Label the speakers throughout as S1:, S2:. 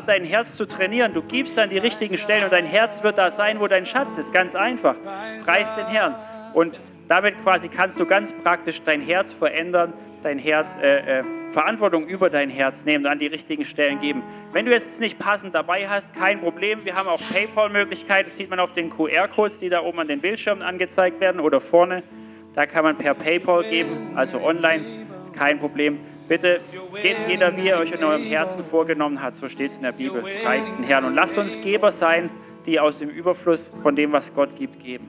S1: dein Herz zu trainieren. Du gibst an die richtigen Stellen und dein Herz wird da sein, wo dein Schatz ist. Ganz einfach. Preis den Herrn. Und damit quasi kannst du ganz praktisch dein Herz verändern, dein Herz, äh, äh, Verantwortung über dein Herz nehmen, an die richtigen Stellen geben. Wenn du jetzt nicht passend dabei hast, kein Problem. Wir haben auch PayPal-Möglichkeiten. Das sieht man auf den QR-Codes, die da oben an den Bildschirmen angezeigt werden oder vorne. Da kann man per PayPal geben, also online. Kein Problem. Bitte geht jeder, wie er euch in eurem Herzen vorgenommen hat, so steht es in der Bibel. Preist den Herrn und lasst uns Geber sein, die aus dem Überfluss von dem, was Gott gibt, geben.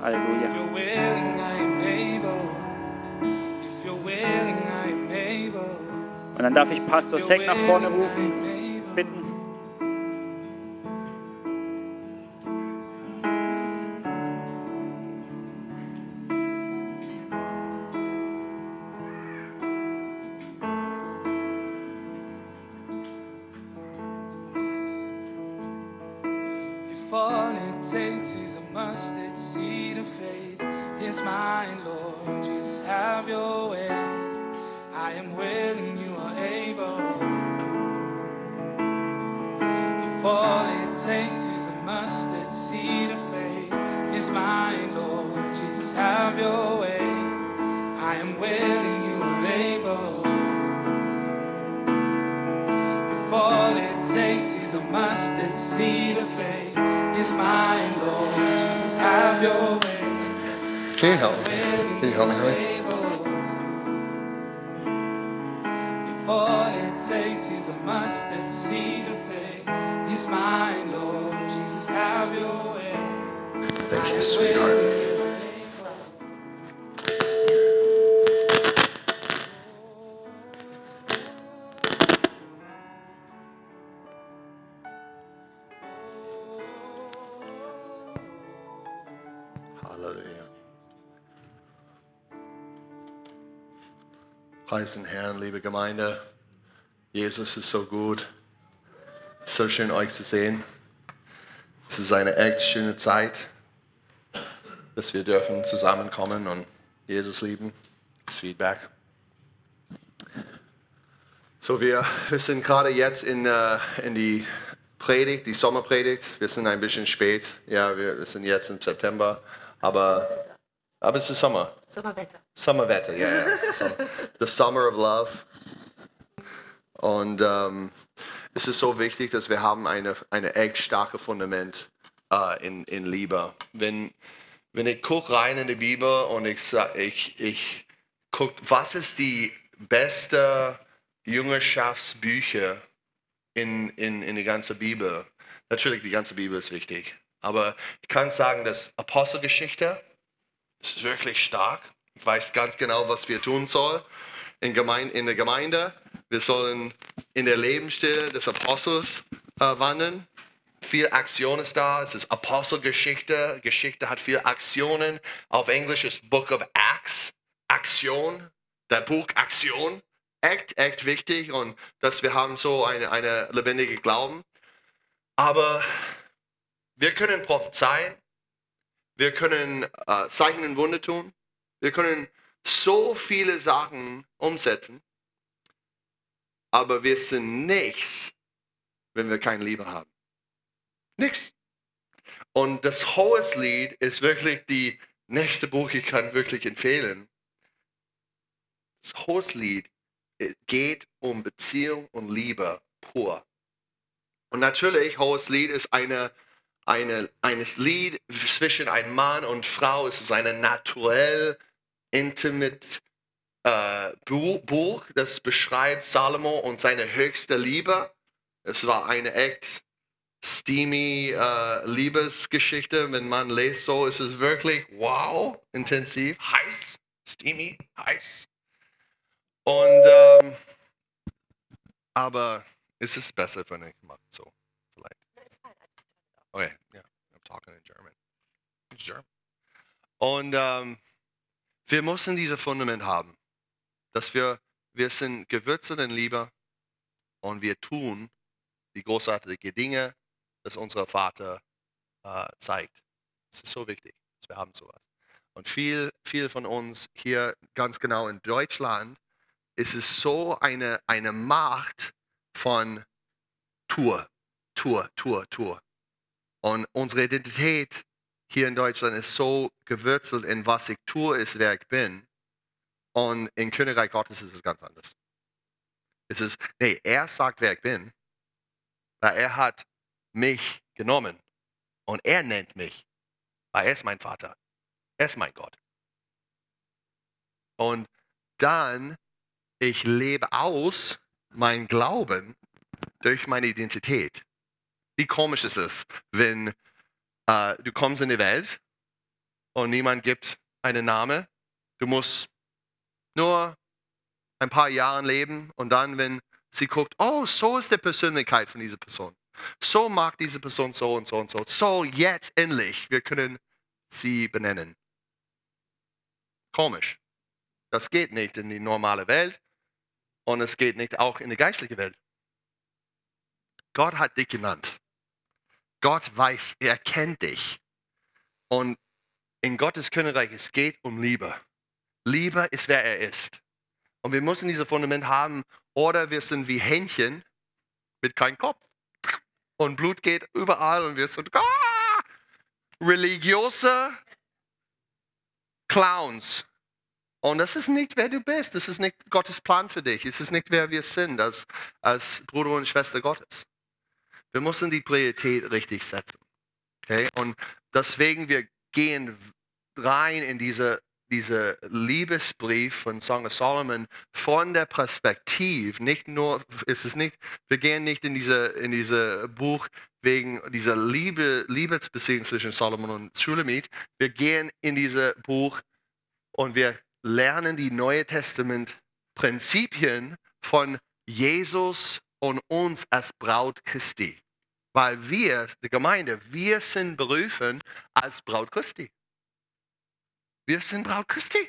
S1: Halleluja.
S2: If you're willing, I'm able. If you're willing, I'm able.
S1: Und dann darf ich Pastor
S2: If
S1: Seck
S2: you're
S1: nach vorne
S2: willing,
S1: rufen,
S2: I'm able.
S1: bitten.
S2: If all it takes is a mustard seed of faith, here's mine, Lord. Jesus, have your way. I am willing, you are able. If all it takes is a mustard seed of faith, here's mine, Lord. Jesus, have your way. I am willing, you are able. If all it takes is a mustard seed of faith, is mine, Lord. Jesus, have your way.
S3: Can you help me? Can you help me, Harry?
S2: Able. If all it takes is a mustard seed of faith, is mine, Lord. Jesus, have your way.
S3: Thank you, sweetheart. Hallelujah. Preisen Herrn, liebe Gemeinde. Jesus ist so gut. So schön, euch zu sehen. Es ist eine echt schöne Zeit, dass wir dürfen zusammenkommen und Jesus lieben. Das Feedback. So, wir, wir sind gerade jetzt in, äh, in die Predigt, die Sommerpredigt. Wir sind ein bisschen spät. Ja, wir, wir sind jetzt im September. Aber, aber es ist Sommer.
S4: Sommerwetter.
S3: Sommerwetter, ja, ja. Sommer. The Summer of Love. Und ähm, es ist so wichtig, dass wir haben eine, eine echt starke Fundament äh, in, in Liebe. Wenn, wenn ich gucke rein in die Bibel und ich, sa- ich, ich gucke, was ist die beste Jüngerschaftsbücher in, in, in die ganze Bibel? Natürlich, die ganze Bibel ist wichtig. Aber ich kann sagen, dass Apostelgeschichte es ist wirklich stark. Ich weiß ganz genau, was wir tun sollen in, Gemein in der Gemeinde. Wir sollen in der Lebensstil des Apostels äh, wandeln. Viel Aktion ist da. Es ist Apostelgeschichte. Geschichte hat viel Aktionen. Auf Englisch ist Book of Acts. Aktion. Der Buch Aktion. Echt, echt wichtig. Und dass wir haben so eine, eine lebendige Glauben. Aber wir können prophezeien. Wir können äh, Zeichen und Wunder tun. Wir können so viele Sachen umsetzen, aber wir sind nichts, wenn wir keine Liebe haben. Nichts. Und das Hoheslied ist wirklich die nächste Buch, ich kann wirklich empfehlen. Das Hoheslied äh, geht um Beziehung und Liebe pur. Und natürlich, Hoheslied ist eine eine, eines Lied zwischen einem Mann und Frau. Es ist ein naturell intimate äh, Bu- Buch, das beschreibt Salomo und seine höchste Liebe. Es war eine echt steamy äh, Liebesgeschichte. Wenn man liest so, ist es wirklich wow, intensiv, heiß, steamy, heiß. Und ähm, aber es ist besser, wenn ich mache so. Okay, yeah, I'm talking in German. It's German. Und ähm, wir müssen dieses Fundament haben, dass wir, wir sind gewurzelt in Liebe und wir tun die großartigen Dinge, das unser Vater äh, zeigt. Es ist so wichtig, dass wir haben sowas. Und viel, viel von uns hier, ganz genau in Deutschland, ist es so eine, eine Macht von tue, tue, tue, tue. Und unsere Identität hier in Deutschland ist so gewurzelt in was ich tue, ist wer ich bin. Und im Königreich Gottes ist es ganz anders. Es ist, nee, er sagt, wer ich bin, weil er hat mich genommen und er nennt mich, weil er ist mein Vater, er ist mein Gott. Und dann, ich lebe aus mein Glauben durch meine Identität. Wie komisch ist es, wenn äh, du kommst in die Welt und niemand gibt einen Namen. Du musst nur ein paar Jahren leben und dann, wenn sie guckt, oh, so ist die Persönlichkeit von dieser Person. So mag diese Person so und so und so. So, jetzt endlich, wir können sie benennen. Komisch. Das geht nicht in die normale Welt und es geht nicht auch in die geistliche Welt. Gott hat dich genannt. Gott weiß, er kennt dich. Und in Gottes Königreich, es geht um Liebe. Liebe ist, wer er ist. Und wir müssen dieses Fundament haben, oder wir sind wie Hähnchen mit keinem Kopf. Und Blut geht überall und wir sind ah, religiöse Clowns. Und das ist nicht, wer du bist. Das ist nicht Gottes Plan für dich. Es ist nicht, wer wir sind als, als Bruder und Schwester Gottes. Wir müssen die Priorität richtig setzen. Okay? Und deswegen, wir gehen rein in diese, diese Liebesbrief von Song of Solomon von der Perspektive, nicht nur, es ist nicht, wir gehen nicht in diese, in diese Buch wegen dieser Liebe, Liebesbeziehung zwischen Solomon und Schulamit. Wir gehen in dieses Buch und wir lernen die Neue Testament Prinzipien von Jesus und uns als Braut Christi. Weil wir, die Gemeinde, wir sind berufen als Braut Christi. Wir sind Braut Christi.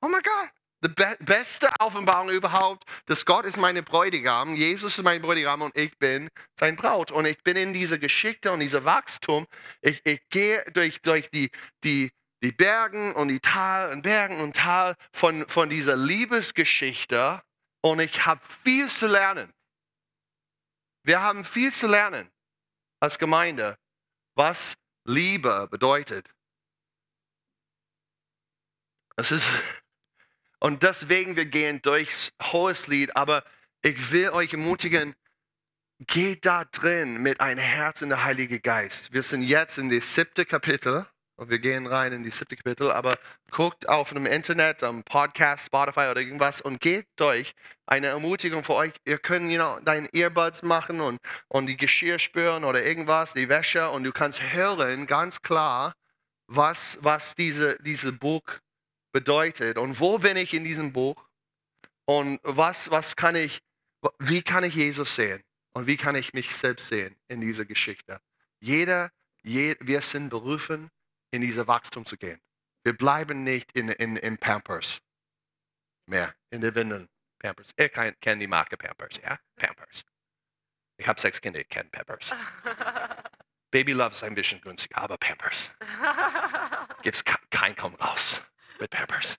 S3: Oh mein Gott. Die be beste Offenbarung überhaupt, dass Gott ist meine Bräutigam, Jesus ist mein Bräutigam und ich bin sein Braut. Und ich bin in dieser Geschichte und dieser Wachstum. Ich, ich gehe durch, durch die, die, die Bergen und die Tal und Bergen und Tal von, von dieser Liebesgeschichte und ich habe viel zu lernen. Wir haben viel zu lernen als Gemeinde, was Liebe bedeutet. Es ist und deswegen wir gehen durchs hohes Lied, aber ich will euch ermutigen, geht da drin mit einem Herz in der Heilige Geist. Wir sind jetzt in das siebte Kapitel und wir gehen rein in die siebte Kapitel, aber guckt auf dem Internet, am Podcast, Spotify oder irgendwas und geht durch. Eine Ermutigung für euch. Ihr könnt you know, deinen Earbuds machen und, und die Geschirr spüren oder irgendwas, die Wäsche und du kannst hören ganz klar, was, was diese, diese Buch bedeutet und wo bin ich in diesem Buch und was, was kann ich, wie kann ich Jesus sehen und wie kann ich mich selbst sehen in dieser Geschichte. Jeder, je, wir sind berufen, in diese Wachstum zu gehen. Wir bleiben nicht in, in, in Pampers mehr, in der Windeln. Pampers. Ihr kennt, kennt die Marke Pampers, ja? Pampers. Ich habe sechs Kinder, ich kenne Pampers. Baby Love ist ein bisschen günstiger, aber Pampers. Gibt's ke- kein Kommen raus mit Pampers.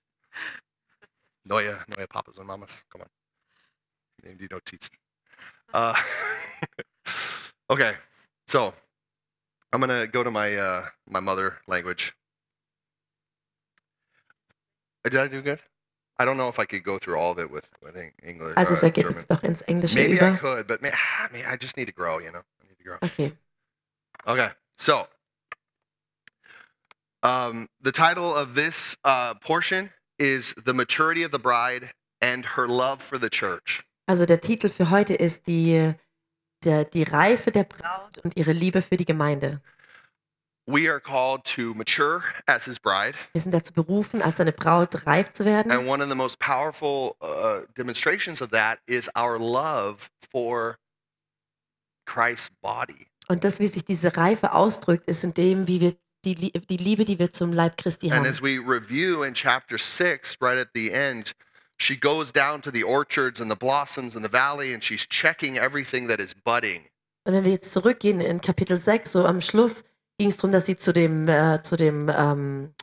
S3: Neue, neue Papas und Mamas, komm mal. Nehmen die Notizen. Uh, okay, so I'm gonna go to my uh, my mother language. Uh, Did I do good? I don't know if I could go through all of it with with Eng- English.
S4: Also
S3: uh,
S4: es geht
S3: German.
S4: jetzt doch ins Englische
S3: Maybe I
S4: über.
S3: could, but man, ah, man, I just need to grow. You know, I need to grow.
S4: Okay.
S3: Okay, so um, the title of this uh, portion is "The Maturity of the Bride and Her Love for the Church."
S4: Also der Titel für heute ist die, der, die Reife der Braut und ihre Liebe für die Gemeinde.
S3: We are called to mature as His bride,
S4: Wir sind dazu berufen, als seine Braut reif zu werden.
S3: and one of the most powerful uh, demonstrations of that is our love for Christ's body.
S4: Und das, wie sich diese Reife ausdrückt, ist in dem, wie wir die, Lie- die Liebe, die wir zum Leib Christi
S3: And
S4: haben.
S3: as we review in chapter six, right at the end, she goes down to the orchards and the blossoms and the valley, and she's checking everything that is budding.
S4: Und wenn wir jetzt zurückgehen in Kapitel 6, so am Schluss ging es darum, dass sie zu dem, äh, zu dem ähm,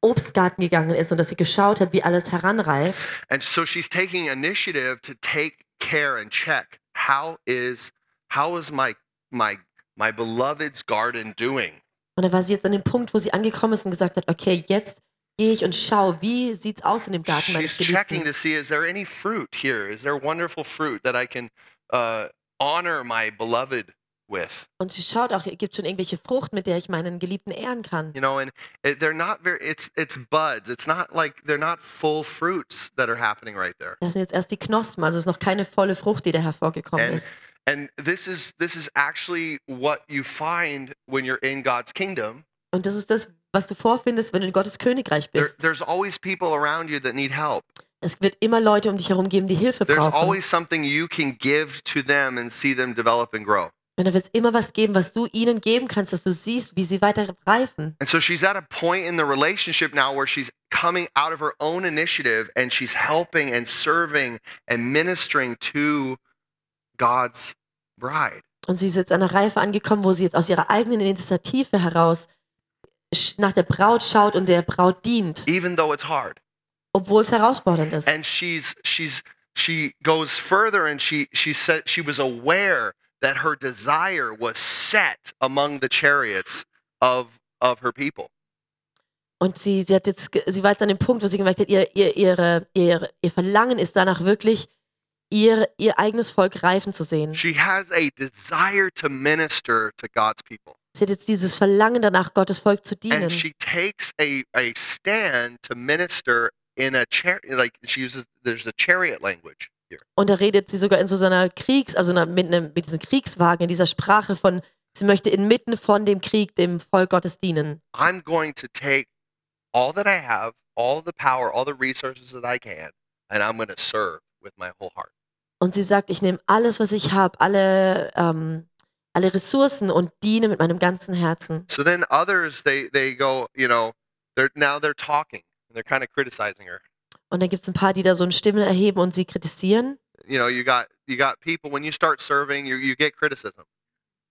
S4: Obstgarten gegangen ist und dass sie geschaut hat, wie alles heranreift.
S3: And so she's taking initiative to take care and check how is how is my my my beloved's garden doing?
S4: Und da war sie jetzt an dem Punkt, wo sie angekommen ist und gesagt hat, okay, jetzt gehe ich und schaue, wie sieht's aus in dem Garten meines
S3: She's checking to
S4: Geliebten.
S3: see is there any fruit here? Is there wonderful fruit that I can uh, honor my beloved with?
S4: Und sie schaut auch, gibt schon irgendwelche Frucht, mit der ich meinen Geliebten ehren kann.
S3: You know, and it, they're not very. It's it's buds. It's not like they're not full fruits that are happening right there.
S4: Das sind jetzt erst die Knospen, also es ist noch keine volle Frucht, die da hervorgekommen
S3: And-
S4: ist.
S3: And this is this is actually what you find when you're in God's kingdom.
S4: Und das ist das, was du vorfindest, wenn du in Gottes Königreich
S3: There,
S4: bist.
S3: there's always people around you that need help.
S4: Es wird immer Leute um dich herum geben, die Hilfe
S3: There's
S4: brauchen.
S3: always something you can give to them and see them develop and grow.
S4: Und da wird es immer was geben, was du ihnen geben kannst, dass du siehst, wie sie weiter reifen.
S3: And so she's at a point in the relationship now where she's coming out of her own initiative and she's helping and serving and ministering to God's bride.
S4: Und sie ist jetzt an der Reife angekommen, wo sie jetzt aus ihrer eigenen Initiative heraus sch- nach der Braut schaut und der Braut dient,
S3: Even though it's hard.
S4: obwohl es herausfordernd ist.
S3: And she's she's she goes further and she she said she was aware that her desire was set among the chariots of of her people.
S4: Und sie, sie, hat jetzt, ge- sie war jetzt an dem Punkt, wo sie gemerkt hat, ihr, ihr, ihre, ihr, ihr Verlangen ist danach wirklich, ihr, ihr eigenes Volk reifen zu sehen.
S3: She has a desire to minister to God's people.
S4: Sie hat jetzt dieses Verlangen danach, Gottes Volk zu dienen.
S3: and she takes a, a stand to minister in a chariot like she uses there's a chariot language here
S4: Und da redet sie sogar in so einer Kriegs-, also einer, mit, einem, mit diesem Kriegswagen, in dieser Sprache von, sie möchte inmitten von dem Krieg dem Volk Gottes dienen.
S3: i'm going to take all that i have all the power all the resources that i can and i'm going to serve with my whole heart
S4: Und sie sagt, ich nehme alles, was ich habe, alle, ähm, alle Ressourcen und diene mit meinem ganzen Herzen.
S3: so then others they they go you know they're now they're talking and they're kind of criticizing her
S4: Und dann gibt es ein paar, die da so eine Stimme erheben und sie kritisieren.
S3: you know you got you got people when you start serving you, you get criticism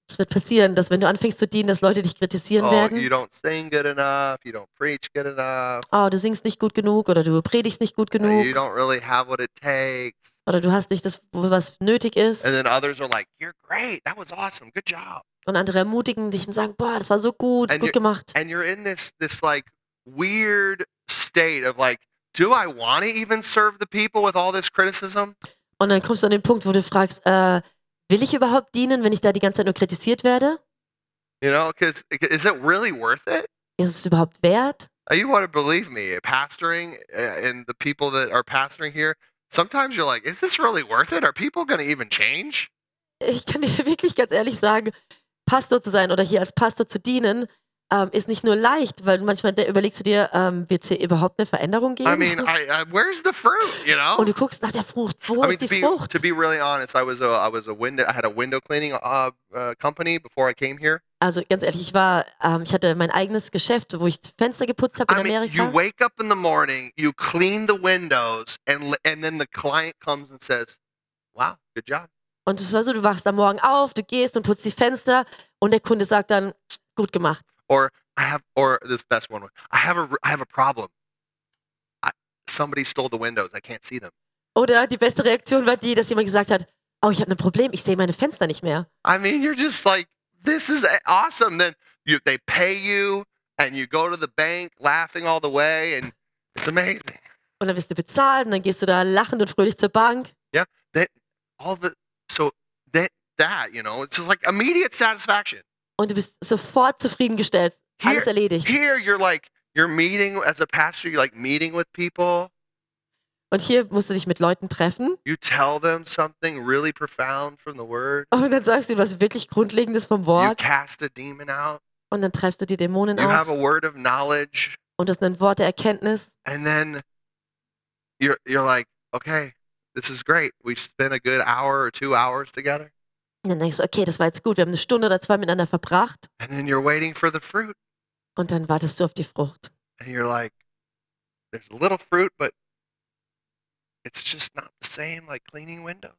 S4: Es wird passieren, dass wenn du anfängst zu dienen, dass Leute dich kritisieren
S3: oh you
S4: werden.
S3: don't sing good enough you don't preach good enough
S4: Oh, du singst nicht gut genug oder du predigst nicht gut
S3: uh, you
S4: genug
S3: don't really have what it takes
S4: oder du hast nicht das, wo was nötig ist.
S3: And then others are like, "You're great. That was awesome. Good job."
S4: Und andere ermutigen dich und sagen, boah, das war so gut,
S3: And
S4: gut
S3: you-
S4: gemacht.
S3: And you're in this this like weird state of like, "Do I want to even serve the people with all this criticism?"
S4: Und dann kommst du an den Punkt, wo du fragst, äh, will ich überhaupt dienen, wenn ich da die ganze Zeit nur kritisiert werde?
S3: You know, cuz is it really worth it?
S4: Ist es überhaupt wert?
S3: Uh, You want to believe me, eh, pastoring uh, and the people that are pastoring here, sometimes you're like, "Is this really worth it? Are people going to even change?"
S4: Ich kann dir wirklich ganz ehrlich sagen, Pastor zu sein oder hier als Pastor zu dienen, ähm, ist nicht nur leicht, weil manchmal de- überlegst du dir, ähm, wird es hier überhaupt eine Veränderung geben?
S3: I mean, I, I where's the fruit, you know?
S4: Und du guckst nach der Frucht. Wo
S3: I mean,
S4: ist
S3: to
S4: die
S3: be,
S4: Frucht?
S3: to be really honest, I was a I was a window I had a window cleaning uh, uh, company before I came here.
S4: Also ganz ehrlich, ich war, ähm, ich hatte mein eigenes Geschäft, wo ich Fenster geputzt habe in
S3: I mean, you
S4: Amerika.
S3: wake up in the morning, you clean the windows, and l- and then the client comes and says, "Wow, good job."
S4: Und es war so, du wachst am Morgen auf, du gehst und putzt die Fenster und der Kunde sagt dann, gut gemacht.
S3: Or I have, or this that's one. I have a r- I have a problem. I, somebody stole the windows. I can't see them.
S4: Oder die beste Reaktion war die, dass jemand gesagt hat, oh, ich habe ein Problem, ich sehe meine Fenster nicht mehr.
S3: I mean, you're just like, this is a- awesome. Then you they pay you, and you go to the bank laughing all the way, and it's amazing.
S4: Und dann wirst du bezahlt und dann gehst du da lachend und fröhlich zur Bank.
S3: All the so that that you know, it's just like immediate satisfaction.
S4: Und du bist sofort zufriedengestellt.
S3: Here,
S4: Alles erledigt.
S3: Here, you're like, you're meeting as a pastor, you're like meeting with people.
S4: Und hier musst du dich mit Leuten treffen
S3: You tell them something really profound from the word.
S4: und dann sagst du was wirklich Grundlegendes vom
S3: You
S4: Wort
S3: cast a demon out.
S4: und dann treibst du die Dämonen
S3: You have
S4: aus
S3: a word of knowledge.
S4: und das ist ein Wort der Erkenntnis.
S3: And then you're, you're like, okay, this is great. We spent a good hour or two hours together.
S4: Und dann denkst du, okay, das war jetzt gut, wir haben eine Stunde oder zwei miteinander verbracht
S3: And then you're waiting for the fruit.
S4: und dann wartest du auf die Frucht.
S3: And you're like, there's a little fruit, but it's just not the same like cleaning windows.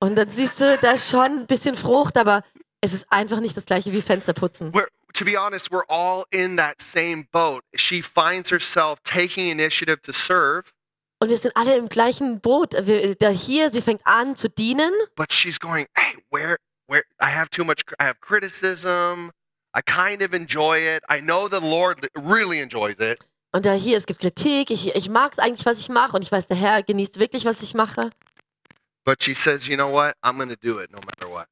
S4: Und dann siehst du, da ist schon ein bisschen Frucht, aber es ist einfach nicht das gleiche wie Fensterputzen.
S3: We're, to be honest, we're all in that same boat. She finds herself taking initiative to serve,
S4: Und wir sind alle im gleichen Boot. Wir, da hier, sie fängt an zu dienen
S3: but she's going, "Hey, where, where? have too much, I have criticism. I kind of enjoy it. I know the Lord really enjoys it.
S4: Und da hier, es gibt Kritik, ich, ich mag es eigentlich, was ich mache und ich weiß, der Herr genießt wirklich, was ich mache.
S3: But she says, you know what? I'm going to do it no matter what.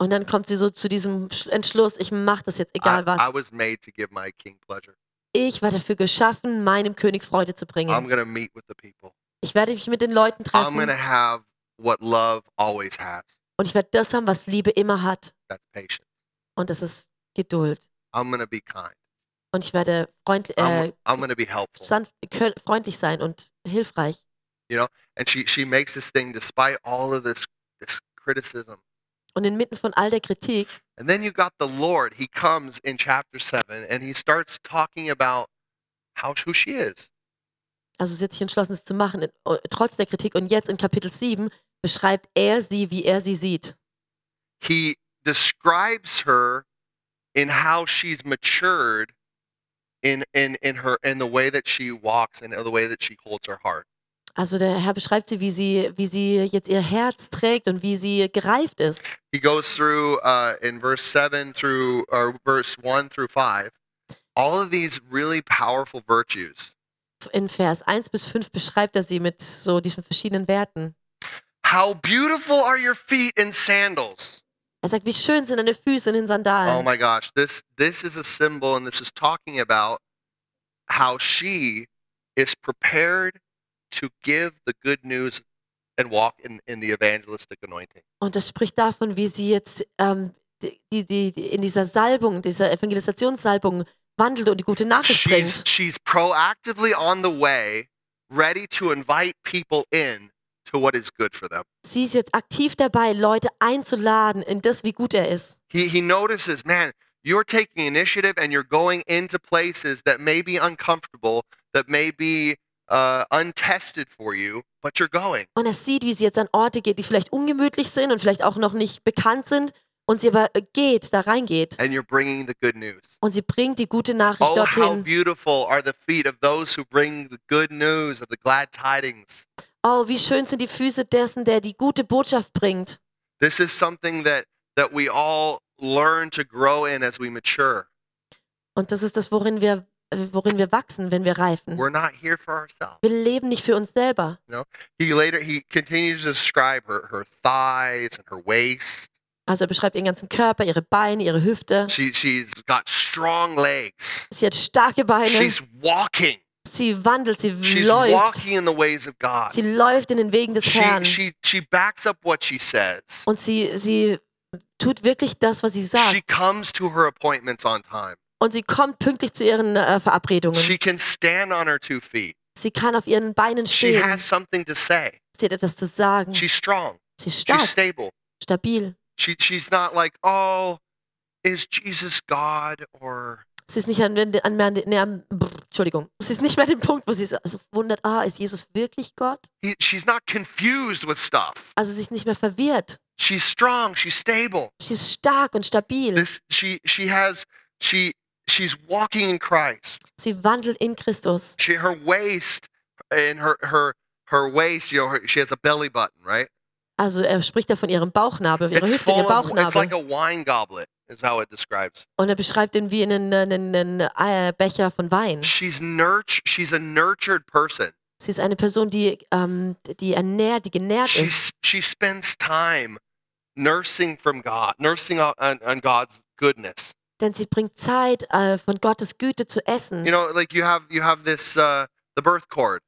S4: Und dann kommt sie so zu diesem Sch- Entschluss, ich mache das jetzt,
S3: I,
S4: egal
S3: I
S4: was.
S3: was made to give my king pleasure.
S4: Ich war dafür geschaffen, meinem König Freude zu
S3: I'm
S4: bringen.
S3: going to meet with the people.
S4: Ich werde mich mit den Leuten
S3: I'm
S4: treffen
S3: going to have what love always has.
S4: und ich werde das haben, was Liebe immer hat.
S3: That's patience.
S4: Und das ist Geduld.
S3: I'm going to be kind.
S4: Und ich werde freund,
S3: I'm,
S4: äh,
S3: I'm going to be helpful.
S4: sanft, kö- freundlich sein und hilfreich.
S3: and she she makes this thing despite all of this this criticism
S4: Und inmitten von all der Kritik
S3: and then you got the lord he comes in chapter 7 and he starts talking about how who she is
S4: Also sie hat sich entschlossen, es zu machen, in- o- trotz der Kritik. Und jetzt in Kapitel 7 beschreibt er sie, wie er sie sieht.
S3: he describes her in how she's matured in in in her in the way that she walks and the way that she holds her heart
S4: Also der Herr beschreibt sie, wie sie, wie sie jetzt ihr Herz trägt und wie sie gereift ist.
S3: he goes through uh, in verse 7 through or verse 1 through 5 all of these really powerful virtues
S4: In Vers 1 bis 5 beschreibt er sie mit so diesen verschiedenen Werten.
S3: how beautiful are your feet in sandals
S4: Er sagt, wie schön sind deine Füße in den Sandalen.
S3: Oh my gosh, this this is a symbol and this is talking about how she is prepared to give the good news and walk in, in the evangelistic anointing.
S4: und das spricht davon, wie sie jetzt ähm, die, die, die, die in dieser Salbung, dieser Evangelisationssalbung wandelt und die gute Nachricht
S3: She's
S4: bringt.
S3: she's proactively on the way, ready to invite people in to what is good for them.
S4: Sie ist jetzt aktiv dabei, Leute einzuladen in das, wie gut er ist.
S3: He he notices, man, you're taking initiative and you're going into places that may be uncomfortable, that may be uh, untested for you, but you're going.
S4: Und er sieht, wie sie jetzt an Orte geht, die vielleicht ungemütlich sind und vielleicht auch noch nicht bekannt sind. Und sie aber äh, geht, da reingeht.
S3: and you're bringing the good news.
S4: Und sie bringt die gute Nachricht
S3: Oh, how
S4: dorthin.
S3: beautiful are the feet of those who bring the good news of the glad tidings.
S4: Oh, wie schön sind die Füße dessen, der die gute Botschaft bringt.
S3: This is something that that we all learn to grow in as we mature.
S4: Und das ist das, worin wir, äh, worin wir wachsen, wenn wir reifen.
S3: We're not here for ourselves.
S4: Wir leben nicht für uns selber.
S3: He later he continues to describe her her thighs and her waist.
S4: Also er beschreibt ihren ganzen Körper, ihre Beine, ihre Hüfte.
S3: She she's got strong legs.
S4: Sie hat starke Beine.
S3: She's walking.
S4: Sie wandelt, sie
S3: She's
S4: läuft.
S3: walking in the ways of God.
S4: Sie läuft in den Wegen des
S3: She
S4: Herrn.
S3: she she backs up what she says.
S4: Und sie, sie tut wirklich das, was sie
S3: She
S4: sagt.
S3: comes to her appointments on time.
S4: Und sie kommt pünktlich zu ihren äh, Verabredungen.
S3: She can stand on her two feet.
S4: Sie kann auf ihren Beinen
S3: She has
S4: stehen.
S3: something to say.
S4: Sie hat etwas zu sagen.
S3: She's strong.
S4: Sie ist
S3: She's
S4: stark,
S3: stable.
S4: stabil.
S3: She, she's not like, oh, is Jesus God? Or
S4: Sie ist nicht an, an, an, an, nee, am- brr, Entschuldigung. Sie ist nicht mehr an dem Punkt, wo sie so- also wundert, ah, ist Jesus wirklich Gott?
S3: he, she's not confused with stuff.
S4: Also sie ist nicht mehr verwirrt.
S3: She's strong. She's stable.
S4: Sie ist stark und stabil.
S3: This she she has she she's walking in Christ.
S4: Sie wandelt in Christus.
S3: She her waist and her her her waist. You know, her, she has a belly button, right?
S4: Also er spricht da von ihrem Bauchnabel, ihrer
S3: It's
S4: Hüfte, ihr
S3: full. Of, it's like
S4: Bauchnabel.
S3: a wine goblet. Is how it describes.
S4: Und er beschreibt ihn wie einen, einen, einen äh, Becher von Wein.
S3: She's nurture. She's a nurtured person.
S4: Sie ist eine Person, die, ähm, die ernährt, die genährt
S3: she
S4: ist.
S3: s- she spends time nursing from God, nursing on, on, on God's goodness.
S4: Denn sie bringt Zeit, äh, von Gottes Güte zu essen.
S3: You know, like you have you have this uh, the birth cord,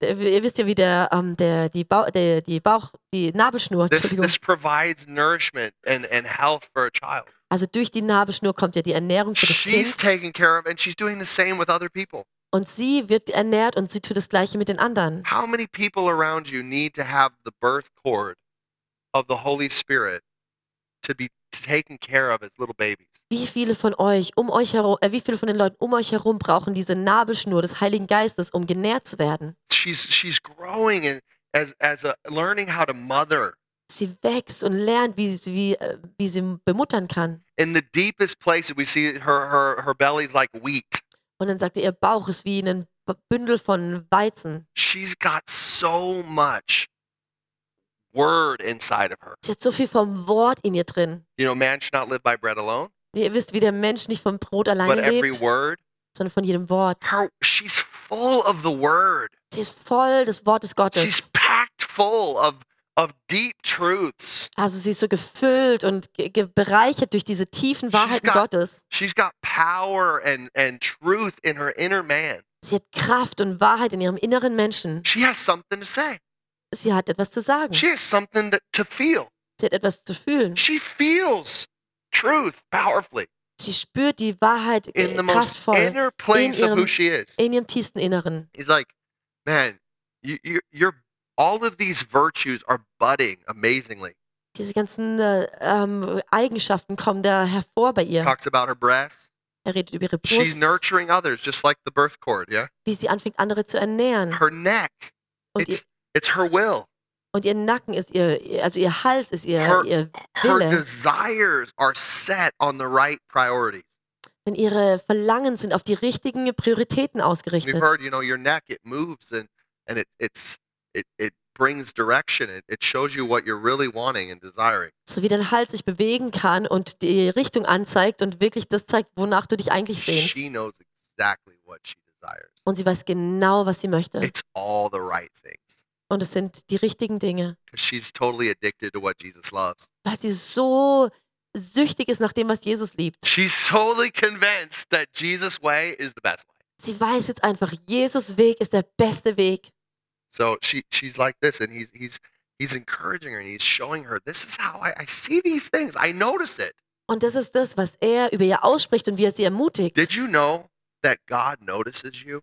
S4: Äh, Ihr wisst ja, wie der, ähm, der, die, Bau, der, die Bauch, die Nabelschnur,
S3: this
S4: Entschuldigung.
S3: this provides nourishment and and health for a child.
S4: Also durch die Nabelschnur kommt ja die Ernährung für das
S3: She's
S4: Kind.
S3: taken care of, and she's doing the same with other people.
S4: Und sie wird ernährt und sie tut das Gleiche mit den anderen.
S3: How many people around you need to have the birth cord of the Holy Spirit to be taken care of as little babies?
S4: Wie viele von euch um euch herum, äh, wie viele von den Leuten um euch herum brauchen diese Nabelschnur des Heiligen Geistes, um genährt zu werden?
S3: She's she's growing and as as a learning how to mother
S4: Sie wächst und lernt, wie sie, wie, äh, wie sie bemuttern kann.
S3: in the deepest places we see her her her belly's like wheat
S4: Und dann sagt er, ihr Bauch ist wie ein B- Bündel von Weizen.
S3: she's got so much word inside of her.
S4: Sie hat so viel vom Wort in ihr drin.
S3: You know, man should not live by bread alone,
S4: Ihr wisst, wie der Mensch nicht vom Brot
S3: but
S4: alleine
S3: every
S4: lebt,
S3: word.
S4: sondern von jedem Wort.
S3: Her, she's full of the word.
S4: Sie ist voll des Wortes
S3: She's
S4: Gottes.
S3: packed full of of deep truths.
S4: Also sie ist so gefüllt und ge ge bereichert durch diese tiefen
S3: She's
S4: Wahrheiten
S3: got-
S4: Gottes.
S3: She's got power and and truth in her inner man.
S4: Sie hat Kraft und Wahrheit in ihrem inneren Menschen.
S3: She has something to say.
S4: Sie hat etwas zu sagen.
S3: She has something to, to feel.
S4: Sie hat etwas zu fühlen.
S3: She feels truth powerfully
S4: Sie spürt die Wahrheit
S3: in
S4: äh,
S3: the most
S4: kraftvoll
S3: inner place of who
S4: ihrem-
S3: she is.
S4: in ihrem tiefsten Inneren.
S3: He's like, man, you, you, you're all of these virtues are budding amazingly.
S4: Diese ganzen äh, ähm, Eigenschaften kommen da hervor bei ihr.
S3: Talks about her breasts.
S4: Er redet über ihre
S3: She's
S4: Brust,
S3: nurturing others, just like the birth cord. Yeah,
S4: wie sie anfängt, andere zu ernähren.
S3: her neck.
S4: Und ihr,
S3: It's it's her will.
S4: und ihr Nacken ist ihr, ihr- also ihr Hals ist ihr,
S3: Her-
S4: ihr
S3: Her
S4: Wille.
S3: desires are set on the right priority.
S4: Denn ihre Verlangen sind auf die richtigen Prioritäten
S3: We've
S4: ausgerichtet.
S3: heard, you know, your neck it moves and and it it's it it brings direction. It it shows you what you're really wanting and desiring.
S4: So wie dein Hals sich bewegen kann und die Richtung anzeigt und wirklich das zeigt, wonach du dich eigentlich sehnst.
S3: She knows exactly what she desires.
S4: Und sie weiß genau, was sie möchte.
S3: It's all the right things
S4: Und es sind die richtigen Dinge.
S3: because she's totally addicted to what Jesus loves.
S4: Weil sie so süchtig ist nach dem, was Jesus liebt.
S3: She's totally convinced that Jesus' way is the best way.
S4: Sie weiß jetzt einfach, Jesus Weg ist der beste Weg.
S3: So she she's like this, and he's he's he's encouraging her and he's showing her this is how I, I see these things. I notice it.
S4: Und das ist das, was er über ihr ausspricht und wie er sie
S3: Did
S4: ermutigt.
S3: you know that God notices you?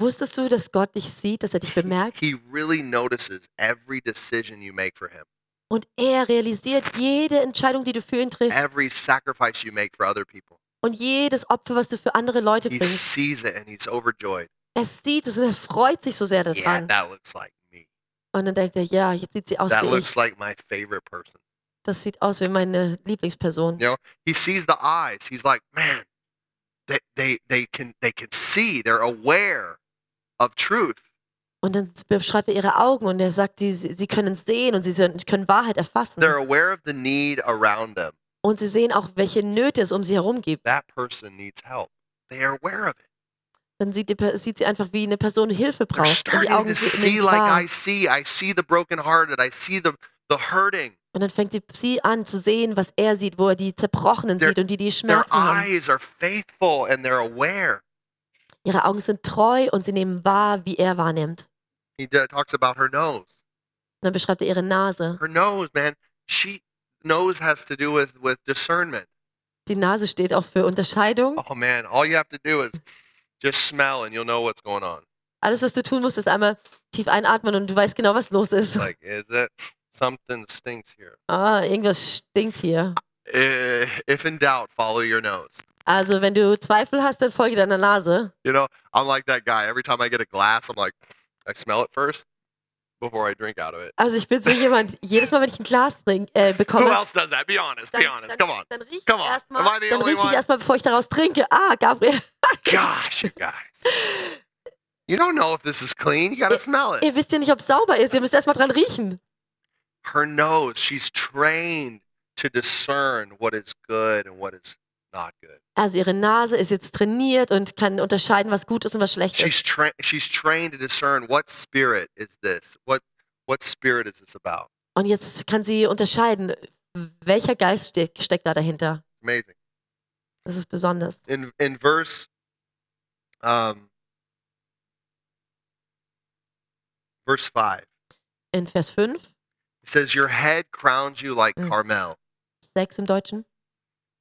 S4: Wusstest du, dass Gott dich sieht, dass er dich bemerkt?
S3: He really notices every decision you make for him,
S4: Und er realisiert jede Entscheidung, die du für ihn triffst
S3: every sacrifice you make for other people.
S4: und jedes Opfer, was du für andere Leute
S3: He
S4: bringst.
S3: sees it and he's overjoyed.
S4: Er sieht es und er freut sich so sehr
S3: Yeah,
S4: daran.
S3: that looks like me.
S4: Und dann denkt er, ja, jetzt sieht sie aus
S3: That
S4: wie ich.
S3: looks like my favorite person.
S4: Das sieht aus wie meine Lieblingsperson.
S3: Ja. He sees the eyes. He's like, man, they they they can they can see. They're aware of truth.
S4: Und dann beschreibt er ihre Augen und er sagt, sie, sie können sehen und sie sind- können Wahrheit erfassen.
S3: They're aware of the need around them.
S4: Und sie sehen auch, welche Nöte es um sie herum gibt.
S3: That person needs help. They are aware of it.
S4: Dann sieht, die, Per- sieht sie einfach, wie eine Person Hilfe
S3: They're
S4: braucht. Und die
S3: starting
S4: Augen
S3: to
S4: se-
S3: see
S4: nehmen es
S3: like
S4: wahr.
S3: I see. I see the brokenhearted. I see the the hurting.
S4: Und dann fängt sie, sie an zu sehen, was er sieht, wo er die Zerbrochenen
S3: Their-
S4: sieht und die die
S3: Their
S4: Schmerzen haben.
S3: eyes are faithful and they're aware.
S4: Ihre Augen sind treu und sie nehmen wahr, wie er wahrnimmt.
S3: He d- talks about her nose.
S4: Und dann beschreibt er ihre Nase.
S3: Her nose, man. She nose has to do with with discernment.
S4: Die Nase steht auch für Unterscheidung.
S3: Oh man, all you have to do is just smell and you'll know what's going on.
S4: Alles, was du tun musst, ist einmal tief einatmen und du weißt genau, was los ist.
S3: Like, is it something stinks here?
S4: Ah, irgendwas stinkt hier.
S3: Eh, If in doubt, follow your nose.
S4: Also, wenn du Zweifel hast, dann folge deiner Nase.
S3: You know, I'm like that guy. Every time I get a glass, I'm like, I smell it first before I drink out of it.
S4: Also, ich bin so jemand, jedes Mal, wenn ich ein Glas trink, äh,
S3: Who
S4: bekomme,
S3: else does that? Be honest. Be
S4: dann,
S3: honest.
S4: dann,
S3: Come on.
S4: dann rieche ich
S3: Come on.
S4: erstmal,
S3: Am I the
S4: dann
S3: only
S4: riech ich
S3: one?
S4: erstmal, bevor ich daraus trinke. Ah, Gabriel,
S3: Gosh, you guys. You don't know if this is clean. You got to
S4: It-
S3: smell it.
S4: ihr wisst ja nicht, ob es sauber ist. Ihr müsst erstmal dran riechen.
S3: Her nose, she's trained to discern what is good and what is not good.
S4: Also, ihre Nase ist jetzt trainiert und kann unterscheiden, was gut ist und was schlecht ist.
S3: She's tra- she's trained to discern what spirit is this? What what spirit is this about?
S4: Und jetzt kann sie unterscheiden, welcher Geist steckt, steckt da dahinter.
S3: Amazing.
S4: Das ist besonders.
S3: in in verse um verse 5
S4: In Vers 5,
S3: it says your head crowns you like
S4: Mm.
S3: carmel
S4: 6 im Deutschen.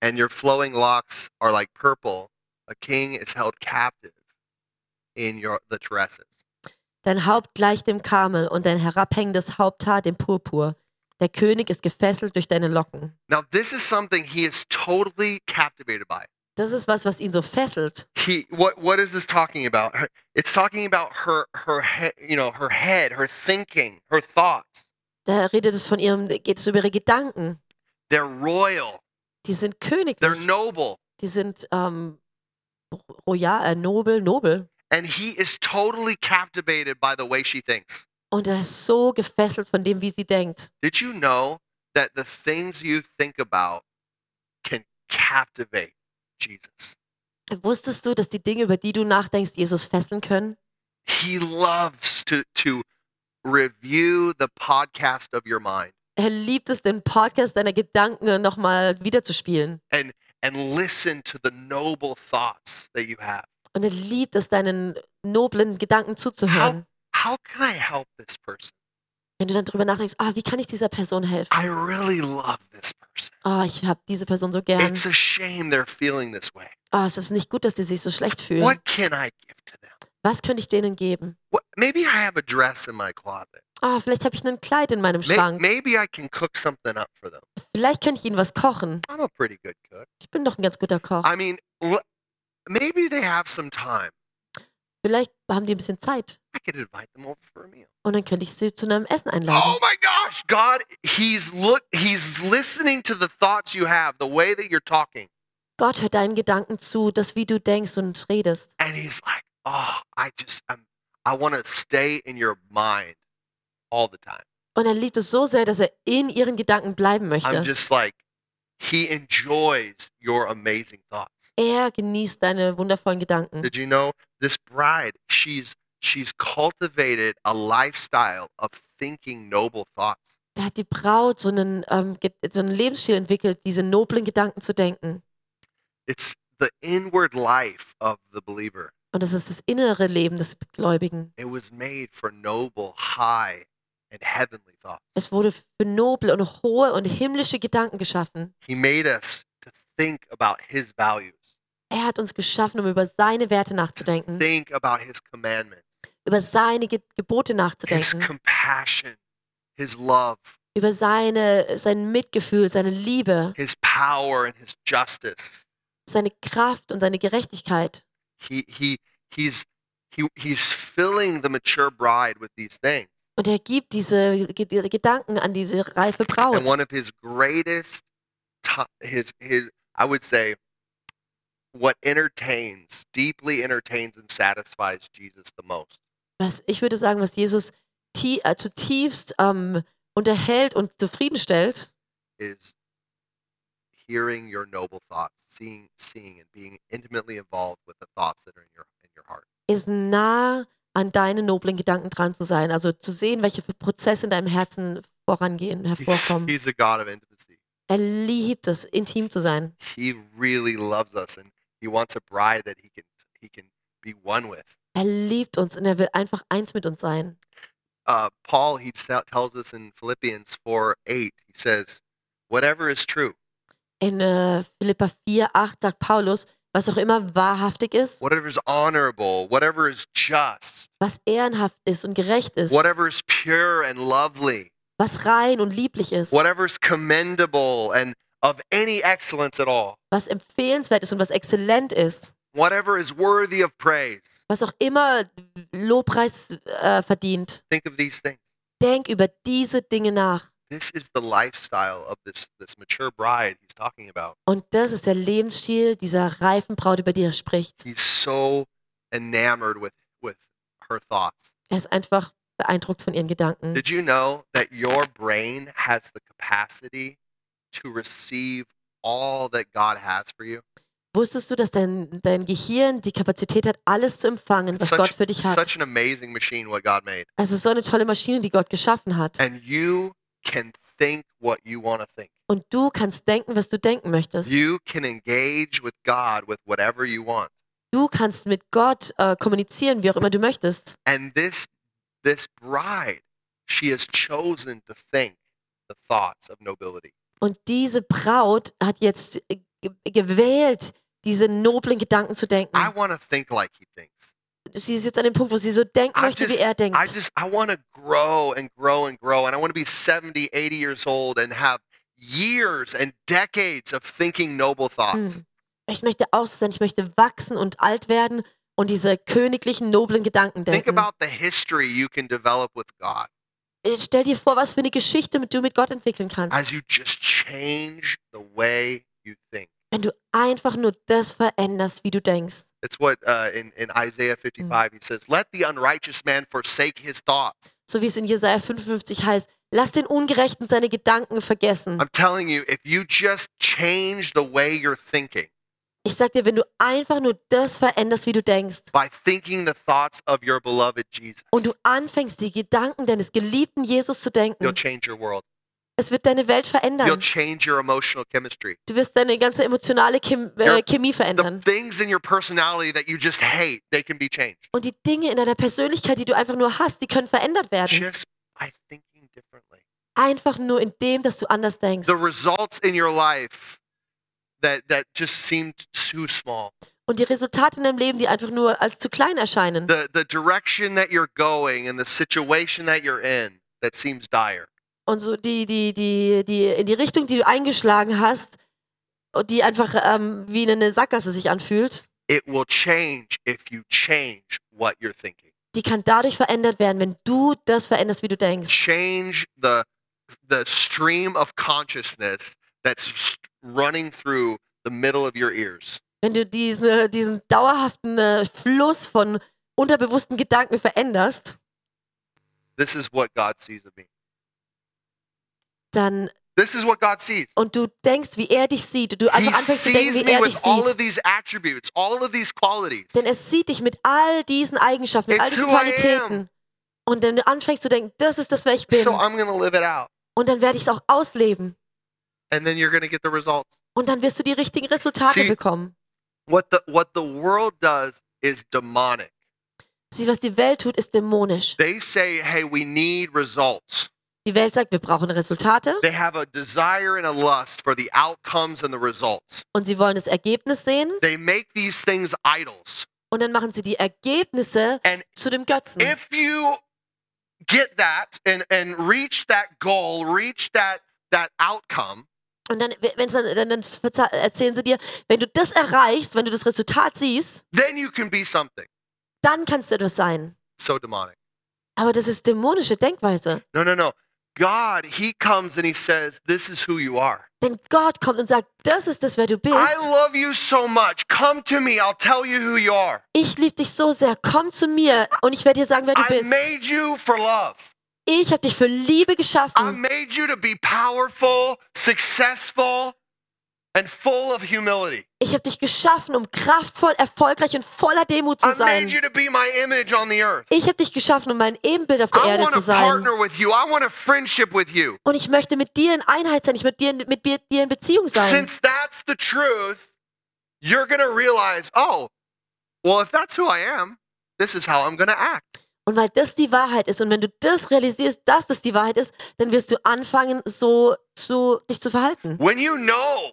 S3: and your flowing locks are like purple a king is held captive in your the tresses
S4: Dein Haupt gleicht dem Karmel und dein herabhängendes Haupthaar dem Purpur. Der König ist gefesselt durch deine Locken.
S3: now this is something he is totally captivated by
S4: Das ist was, was ihn so fesselt.
S3: he what what is this talking about Her- it's talking about her her head you know her head her thinking her thoughts
S4: Da redet es von ihrem, geht es über ihre Gedanken.
S3: they're royal
S4: Die sind
S3: they're
S4: königlich.
S3: noble
S4: Die sind ähm, royal, äh, nobel, nobel.
S3: and he is totally captivated by the way she thinks.
S4: Und er ist so gefesselt von dem, wie sie denkt.
S3: Did you know that the things you think about can captivate Jesus?
S4: Wusstest du, dass die Dinge, über die du nachdenkst, Jesus fesseln können?
S3: He loves to, to review the podcast of your mind
S4: Er liebt es, den Podcast deiner Gedanken nochmal wiederzuspielen.
S3: and listen to the noble thoughts that you have.
S4: Und er liebt es, deinen noblen Gedanken zuzuhören.
S3: How can I help this person?
S4: Wenn du dann drüber nachdenkst, ah, wie kann ich dieser Person helfen?
S3: I really love this person.
S4: Ah, ich habe diese Person so gern.
S3: It's a shame they're feeling this way.
S4: Ah, es ist nicht gut, dass die sich so schlecht fühlen.
S3: What can I give to them?
S4: Was könnte ich denen geben?
S3: What, maybe I have a dress in my closet.
S4: Ah, vielleicht habe ich ein Kleid in meinem
S3: May-
S4: Schrank.
S3: maybe I can cook something up for them.
S4: Vielleicht könnte ich ihnen was kochen.
S3: I'm a pretty good cook.
S4: Ich bin doch ein ganz guter Koch.
S3: I mean, l- maybe they have some time.
S4: Vielleicht haben die ein bisschen Zeit.
S3: I could invite them over for a meal.
S4: Und dann könnte ich sie zu einem Essen einladen.
S3: Oh my gosh, God, he's look he's listening to the thoughts you have, the way that you're talking.
S4: Gott hört deinen Gedanken zu, das wie du denkst und redest.
S3: And he's like, "Oh, I just I'm, I want to stay in your mind all the time."
S4: Und er liebt es so sehr, dass er in ihren Gedanken bleiben
S3: I'm
S4: möchte.
S3: just like he enjoys your amazing thoughts.
S4: Er genießt deine wundervollen Gedanken.
S3: Did you know this bride, she's she's cultivated a lifestyle of thinking noble thoughts.
S4: Da hat die Braut so einen, ähm, Ge- so einen Lebensstil entwickelt, diese noblen Gedanken zu denken.
S3: It's the inward life of the believer.
S4: Und das ist das innere Leben des Gläubigen.
S3: It was made for noble, high, and heavenly thoughts.
S4: Es wurde für noble und hohe und himmlische Gedanken geschaffen.
S3: He made us to think about his values,
S4: Er hat uns geschaffen, um über seine Werte nachzudenken,
S3: think about his commandments,
S4: über seine Ge Gebote
S3: his
S4: nachzudenken,
S3: compassion, his love,
S4: über seine, sein Mitgefühl, seine Liebe,
S3: his power, and his justice.
S4: seine Kraft und seine Gerechtigkeit.
S3: He he he's he, he's filling the mature bride with these things.
S4: Und er gibt diese Ge Gedanken an diese reife Braut.
S3: and one of his greatest to- his his i would say what entertains deeply entertains and satisfies jesus the most
S4: Was, ich würde sagen, was Jesus tie- äh, zutiefst ähm, unterhält und zufriedenstellt,
S3: is hearing your noble thoughts seeing seeing and being intimately involved with the thoughts that are in your in your heart
S4: ist nah an deinen noblen Gedanken dran zu sein. Also zu sehen, welche Prozesse in deinem Herzen vorangehen,
S3: he's,
S4: hervorkommen.
S3: he's a god of intimacy
S4: Er liebt es, intim zu sein.
S3: he really loves us and he wants a bride that he can he can be one with
S4: Er liebt uns und er will einfach eins mit uns sein.
S3: uh, paul he tell- tells us in philippians 4 8 he says whatever is true
S4: In äh, Philippa 4, 8 sagt Paulus, was auch immer wahrhaftig ist,
S3: whatever is honorable, whatever is just,
S4: was ehrenhaft ist und gerecht ist,
S3: whatever is pure and lovely,
S4: was rein und lieblich ist,
S3: whatever is commendable and of any excellence at all,
S4: was empfehlenswert ist und was exzellent ist,
S3: whatever is worthy of praise.
S4: was auch immer Lobpreis äh, verdient.
S3: Think of these things.
S4: Denk über diese Dinge nach.
S3: This is the lifestyle of this, this mature bride he's talking about.
S4: Und das ist der Lebensstil dieser reifen Braut, über die er spricht.
S3: He's so enamored with, with her thoughts.
S4: Er ist einfach beeindruckt von ihren Gedanken.
S3: Did you know that your brain has the capacity to receive all that God has for you?
S4: Wusstest du, dass dein, dein Gehirn die Kapazität hat, alles zu empfangen, was
S3: Such-
S4: Gott für dich hat?
S3: Such an amazing machine what God made.
S4: Es ist so eine tolle Maschine, die Gott geschaffen hat.
S3: and you can think what you want to think.
S4: Und du kannst denken, was du denken möchtest.
S3: You can engage with God with whatever you want.
S4: Du kannst mit Gott äh, kommunizieren, wie auch immer du möchtest.
S3: And this this bride, she has chosen to think the thoughts of nobility.
S4: Und diese Braut hat jetzt äh, ge- gewählt, diese noblen Gedanken zu denken.
S3: I want to think like he thinks.
S4: Sie ist jetzt an dem Punkt, wo sie so denken
S3: I
S4: möchte, wie
S3: just-
S4: er
S3: I
S4: denkt.
S3: just I want to grow and grow and grow and I want to be 70, 80 years old and have years and decades of thinking noble thoughts.
S4: Hm. Ich möchte aus sein, ich möchte wachsen und alt werden und diese königlichen, noblen Gedanken
S3: Think
S4: denken.
S3: about the history you can develop with God
S4: Äh, Stell dir vor, was für eine Geschichte du mit Gott entwickeln kannst,
S3: as you just change the way you think.
S4: wenn du einfach nur das veränderst, wie du denkst.
S3: It's what uh, in, in Isaiah 55 he says, Let the unrighteous man forsake his thoughts.
S4: so wie es in Jesaja 55 heißt, lass den Ungerechten seine Gedanken vergessen.
S3: I'm telling you, if you just change the way you're thinking
S4: Ich sag dir, wenn du einfach nur das veränderst, wie du denkst,
S3: by thinking the thoughts of your beloved Jesus,
S4: und du anfängst, die Gedanken deines geliebten Jesus zu
S3: you'll
S4: denken,
S3: change your world.
S4: es wird deine Welt
S3: You'll
S4: verändern.
S3: change your emotional chemistry.
S4: Du wirst deine ganze emotionale Chem
S3: Your-
S4: äh, Chemie
S3: The
S4: verändern.
S3: things in your personality that you just hate, they can be changed
S4: Und die Dinge in deiner Persönlichkeit, die du einfach nur hast, die können verändert werden.
S3: just by thinking differently.
S4: Einfach nur in dem, dass du anders denkst.
S3: The results in your life that that just seemed too small.
S4: Und die Resultate in deinem Leben, die einfach nur als zu klein erscheinen.
S3: The the direction that you're going and the situation that you're in that seems dire.
S4: Und so die, die, die, die, in die Richtung, die du eingeschlagen hast, und die einfach ähm, wie eine Sackgasse sich anfühlt,
S3: It will change if you change what you're thinking.
S4: die kann dadurch verändert werden, wenn du das veränderst, wie du denkst.
S3: Change the the stream of consciousness that's st- running through the middle of your ears.
S4: wenn du diesen, äh, diesen dauerhaften äh, Fluss von unterbewussten Gedanken veränderst,
S3: This is what God sees of me.
S4: dann
S3: This is what God sees.
S4: und du denkst, wie er dich sieht, du
S3: He
S4: einfach anfängst zu denken,
S3: sees
S4: wie
S3: me
S4: er dich
S3: with all of
S4: sieht,
S3: these attributes, all of these qualities.
S4: denn er sieht dich mit all diesen Eigenschaften, mit all
S3: It's
S4: diesen
S3: who I
S4: Qualitäten. Und wenn du anfängst zu denken, das ist das, wer ich bin,
S3: So I'm going to live it out.
S4: und dann werde ich es auch ausleben,
S3: And then you're going to get the results.
S4: und dann wirst du die richtigen Resultate
S3: See-
S4: bekommen.
S3: What the what the world does is demonic.
S4: Sieh, was die Welt tut, ist dämonisch.
S3: They say, "Hey, we need results."
S4: Die Welt sagt, wir brauchen Resultate
S3: They have a desire and a lust for the outcomes and the results.
S4: und sie wollen das Ergebnis sehen
S3: They make these things idols.
S4: und dann machen sie die Ergebnisse
S3: And
S4: zu dem Götzen.
S3: if you get that and and reach that goal, reach that that outcome,
S4: Und dann, wenn's dann, dann, dann verza- erzählen sie dir, wenn du das erreichst, wenn du das Resultat siehst,
S3: then you can be something.
S4: dann kannst du etwas sein.
S3: So demonic.
S4: Aber das ist dämonische Denkweise.
S3: No, no, no. God, he comes and he says, "This is who you are."
S4: Denn Gott kommt und sagt, das ist das, wer du
S3: I
S4: bist.
S3: love you so much. Come to me. I'll tell you who you are.
S4: Ich liebe dich so sehr. Komm zu mir und ich werde dir sagen, wer du
S3: I
S4: bist.
S3: made you for love.
S4: Ich habe dich für Liebe
S3: I
S4: geschaffen.
S3: made you to be powerful, successful, and full of humility.
S4: Ich habe dich geschaffen, um kraftvoll, erfolgreich und voller Demut zu
S3: I made
S4: sein.
S3: you to be my image on the earth.
S4: Ich habe dich geschaffen, um mein Ebenbild auf der
S3: I
S4: Erde
S3: want
S4: zu
S3: to
S4: sein.
S3: partner with you. I want a friendship with you.
S4: Und ich möchte mit dir in Einheit sein. Ich möchte dir, mit dir dir in Beziehung sein.
S3: Since that's the truth, you're going to realize, oh, well, if that's who I am, this is how I'm going to act.
S4: Und weil das die Wahrheit ist und wenn du das realisierst, dass das die Wahrheit ist, dann wirst du anfangen, so zu, dich zu verhalten.
S3: When you know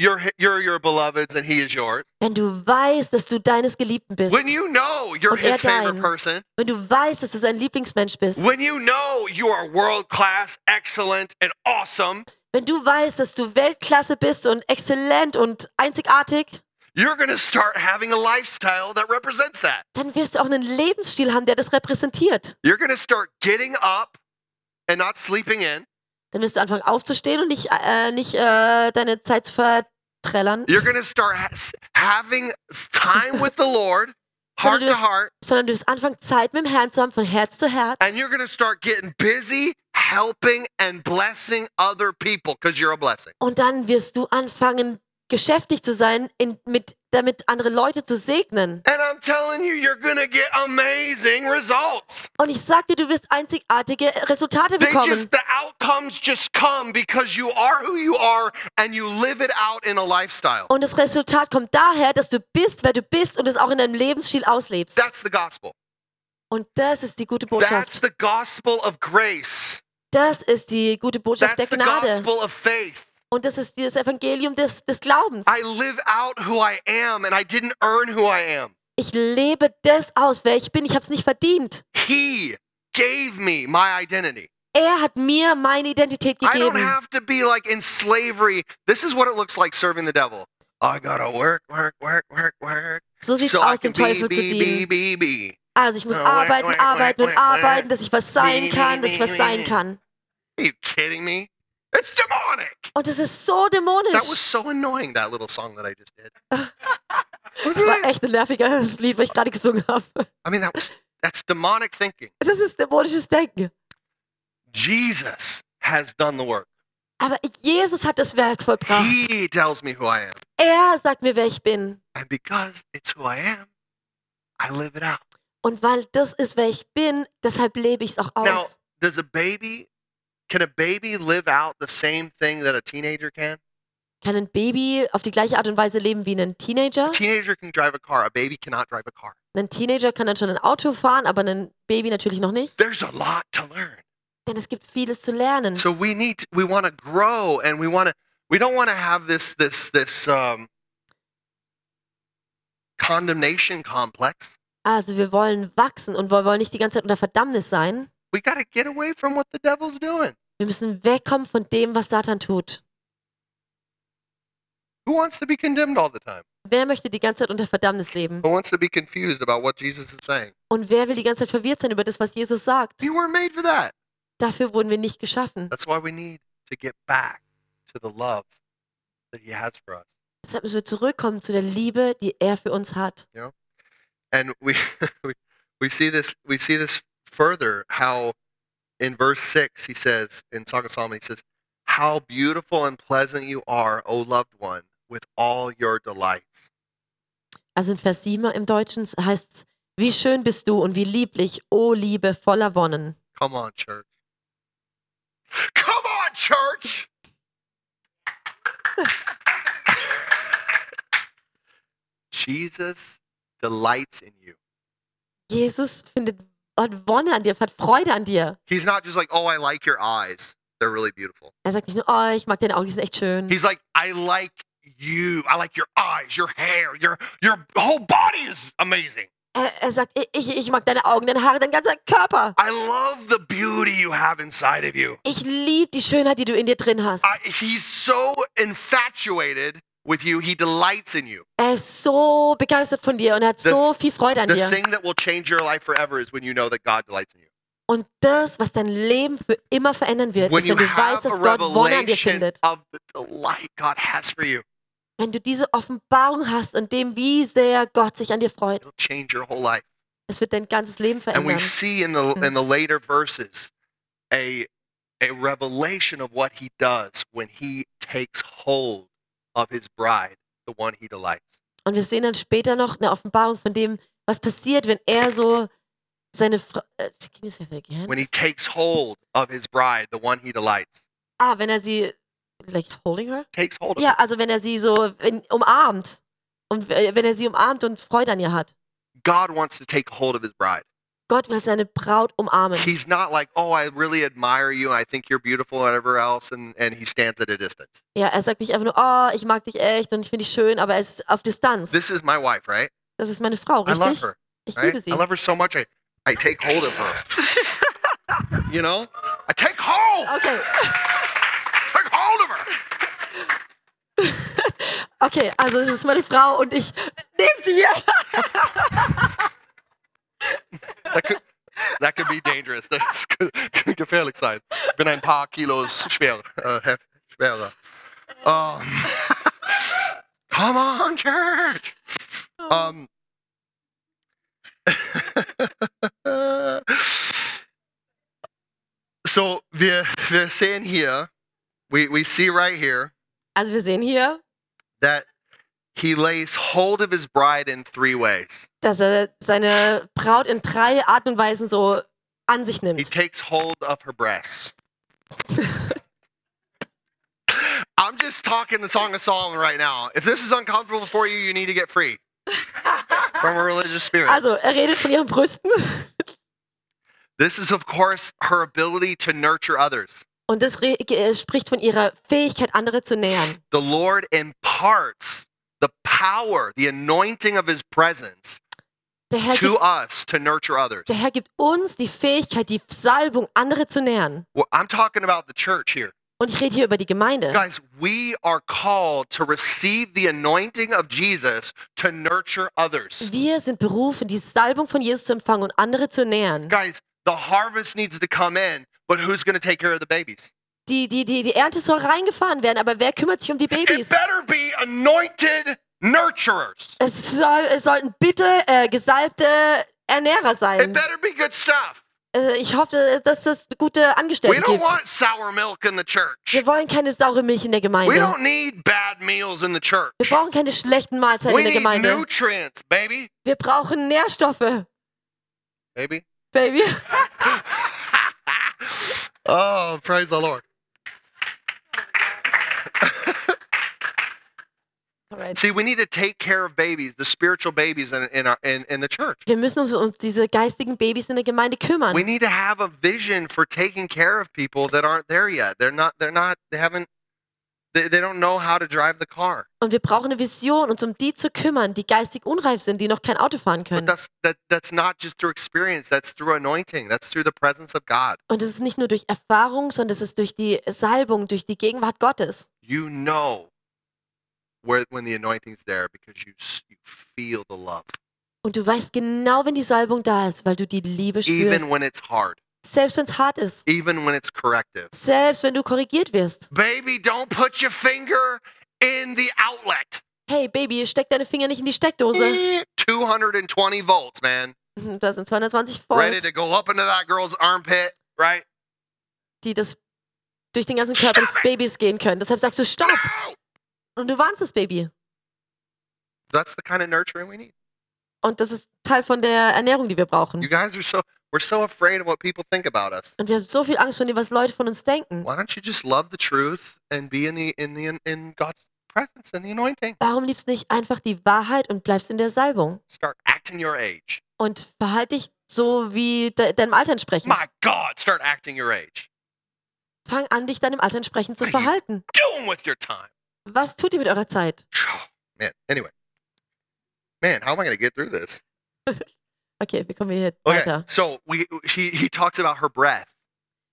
S3: you're, hi- you're your beloved's and he is yours,
S4: Wenn du weißt, dass du deines Geliebten bist,
S3: when you know you're
S4: Und er
S3: his favorite
S4: dein.
S3: person,
S4: wenn du weißt, dass du sein Lieblingsmensch bist,
S3: When you know you are world class, excellent, and awesome,
S4: wenn du weißt, dass du Weltklasse bist und exzellent und einzigartig,
S3: you're going to start having a lifestyle that represents that.
S4: dann wirst du auch einen Lebensstil haben, der das repräsentiert.
S3: You're going to start getting up and not sleeping in.
S4: Dann wirst du anfangen aufzustehen und nicht, äh, nicht äh, deine Zeit zu verträllern,
S3: You're going to start ha- s- having s- time with the Lord, heart to
S4: just-
S3: heart,
S4: sondern du wirst anfangen, Zeit mit dem Herrn zu haben, von Herz zu Herz.
S3: and you're going to start getting busy helping and blessing other people because you're a blessing.
S4: Und dann wirst du anfangen, geschäftig zu sein, in, mit, damit andere Leute zu segnen.
S3: And I'm telling you, you're going to get amazing results.
S4: Und ich sag dir, du wirst einzigartige Resultate
S3: They just
S4: bekommen.
S3: the outcomes just come because you are who you are and you live it out in a lifestyle.
S4: Und das Resultat kommt daher, dass du bist, wer du bist und es auch in deinem Lebensstil auslebst.
S3: That's the gospel.
S4: Und das ist die gute
S3: That's
S4: Botschaft.
S3: the gospel of grace.
S4: Das ist die gute Botschaft der
S3: That's the
S4: Gnade.
S3: gospel of faith.
S4: Und das ist das Evangelium des, des Glaubens.
S3: I live out who I am and I didn't earn who I am.
S4: Ich lebe das aus, wer ich bin. Ich habe es nicht verdient.
S3: He gave me my identity.
S4: Er hat mir meine Identität
S3: I don't
S4: gegeben.
S3: have to be like in slavery. This is what it looks like serving the devil. I gotta work, work, work, work, work.
S4: So sieht es
S3: So I
S4: aus,
S3: can
S4: dem
S3: be,
S4: Teufel zu
S3: be,
S4: dienen.
S3: be, be, be.
S4: Also ich muss
S3: Wah, wah,
S4: arbeiten,
S3: wah,
S4: arbeiten
S3: wah,
S4: und
S3: wah,
S4: arbeiten,
S3: wah.
S4: dass ich was sein
S3: Nee,
S4: kann,
S3: nee,
S4: dass ich was
S3: nee,
S4: sein
S3: nee.
S4: kann.
S3: Are you kidding me? It's demonic.
S4: Und es ist so
S3: That was
S4: dämonisch.
S3: so annoying, that little song that I just did.
S4: Das war echt ein nerviges Lied, was ich gerade gesungen habe.
S3: I mean, that was That's demonic thinking.
S4: Das ist dämonisches Denken.
S3: Jesus has done the work.
S4: Aber Jesus hat das Werk vollbracht.
S3: He tells me who I am.
S4: Er sagt mir, wer ich bin.
S3: And because it's who I am, I live it out.
S4: Und weil das ist, wer ich bin, deshalb lebe ich es auch
S3: Now,
S4: aus.
S3: does a baby, can a baby live out the same thing that a teenager can?
S4: Kann ein Baby auf die gleiche Art und Weise leben wie ein Teenager?
S3: A teenager can drive a car, a baby cannot drive a car.
S4: Ein Teenager kann dann schon ein Auto fahren, aber ein Baby natürlich noch nicht.
S3: There's a lot to learn.
S4: Denn es gibt vieles zu lernen.
S3: So we need to, we want to grow and we want to we don't want to have this this this um condemnation complex.
S4: Also wir wollen wachsen und wir wollen nicht die ganze Zeit unter Verdammnis sein.
S3: We got to get away from what the devil's doing.
S4: Wir müssen wegkommen von dem, was Satan tut.
S3: Who wants to be condemned all the time?
S4: Wer möchte die ganze Zeit unter Verdammnis leben?
S3: Who wants to be confused about what Jesus is saying?
S4: Und wer will die ganze Zeit verwirrt sein über das, was Jesus sagt?
S3: You were made for that.
S4: Dafür wurden wir nicht geschaffen.
S3: That's why we need to get back to the love that he has for us.
S4: Deshalb müssen wir zurückkommen zu der Liebe, die er für uns hat.
S3: And we we, we see this we see this further how in verse 6 he says in Song of Solomon he says how beautiful and pleasant you are, O loved one, with all your delights.
S4: Also in Vers 7 im Deutschen heißt es, wie schön bist du und wie lieblich, o Liebe voller Wonnen.
S3: Come on, church. Come on, church. Jesus delights in you.
S4: Jesus findet hat Wonne an dir, hat Freude an dir.
S3: He's not just like, "Oh, I like your eyes. They're really beautiful."
S4: Er sagt nicht nur, oh, ich mag deine Augen, die sind echt schön.
S3: He's like, I like you. I like your eyes, your hair, your your whole body is amazing.
S4: Er, er sagt, "Ich- ich, ich mag deine Augen, deine Haare, dein ganzer Körper.
S3: I love the beauty you have inside of you.
S4: Ich liebe die Schönheit, die du in dir drin hast.
S3: I, he's so infatuated with you. He delights in you.
S4: Er ist so begeistert von dir und er hat
S3: The-
S4: so viel Freude an
S3: The
S4: dir.
S3: thing that will change your life forever is when you know that God delights in you.
S4: Und das, was dein Leben für immer verändern wird,
S3: When
S4: ist,
S3: you
S4: wenn du weißt,
S3: have a
S4: dass Gott Wonne an dir
S3: revelation
S4: findet.
S3: of the delight God has for you,
S4: Wenn du diese Offenbarung hast und dem, wie sehr Gott sich an dir freut,
S3: it'll change your whole life.
S4: es wird dein ganzes Leben
S3: and we
S4: verändern.
S3: see in the
S4: Mm.
S3: in the later verses a a revelation of what he does when he takes hold of his bride the one he delights
S4: Und wir sehen dann später noch eine Offenbarung von dem, was passiert, wenn er so seine äh, Frau.
S3: when he takes hold of his bride the one he delights
S4: Ah, wenn er sie. Like holding her?
S3: takes hold of
S4: Ja, also wenn er sie so in, umarmt. Und äh, wenn er sie umarmt und Freude an ihr hat.
S3: her. god wants to take hold of his bride
S4: Gott will seine Braut umarmen.
S3: he's not like oh i really admire you and i think you're beautiful and whatever else and and he stands at a distance
S4: Ja, er sagt nicht einfach nur, oh, ich mag dich echt und ich finde dich schön, aber er ist auf Distanz.
S3: this is my wife right
S4: Das ist meine Frau,
S3: i love
S4: richtig?
S3: her
S4: Ich
S3: right
S4: liebe sie.
S3: i love her so much i i take hold of her you know i take hold
S4: Okay,
S3: take hold of her
S4: okay, also es ist meine Frau und ich nehme sie mir.
S3: that could that could be dangerous. Das could gefährlich sein. Ich bin ein paar Kilos schwer, äh, hef- schwerer. Um, come on, church.
S4: Oh.
S3: Um, so wir wir sehen hier, we we see right here
S4: Also wir sehen hier,
S3: that he lays hold of his bride in three ways.
S4: dass er seine Braut in drei Arten und Weisen so an sich
S3: He
S4: nimmt.
S3: takes hold of her breasts. I'm just talking the Song of Solomon right now. If this is uncomfortable for you, you need to get free from a religious spirit.
S4: Also er redet von ihren Brüsten
S3: This is, of course, her ability to nurture others.
S4: und das re- ge- äh, spricht von ihrer Fähigkeit, andere zu nähern.
S3: The Lord imparts the power, the anointing of his presence
S4: Der Herr,
S3: to
S4: gibt,
S3: us to nurture others.
S4: der Herr gibt uns die Fähigkeit, die Salbung, andere zu nähern.
S3: Well, I'm talking about the church here.
S4: Und ich rede hier über die Gemeinde.
S3: Guys, we are called to receive the anointing of Jesus to nurture others.
S4: Wir sind berufen, die Salbung von Jesus zu empfangen und andere zu nähern.
S3: Guys, the harvest needs to come in, but who's going to take care of the babies?
S4: Die, die, die, die Ernte soll reingefahren werden, aber wer kümmert sich um die
S3: It
S4: Babys?
S3: better be anointed nurturers.
S4: Es, soll, es sollten bitte äh, gesalbte Ernährer
S3: It
S4: sein.
S3: better be good stuff.
S4: Äh, Ich hoffe, dass es gute
S3: We
S4: Angestellte
S3: don't
S4: gibt.
S3: want sour milk in the church.
S4: Wir wollen keine saure Milch in der
S3: We
S4: Gemeinde.
S3: don't need bad meals in the church.
S4: Wir brauchen keine schlechten Mahlzeiten
S3: We
S4: in der
S3: need
S4: Gemeinde.
S3: nutrients, baby.
S4: Wir brauchen Nährstoffe,
S3: Baby.
S4: Baby.
S3: oh, praise the Lord.
S4: Alright.
S3: See, we need to take care of babies, the spiritual babies in, in, our, in, in the church.
S4: Wir müssen uns um diese geistigen Babys in der Gemeinde kümmern.
S3: We need to have a vision for taking care of people that aren't there yet. They're not, they're not, they haven't, they, they don't know how to drive the car.
S4: Und wir brauchen eine Vision, uns um die zu kümmern, die geistig unreif sind, die noch kein Auto fahren
S3: But
S4: können.
S3: that's, that, that's not just through experience, that's through anointing, that's through the presence of God.
S4: Und es ist nicht nur durch Erfahrung, sondern es ist durch die Salbung, durch die Gegenwart Gottes.
S3: You know where, when the anointing's there because you, s- you feel the love,
S4: Und du weißt genau, wenn die Salbung da ist, weil du die Liebe spürst.
S3: even when it's hard,
S4: Selbst wenn es hart ist.
S3: even when it's corrective.
S4: Selbst wenn du korrigiert wirst.
S3: Baby, don't put your finger in the outlet. Eh,
S4: Hey Baby, steck deine Finger nicht in die Steckdose.
S3: 220 volts, man.
S4: Mhm, Da sind 220
S3: Ready
S4: Volt,
S3: to go up into that girl's armpit, right?
S4: die das durch den ganzen Körper des Babys gehen können. Deshalb sagst du Stopp.
S3: No!
S4: Und du warnst das Baby.
S3: That's the kind of nurturing we need.
S4: Und das ist Teil von der Ernährung, die wir
S3: You
S4: brauchen.
S3: guys are so we're so afraid of what people think about us.
S4: Und wir haben so viel Angst vor dem, was Leute von uns denken.
S3: Why don't you just love the truth and be in the in the in, in God's presence and the anointing?
S4: Warum liebst nicht einfach die Wahrheit und bleibst in der Salbung?
S3: Start acting your age.
S4: Und verhalte dich so wie de deinem Alter entsprechend.
S3: My God, start acting your age.
S4: Fang an, dich deinem Alter entsprechend zu
S3: What are you-
S4: verhalten.
S3: Doing with your time.
S4: Was tut ihr mit eurer Zeit?
S3: Man, anyway. Man, how am I gonna get through this?
S4: Okay, wir kommen hier
S3: Okay.
S4: weiter.
S3: So we he he talks about her breath.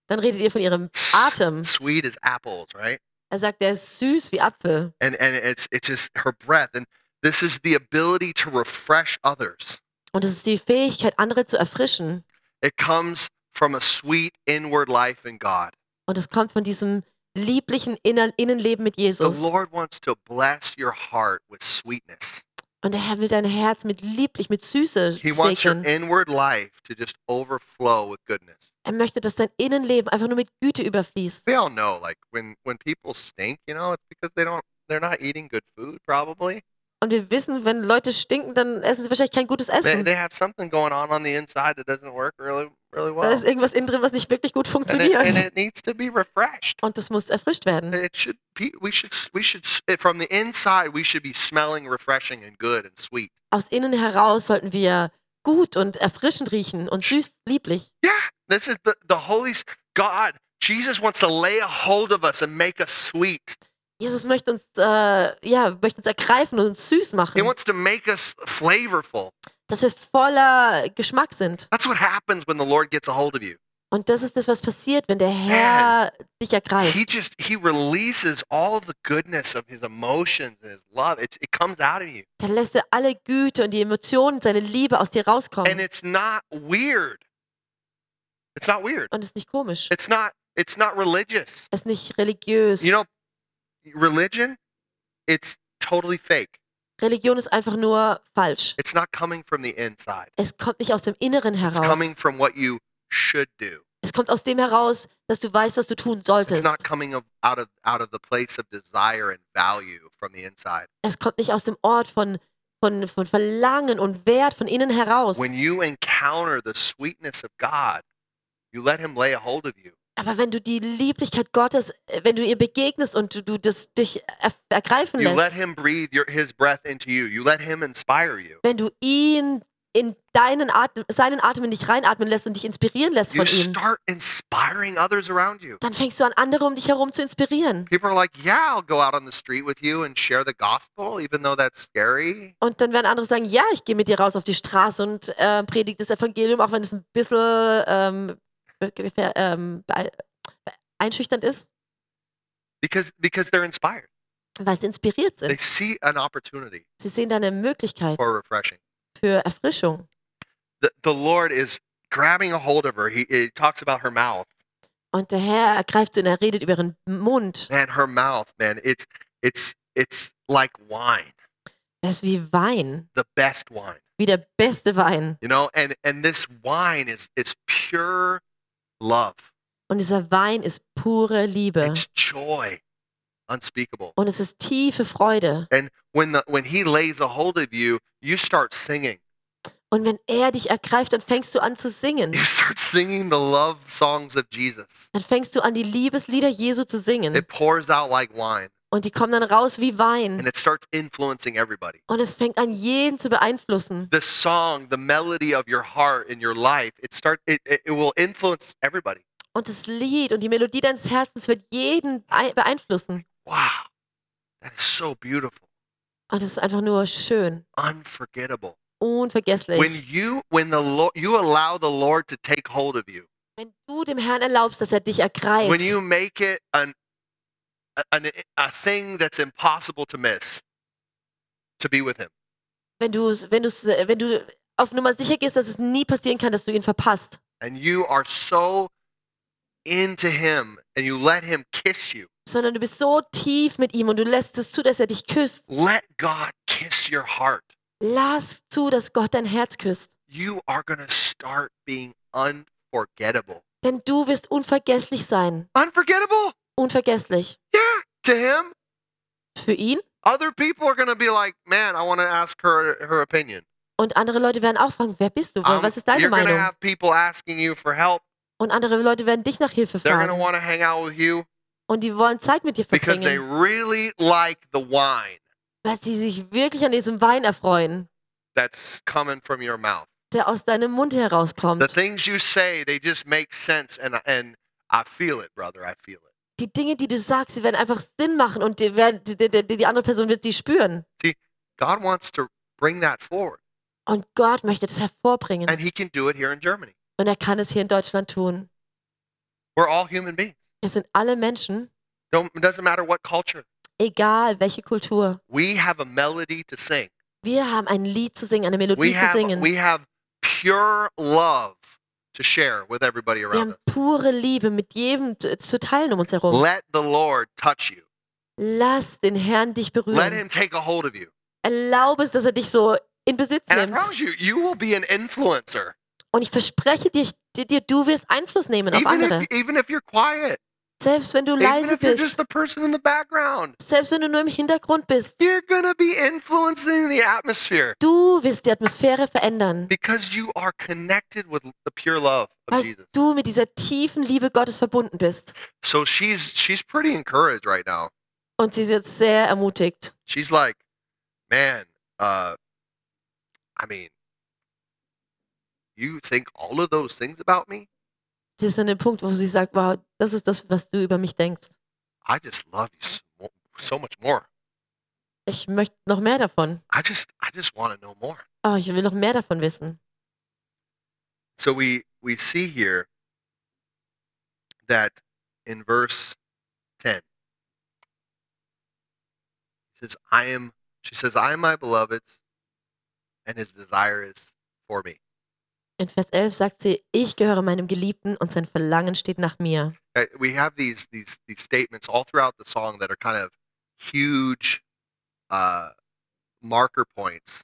S4: Dann redet ihr von ihrem Atem.
S3: Sweet as apples, right?
S4: Er sagt, der ist süß wie Apfel.
S3: and and it's it's just her breath and this is the ability to refresh others
S4: Und das ist die Fähigkeit, andere zu erfrischen.
S3: it comes from a sweet inward life in god
S4: Und es kommt von diesem lieblichen Inner Innenleben mit
S3: the
S4: Jesus.
S3: lord wants to bless your heart with sweetness
S4: Und der Herr will dein Herz mit lieblich, mit Süße
S3: he wants your
S4: segnen.
S3: inward life to just overflow with goodness
S4: Er möchte, dass dein Innenleben einfach nur mit Güte überfließt.
S3: we all know like when when people stink you know it's because they don't they're not eating good food probably
S4: Und wir wissen, wenn Leute stinken, dann essen sie wahrscheinlich kein gutes
S3: they,
S4: Essen.
S3: they have something going on on the inside that doesn't work really really
S4: Da
S3: well
S4: ist irgendwas innen drin, was nicht wirklich gut
S3: and, it,
S4: funktioniert.
S3: and it needs to be refreshed
S4: Und das muss erfrischt werden.
S3: It should be, we should, we should, s- it- from the inside, we should be smelling refreshing and good and sweet.
S4: Aus innen heraus sollten wir gut und erfrischend riechen und süß, lieblich.
S3: Yeah. This is the, the Holy S- God. Jesus wants to lay a hold of us and make us sweet.
S4: Jesus möchte uns, äh, ja, möchte uns ergreifen und uns süß
S3: He
S4: machen,
S3: wants to make us flavorful.
S4: dass wir voller Geschmack sind.
S3: That's what happens when the Lord gets a hold of you.
S4: Und das ist das, was passiert, wenn der Herr dich ergreift.
S3: He just, he releases all of the goodness of his emotions and his love. It, it comes out of you.
S4: Dann lässt er alle Güte und die Emotionen, seine Liebe aus dir
S3: And
S4: rauskommen.
S3: it's not weird. It's not weird.
S4: Und ist nicht komisch.
S3: It's not, it's not religious.
S4: ist nicht religiös.
S3: You know, religion, it's totally fake.
S4: Religion ist einfach nur falsch.
S3: It's not coming from the inside.
S4: Es kommt nicht aus dem Inneren
S3: It's
S4: heraus.
S3: coming from what you should do.
S4: Es kommt aus dem heraus, dass du weißt, was du tun
S3: It's
S4: solltest.
S3: not coming of, out of out of the place of desire and value from the inside.
S4: Es kommt nicht aus dem Ort von, von, von Verlangen und Wert von innen heraus.
S3: When you encounter the sweetness of God, you let him lay a hold of you.
S4: Aber wenn du die Lieblichkeit Gottes, äh, wenn du ihr begegnest und du, du das, dich er, ergreifen
S3: You let
S4: lässt,
S3: him breathe your, his breath into you. You let him inspire you.
S4: wenn du ihn in deinen Atem, seinen Atem in dich reinatmen lässt und dich inspirieren lässt
S3: You
S4: von ihm,
S3: start inspiring others around you.
S4: dann fängst du an, andere um dich herum zu inspirieren.
S3: People are like, "Yeah, I'll go out on the street with you and share the gospel even though that's scary."
S4: Und dann werden andere sagen, ja, ich gehe mit dir raus auf die Straße und äh, predige das Evangelium, auch wenn es ein bisschen ähm, be- gefähr- ähm, bee- einschüchternd ist,
S3: Because because they're inspired.
S4: weil sie inspiriert
S3: They
S4: sind.
S3: see an opportunity
S4: Sie sehen da eine Möglichkeit
S3: for refreshing.
S4: für Erfrischung.
S3: The, the Lord is grabbing a hold of her. He, he talks about her mouth.
S4: Und der Herr ergreift sie und er redet über ihren Mund.
S3: Man, her mouth, man, it's it's it's like wine,
S4: Das ist wie Wein,
S3: the best wine.
S4: wie der beste Wein.
S3: you know and and this wine is it's pure love
S4: Und dieser Wein ist pure Liebe.
S3: it's joy unspeakable
S4: Und es ist tiefe Freude.
S3: and when the when he lays a hold of you you start singing
S4: Und wenn er dich ergreift, dann fängst du an zu singen.
S3: you start singing the love songs of jesus
S4: Dann fängst du an, die Liebeslieder Jesu zu singen.
S3: it pours out like wine
S4: Und die kommen dann raus wie
S3: and
S4: Wein.
S3: it starts influencing everybody
S4: Und es fängt an, jeden zu beeinflussen.
S3: the song the melody of your heart and your life it start it, it, it will influence everybody
S4: Und das Lied und die Melodie deines Herzens wird jeden ei- beeinflussen.
S3: wow that is so beautiful
S4: Und es ist einfach nur schön,
S3: unforgettable when
S4: unvergesslich.
S3: you when the lord you allow the lord to take hold of you
S4: Wenn du dem Herrn erlaubst, dass er dich
S3: when
S4: ergreift,
S3: you make it an, a- an a thing that's impossible to miss to be with him
S4: wenn du, wenn du, wenn du auf Nummer sicher gehst, dass es nie passieren kann, dass du ihn verpasst.
S3: and you are so into him and you let him kiss you
S4: sondern du bist so tief mit ihm und du lässt es zu, dass er dich küsst.
S3: let god kiss your heart
S4: Lass zu, dass Gott dein Herz küsst,
S3: you are going to start being unforgettable
S4: denn du wirst unvergesslich sein.
S3: unforgettable
S4: Unvergesslich.
S3: yeah to him
S4: Für ihn
S3: other people are going to be like man i want to ask her her opinion
S4: und andere Leute werden auch fragen, wer bist du?
S3: Um,
S4: Was ist deine
S3: you're going to
S4: Meinung?
S3: have people asking you for help.
S4: Und andere Leute werden dich nach Hilfe
S3: They're going to
S4: fragen
S3: want to hang out with you
S4: und die wollen Zeit mit dir
S3: because they
S4: verbringen,
S3: really like the wine
S4: weil sie sich wirklich an diesem Wein erfreuen,
S3: that's coming from your mouth.
S4: der aus deinem Mund
S3: The
S4: herauskommt.
S3: things you say, they just make sense and and I feel it, brother. I feel it.
S4: Die Dinge, die du sagst, sie werden einfach Sinn machen und die, werden, die, die, die die andere Person wird sie spüren.
S3: God wants to bring that forward
S4: Und Gott möchte das hervorbringen.
S3: and he can do it here in Germany.
S4: Und er kann es hier in Deutschland tun.
S3: We're all human beings.
S4: Es sind alle Menschen,
S3: Don't it doesn't matter what culture.
S4: egal welche Kultur.
S3: We have a melody to sing.
S4: Wir haben ein Lied zu singen, eine
S3: We
S4: Melodie zu
S3: have
S4: singen.
S3: we have pure love to share with everybody
S4: Wir
S3: around
S4: haben
S3: us.
S4: pure Liebe mit jedem t- zu teilen um uns herum.
S3: Let the Lord touch you.
S4: Lass den Herrn dich
S3: Let
S4: berühren.
S3: him take a hold of you.
S4: Erlaube es, dass er dich so in Besitz
S3: And I
S4: nimmt.
S3: promise you, you will be an influencer.
S4: Und ich verspreche dir, ich- dir, dir, du wirst Einfluss nehmen auf
S3: Even
S4: andere.
S3: if, even if you're quiet,
S4: Selbst wenn du
S3: even
S4: leise
S3: if you're just
S4: bist,
S3: the person in the background,
S4: selbst wenn du nur im Hintergrund bist,
S3: you're going to be influencing the atmosphere
S4: du wirst die Atmosphäre verändern,
S3: because you are connected with the pure love of
S4: weil
S3: Jesus.
S4: du mit dieser tiefen Liebe Gottes verbunden bist.
S3: So she's she's pretty encouraged right now.
S4: Und sie ist jetzt sehr ermutigt.
S3: She's like, man, uh, I mean, you think all of those things about me?
S4: Sie ist an dem Punkt, wo sie sagt, wow, das ist das, was du über mich denkst.
S3: I just love you so, so much more.
S4: Ich möchte noch mehr davon.
S3: I just I just want to know more.
S4: Oh, ich will noch mehr davon wissen.
S3: So we we see here that in verse 10 it says I am she says I am my beloved's and his desire is for me.
S4: In Vers 11 sagt sie, ich gehöre meinem Geliebten und sein Verlangen steht nach mir.
S3: Uh, We have these these these statements all throughout the song that are kind of huge uh marker points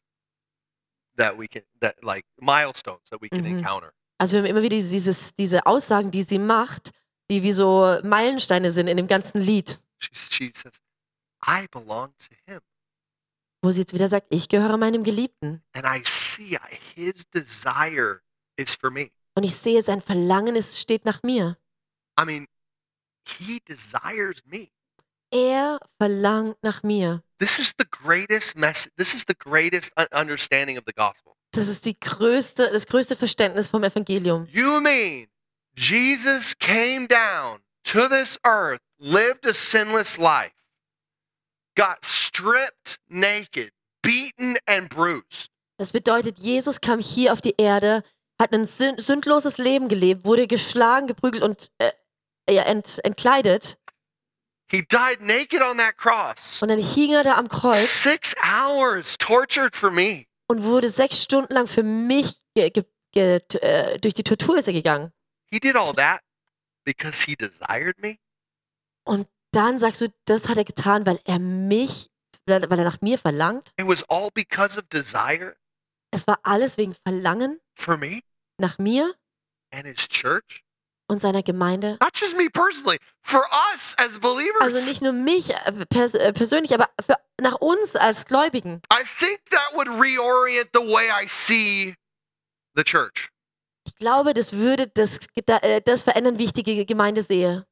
S3: that we can that like milestones that we can
S4: Mhm.
S3: encounter.
S4: Also wir haben immer wieder dieses, diese Aussagen, die sie macht, die wie so Meilensteine sind in dem ganzen Lied,
S3: She she says I belong to him.
S4: wo sie jetzt wieder sagt, ich gehöre meinem Geliebten.
S3: and I see I- his desire is for me.
S4: Und ich sehe, sein Verlangen ist, steht nach mir.
S3: I mean, he desires me.
S4: Er verlangt nach mir.
S3: This is the greatest message. This is the greatest un- understanding of the gospel.
S4: Das ist die größte, das größte Verständnis vom Evangelium.
S3: You mean Jesus came down to this earth, lived a sinless life, got stripped naked, beaten and bruised,
S4: Das bedeutet, Jesus kam hier auf die Erde, hat ein sün- sündloses Leben gelebt, wurde geschlagen, geprügelt und äh, ja, ent, entkleidet.
S3: he died naked on that cross.
S4: Und dann hing er da am Kreuz
S3: Six hours tortured for me.
S4: und wurde sechs Stunden lang für mich ge, ge, ge, t- äh, durch die Tortur ist er gegangen.
S3: He did all that because he desired me.
S4: Und dann sagst du, das hat er getan, weil er mich, weil weil er nach mir verlangt.
S3: It was all because of desire.
S4: Es war alles wegen Verlangen
S3: for me
S4: nach mir
S3: and his church.
S4: und seiner Gemeinde.
S3: Not just me personally, for us as believers.
S4: Also nicht nur mich äh, pers äh, persönlich, aber für, nach uns als Gläubigen.
S3: I think that would reorient the way I see the church.
S4: Ich glaube, das würde das, Geda- äh, das verändern, wie ich die Ge- Gemeinde sehe.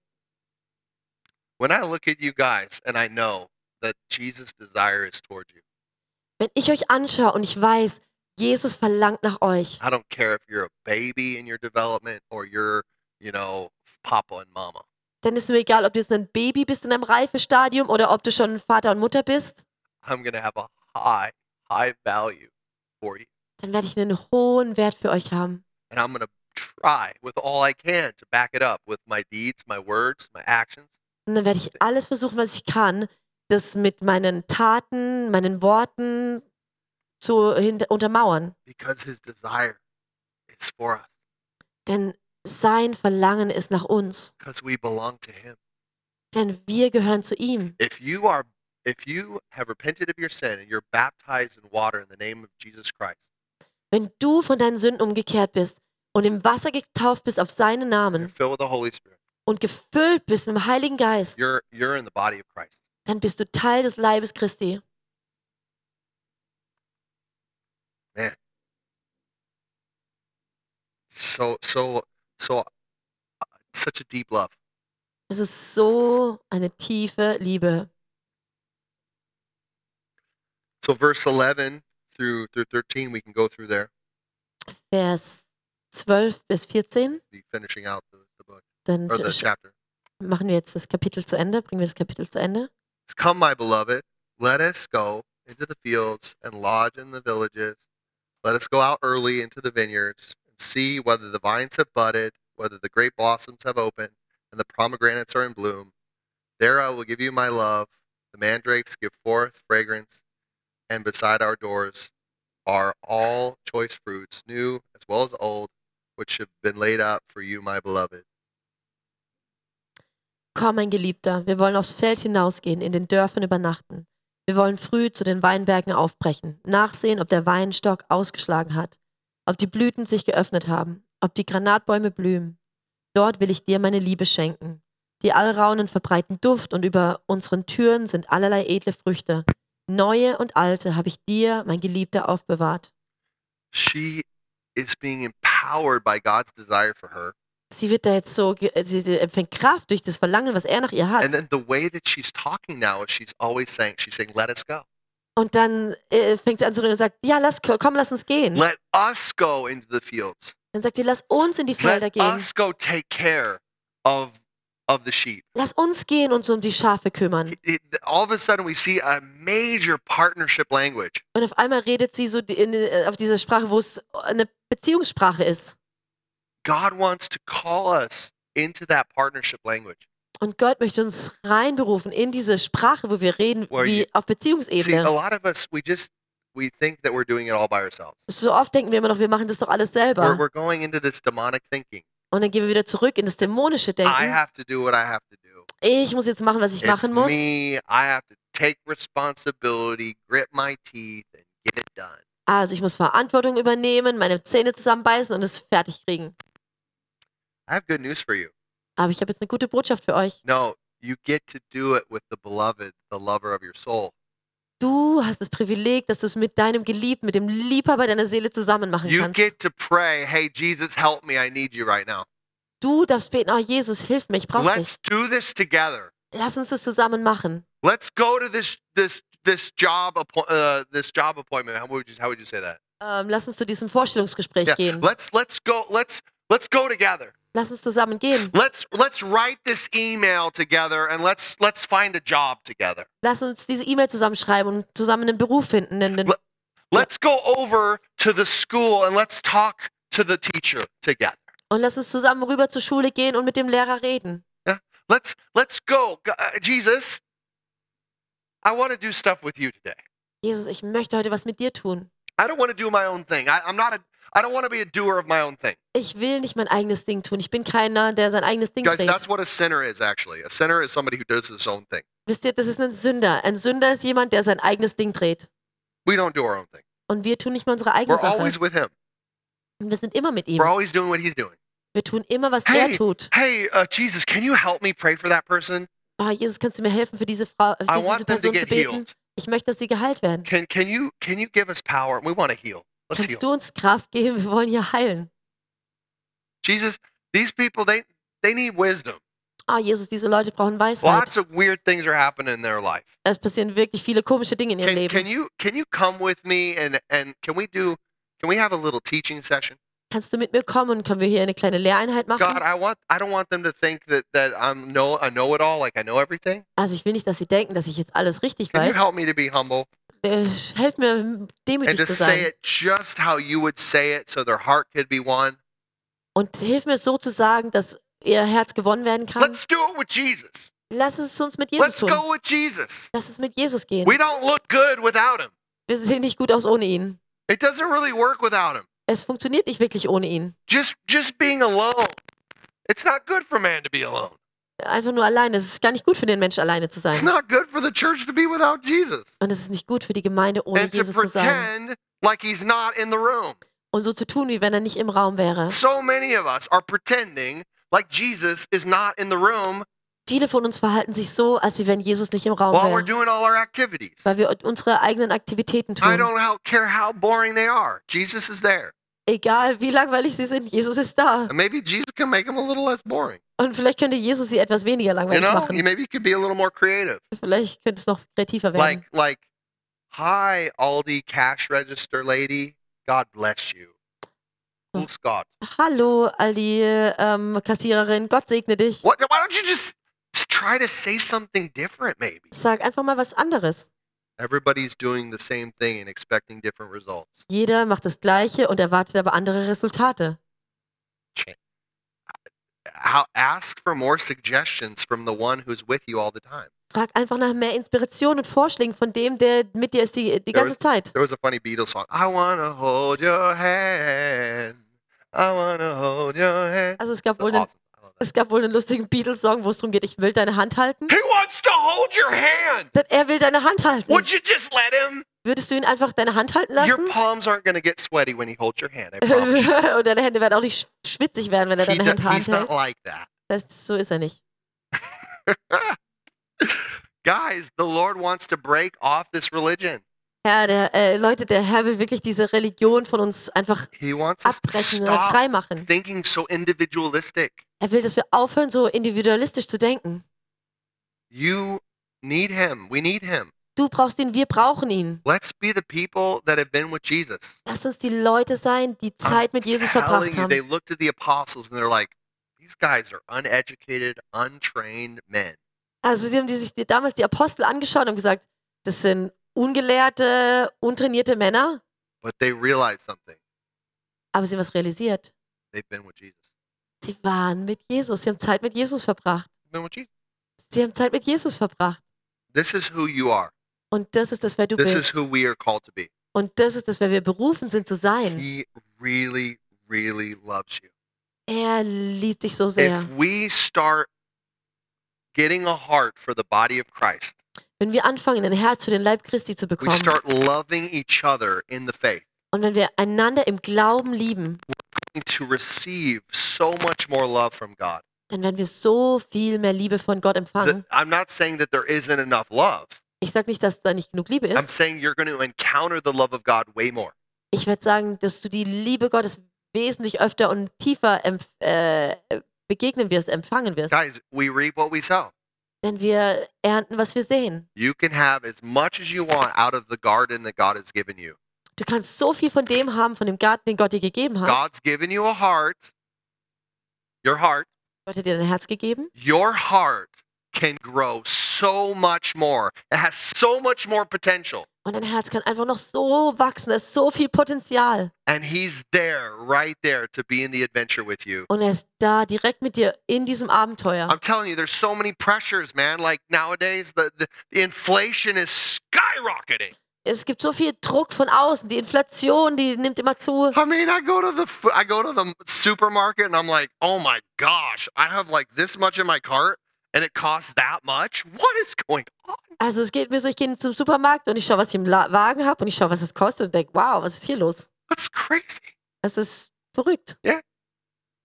S3: When I look at you guys and I know that Jesus' desire is toward you,
S4: Wenn ich euch anschaue und ich weiß, Jesus verlangt nach euch.
S3: I don't care if you're a baby in your development or you're, you know, Papa and Mama.
S4: Dann ist mir egal, ob du jetzt ein Baby bist in einem Reifestadium oder ob du schon Vater und Mutter bist.
S3: I'm going to have a high, high value for you.
S4: Dann werde ich einen hohen Wert für euch haben.
S3: And I'm going to try with all I can to back it up with my deeds, my words, my actions.
S4: Und dann werde ich alles versuchen, was ich kann, das mit meinen Taten, meinen Worten zu hinter- untermauern.
S3: because his desire is for us,
S4: Denn sein Verlangen ist nach uns.
S3: because we belong to him.
S4: Denn wir gehören zu ihm.
S3: If you are if you have repented of your sin and you're baptized in water in the name of Jesus Christ,
S4: Wenn du von deinen Sünden umgekehrt bist und im Wasser getauft bist auf seinen
S3: you're
S4: Namen
S3: filled with the Holy Spirit.
S4: und gefüllt bist mit dem Heiligen Geist,
S3: You're you're in the body of Christ.
S4: dann bist du Teil des Leibes Christi.
S3: So so so uh, such a deep love.
S4: Es ist so eine tiefe Liebe.
S3: So verse 11 through through 13 we can go through there,
S4: Vers 12 bis 14,
S3: be finishing out the, the book
S4: dann
S3: or the
S4: sch-
S3: chapter.
S4: machen wir jetzt das Kapitel zu Ende, bringen wir das Kapitel zu Ende.
S3: Come, my beloved, let us go into the fields and lodge in the villages. Let us go out early into the vineyards and see whether the vines have budded, whether the grape blossoms have opened, and the pomegranates are in bloom. There I will give you my love. The mandrakes give forth fragrance, and beside our doors are all choice fruits, new as well as old, which have been laid up for you, my beloved.
S4: Komm, mein Geliebter, wir wollen aufs Feld hinausgehen, in den Dörfern übernachten. Wir wollen früh zu den Weinbergen aufbrechen, nachsehen, ob der Weinstock ausgeschlagen hat, ob die Blüten sich geöffnet haben, ob die Granatbäume blühen. Dort will ich dir meine Liebe schenken. Die Allraunen verbreiten Duft und über unseren Türen sind allerlei edle Früchte. Neue und alte habe ich dir, mein Geliebter, aufbewahrt.
S3: She is being empowered by God's desire for her.
S4: Sie wird da jetzt so, ge- sie, sie empfängt Kraft durch das Verlangen, was er nach ihr hat.
S3: And then the way that she's talking now is she's always saying, she's saying, let us go.
S4: Und dann äh, fängt sie an zu reden und sagt, ja, lass, komm, lass uns gehen.
S3: Let us go into the fields.
S4: Dann sagt sie, lass uns in die Felder
S3: Let
S4: gehen.
S3: us go take care of of the sheep.
S4: Lass uns gehen und uns um die Schafe kümmern.
S3: It- it- all of a sudden, we see a major partnership language.
S4: Und auf einmal redet sie so die- in, äh, auf dieser Sprache, wo es eine Beziehungssprache ist.
S3: God wants to call us into that partnership language.
S4: Und Gott möchte uns reinberufen in diese Sprache, wo wir reden,
S3: Where you- See,
S4: wie auf
S3: oh, a
S4: Beziehungsebene.
S3: lot of us, we just we think that we're doing it all by ourselves.
S4: So oft denken wir immer noch, wir machen das doch alles
S3: We're,
S4: selber.
S3: we're going into this demonic thinking.
S4: Und dann gehen wir wieder zurück in das dämonische
S3: I
S4: Denken.
S3: have to do what I have to do.
S4: Ich muss jetzt machen, was ich
S3: it's
S4: machen muss.
S3: me. I have to take responsibility, grit my teeth, and get it done.
S4: Also ich muss Verantwortung übernehmen, meine Zähne zusammenbeißen und es fertig kriegen.
S3: I have good news for you.
S4: Aber ich habe jetzt eine gute Botschaft für euch.
S3: No, you get to do it with the beloved, the lover of your soul.
S4: Du hast das Privileg, dass du es mit deinem Geliebten, mit dem Liebhaber deiner Seele zusammen machen
S3: You
S4: kannst.
S3: get to pray, hey, Jesus, help me. I need you right now.
S4: Du darfst beten, oh Jesus, hilf mir, ich brauche dich.
S3: Let's do this together.
S4: Lass uns das zusammen machen.
S3: Let's go to this this this job appo- uh, this job appointment. How would you how would you say that?
S4: Ähm, lass uns zu diesem Vorstellungsgespräch
S3: Yeah.
S4: gehen.
S3: Let's let's go let's let's go together.
S4: Lass uns zusammen gehen.
S3: Let's let's write this email together and let's let's find a job together.
S4: Lass uns diese E-Mail zusammenschreiben und zusammen einen Beruf finden. Denn, denn
S3: Le- Let's go over to the school and let's talk to the teacher together.
S4: und lass uns zusammen rüber zur Schule gehen und mit dem Lehrer reden.
S3: Let's let's go, G- uh, Jesus. I want to do stuff with you today.
S4: Jesus, ich möchte heute was mit dir tun.
S3: I don't want to do my own thing. I, I'm not a. I don't want to be a doer of my own thing.
S4: Ich will nicht mein eigenes Ding tun. Ich bin keiner, der sein eigenes Ding
S3: Guys,
S4: trägt.
S3: that's what a sinner is actually. A sinner is somebody who does his own thing.
S4: Wisst ihr, das ist ein Sünder. Ein Sünder ist jemand, der sein eigenes Ding dreht.
S3: We don't do our own thing.
S4: Und Und wir tun nicht mehr unsere eigene
S3: We're
S4: Sache.
S3: always with him.
S4: Und wir sind immer mit ihm.
S3: We're always doing what he's doing.
S4: Wir tun immer, was
S3: Hey,
S4: er tut.
S3: hey, uh, Jesus, can you help me pray for that person?
S4: Ah, Jesus, kannst du mir helfen, für diese, Frau, äh,
S3: I
S4: für diese
S3: want them to
S4: Person zu
S3: get
S4: beten?
S3: healed.
S4: Ich möchte, dass sie geheilt werden.
S3: Can can you can you give us power? We want to heal. Let's heal.
S4: Kannst du uns Kraft geben? Wir wollen hier heilen.
S3: Jesus, these people they they need wisdom.
S4: Ah, Jesus, diese Leute brauchen Weisheit.
S3: Lots of weird things are happening in their life.
S4: Es passieren wirklich viele komische Dinge in ihrem
S3: Can,
S4: Leben.
S3: can you can you come with me and and can we do can we have a little teaching session?
S4: Kannst du mit mir kommen? Können wir hier eine kleine Lehreinheit machen?
S3: God, I want I don't want them to think that that I'm no I know it all like I know everything.
S4: Also ich will nicht, dass sie denken, dass ich jetzt alles richtig
S3: Can you
S4: weiß.
S3: help me to be humble
S4: Äh, Helf mir,
S3: and
S4: demütig
S3: to
S4: zu
S3: say
S4: sein.
S3: it just how you would say it so their heart could be won?
S4: Und hilf mir so zu sagen, dass ihr Herz gewonnen werden kann.
S3: Let's do it with Jesus.
S4: Lass es uns mit Jesus
S3: Let's
S4: tun.
S3: go with Jesus.
S4: Lass es mit Jesus gehen.
S3: We don't look good without him.
S4: Wir sehen nicht gut aus ohne ihn.
S3: It doesn't really work without him.
S4: Es funktioniert nicht wirklich ohne ihn.
S3: Just just being alone. It's not good for man to be alone.
S4: Einfach nur alleine. Es ist gar nicht gut für den Menschen, alleine zu
S3: It's
S4: sein.
S3: not good for the church to be without Jesus.
S4: Und es ist nicht gut für die Gemeinde, ohne
S3: and to
S4: Jesus zu sein.
S3: pretend like he's not in the room.
S4: Und so zu tun, wie wenn er nicht im Raum wäre.
S3: So many of us are pretending like Jesus is not in the room
S4: Viele von uns verhalten sich so, als wie wenn Jesus nicht im Raum
S3: while we're
S4: wäre.
S3: doing all our activities.
S4: Weil wir unsere eigenen Aktivitäten
S3: I
S4: tun.
S3: don't how- care how boring they are. Jesus is there.
S4: Egal, wie langweilig sie sind, Jesus ist da.
S3: And maybe Jesus can make them a little less boring.
S4: Und vielleicht könnte Jesus sie etwas weniger
S3: You
S4: langweilig
S3: know,
S4: machen.
S3: You- maybe you could be a little more creative.
S4: Vielleicht könnte es noch kreativer werden.
S3: Like, like, hi, Aldi cash register lady. God bless you.
S4: Oh.
S3: Who's God?
S4: Hallo, Aldi, ähm, Kassiererin, Gott segne dich.
S3: What? Why don't you just, just try to say something different, maybe?
S4: Sag einfach mal was anderes.
S3: Everybody's doing the same thing and expecting different results.
S4: Jeder macht das Gleiche und erwartet aber andere Resultate.
S3: How, ask for more suggestions from the one who's with you all the time.
S4: Frag einfach nach mehr Inspiration und Vorschlägen von dem, der mit dir ist die, die
S3: Ja,
S4: ganze Zeit.
S3: There was a funny Beatles song. I wanna hold your hand. I wanna hold your hand.
S4: Also es gab
S3: So
S4: wohl einen,
S3: awesome. I love that.
S4: es gab wohl einen lustigen Beatles-Song, wo es darum geht, ich will deine Hand halten.
S3: He wants to hold your hand.
S4: Denn er will deine Hand halten.
S3: Would you just let him?
S4: Würdest du ihn einfach deine Hand halten
S3: Your
S4: lassen?
S3: palms aren't gonna get sweaty when he holds your hand. I promise. you.
S4: und deine Hände werden auch nicht sch- schwitzig werden, wenn er
S3: He
S4: deine Hand
S3: do- he's not
S4: handhält.
S3: like that.
S4: Das, so ist er nicht.
S3: Guys, the Lord wants to break off this religion.
S4: Herr, der, äh, Leute, der Herr will wirklich diese Religion von uns einfach
S3: He wants
S4: Ah,
S3: us to
S4: abbrechen oder
S3: stop
S4: freimachen.
S3: thinking so individualistic.
S4: Er will, dass wir aufhören, so individualistisch zu denken.
S3: You need him. We need him.
S4: Du brauchst ihn, wir brauchen ihn.
S3: Let's be the people that have been with Jesus.
S4: Lass uns die Leute sein, die Zeit mit Jesus
S3: Telling
S4: verbracht
S3: you, they
S4: haben.
S3: looked at the apostles and they're like, these guys are uneducated, untrained men.
S4: Also sie haben die, sich die, damals die Apostel angeschaut und gesagt, das sind ungelehrte, untrainierte Männer.
S3: But they realized something.
S4: Aber sie haben was realisiert.
S3: They've been with Jesus.
S4: Sie waren mit Jesus. Sie haben Zeit mit Jesus verbracht.
S3: They've been with Jesus.
S4: Sie haben Zeit mit Jesus verbracht.
S3: This is who you are.
S4: Und das ist das, wer du
S3: This is
S4: bist.
S3: who we are called to be.
S4: Und das ist das, wer wir berufen sind zu sein.
S3: He really, really loves you.
S4: Er liebt dich so sehr.
S3: If we start getting a heart for the body of Christ,
S4: Wenn wir anfangen, ein Herz für den Leib Christi zu
S3: we
S4: bekommen
S3: start loving each other in the faith.
S4: und wenn wir einander im Glauben lieben,
S3: to receive so much more love from God.
S4: dann werden wir so viel mehr Liebe von Gott
S3: Th-
S4: empfangen.
S3: I'm not saying that there isn't enough love.
S4: Ich sage nicht, dass da nicht genug Liebe
S3: I'm
S4: ist.
S3: saying you're going to encounter the love of God way more.
S4: Ich werde sagen, dass du die Liebe Gottes wesentlich öfter und tiefer empf- äh, begegnen wirst, empfangen wirst.
S3: Guys, we reap what we sow.
S4: Denn wir ernten, was wir sehen.
S3: You can have as much as you want out of the garden that God has given you.
S4: Du kannst so viel von dem haben, von dem Garten, den Gott dir gegeben hat.
S3: God's given you a heart. Your heart,
S4: Gott hat dir dein Herz gegeben.
S3: your heart can grow so much more. It has so much more potential.
S4: Und dein Herz kann einfach noch so wachsen. Da ist so viel Potenzial.
S3: And he's there, right there, to be in the adventure with you.
S4: Und er ist da direkt mit dir in diesem Abenteuer.
S3: I'm telling you, there's so many pressures, man. Like nowadays, the, the, the inflation is skyrocketing.
S4: Es gibt so viel Druck von außen, die Inflation, die nimmt immer zu.
S3: I mean, I go to the f- I go to the supermarket and I'm like, oh my gosh, I have like this much in my cart, and it costs that much? What is going on?
S4: Also es geht mir so, ich gehe zum Supermarkt und ich schaue, was ich im La Wagen habe und ich schaue, was es kostet und denke, wow, was ist hier los?
S3: That's crazy.
S4: Es ist verrückt.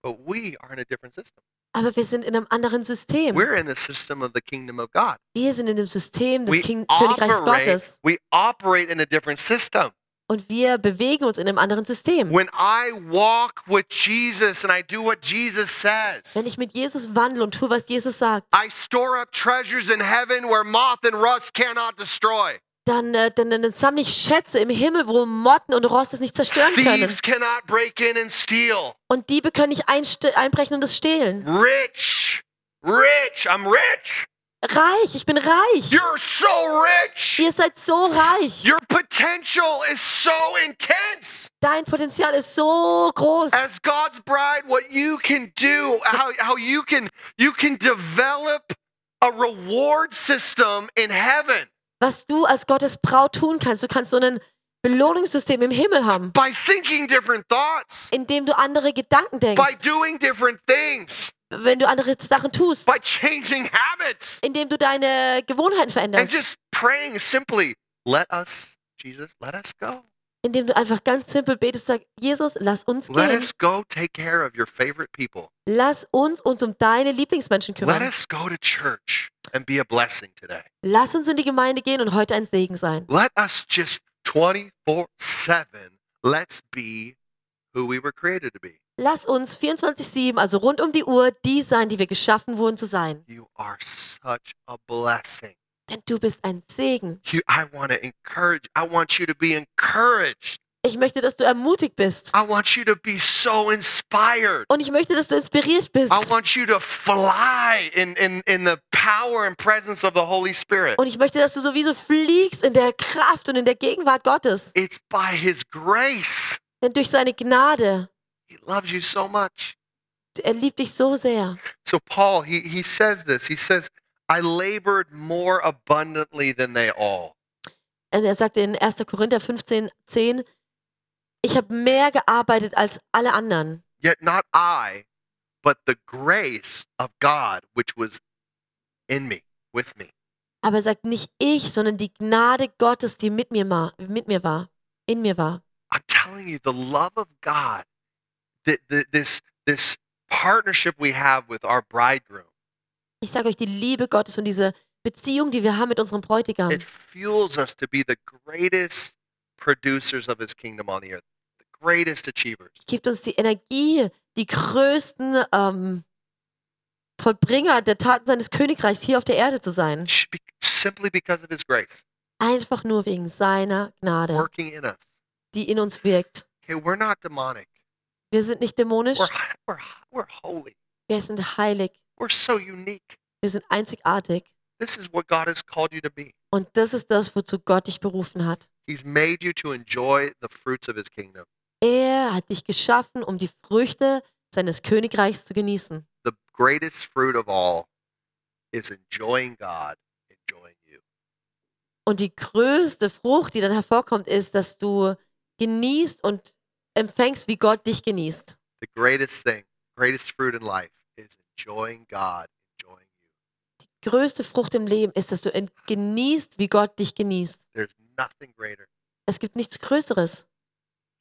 S3: But we are in a different system.
S4: Aber wir sind in einem anderen System.
S3: We're in the system of the kingdom of God.
S4: wir sind in dem System des
S3: We
S4: King Königreichs
S3: operate,
S4: Gottes
S3: we operate in a different system.
S4: und wir bewegen uns in einem anderen System.
S3: When I walk with Jesus and I do what Jesus says,
S4: Wenn ich mit Jesus wandle und tue, was Jesus sagt,
S3: I store up treasures in heaven where moth and rust cannot destroy.
S4: dann, äh, dann, dann, dann sammle ich Schätze im Himmel, wo Motten und Rost es nicht zerstören können.
S3: Thieves cannot break in and steal.
S4: Und Diebe können nicht einste- einbrechen und es stehlen.
S3: Rich, rich, I'm rich.
S4: Reich, ich bin reich.
S3: You're so rich.
S4: Ihr seid so reich.
S3: Your potential is so intense.
S4: Dein Potenzial ist so groß.
S3: As God's bride, what you can do, how, how you can you can develop a reward system in heaven
S4: Was du als Gottes Braut tun kannst, du kannst so ein Belohnungssystem im Himmel haben,
S3: by thinking different thoughts,
S4: indem du andere Gedanken
S3: by
S4: denkst,
S3: doing different things,
S4: wenn du andere Sachen tust,
S3: by changing habits,
S4: indem du deine Gewohnheiten
S3: and
S4: veränderst,
S3: just praying simply, let us, Jesus, let us go.
S4: indem du einfach ganz simpel betest, sag, Jesus, lass uns
S3: Let
S4: gehen.
S3: us go take care of your favorite people.
S4: Lass uns uns um deine Lieblingsmenschen
S3: Let
S4: kümmern.
S3: us go to church and be a blessing today.
S4: Lass uns in die Gemeinde gehen und heute ein Segen sein.
S3: Let us just 24 7, let's be who we were created to be.
S4: Lass uns 24-7, also rund um die Uhr, die sein, die wir geschaffen wurden zu sein.
S3: You are such a blessing.
S4: Denn du bist ein Segen.
S3: You, I want to encourage, I want you to be encouraged.
S4: Ich möchte, dass du ermutigt bist.
S3: I want you to be so inspired.
S4: Und ich möchte, dass du inspiriert bist.
S3: I want you to fly in, in, in the power and presence of the Holy Spirit.
S4: Und ich möchte, dass du sowieso fliegst in der Kraft und in der Gegenwart Gottes.
S3: It's by His grace.
S4: Denn durch seine Gnade,
S3: He loves you so much.
S4: er liebt dich so sehr.
S3: So Paul, he, he says this. He says, I labored more abundantly than they all.
S4: Und Also er sagte in 1. Korinther 15, 10, ich habe mehr gearbeitet als alle anderen.
S3: Yet not I, but the grace of God which was in me, with me.
S4: Aber er sagt nicht ich, sondern die Gnade Gottes, die mit mir, ma- mit mir war, in mir war.
S3: I'm telling you, the love of God, th- th- this, this partnership we have with our bridegroom,
S4: Ich sage euch, die Liebe Gottes und diese Beziehung, die wir haben mit unserem Bräutigam,
S3: it fuels us to be the greatest producers of his kingdom on the earth, the greatest achievers.
S4: gibt uns die Energie, die größten ähm, Vollbringer der Taten seines Königreichs hier auf der Erde zu sein.
S3: Sh- be- Simply because of his grace
S4: Einfach nur wegen seiner Gnade,
S3: working in us.
S4: die in uns wirkt.
S3: Okay, we're not demonic.
S4: Wir sind nicht dämonisch,
S3: We're, h- we're, h- we're holy.
S4: wir sind heilig,
S3: We're so unique.
S4: wir sind einzigartig.
S3: This is what God has called you to be.
S4: Und das ist das, wozu Gott dich berufen hat.
S3: He's made you to enjoy the fruits of his kingdom.
S4: Er hat dich geschaffen, um die Früchte seines Königreichs zu genießen.
S3: The greatest fruit of all is enjoying God, enjoying you.
S4: Und die größte Frucht, die dann hervorkommt, ist, dass du genießt und empfängst, wie Gott dich genießt.
S3: The greatest thing, greatest fruit in life is enjoying God, enjoying you.
S4: Größte Frucht im Leben ist, dass du en- genießt, wie Gott dich genießt.
S3: There's nothing greater.
S4: Es gibt nichts Größeres.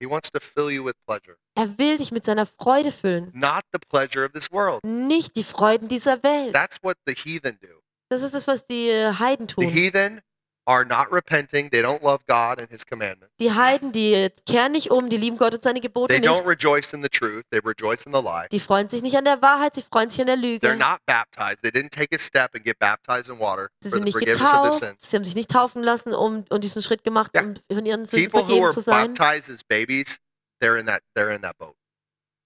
S3: He wants to fill you with pleasure,
S4: Er will dich mit seiner Freude füllen,
S3: not the pleasure of this world.
S4: nicht die Freuden dieser Welt.
S3: That's what the heathen do.
S4: Das ist das, was die Heiden
S3: The
S4: tun.
S3: heathen are not repenting. They don't love God and his commandments.
S4: Die Heiden, die kehren nicht um, die lieben Gott und seine Gebote
S3: They don't
S4: nicht.
S3: rejoice in the truth. They rejoice in the lie.
S4: Die freuen sich nicht an der Wahrheit, sie freuen sich an der
S3: They're
S4: Lüge.
S3: not baptized. They didn't take a step and get baptized in water
S4: Sie
S3: for
S4: sind
S3: the
S4: nicht
S3: forgiveness of their
S4: getauft,
S3: sins.
S4: sie haben sich nicht taufen lassen, um, um diesen Schritt gemacht,
S3: Ja.
S4: um von ihren Sünden
S3: People who
S4: vergeben
S3: are
S4: zu sein.
S3: baptized as babies, they're in that they're in that boat.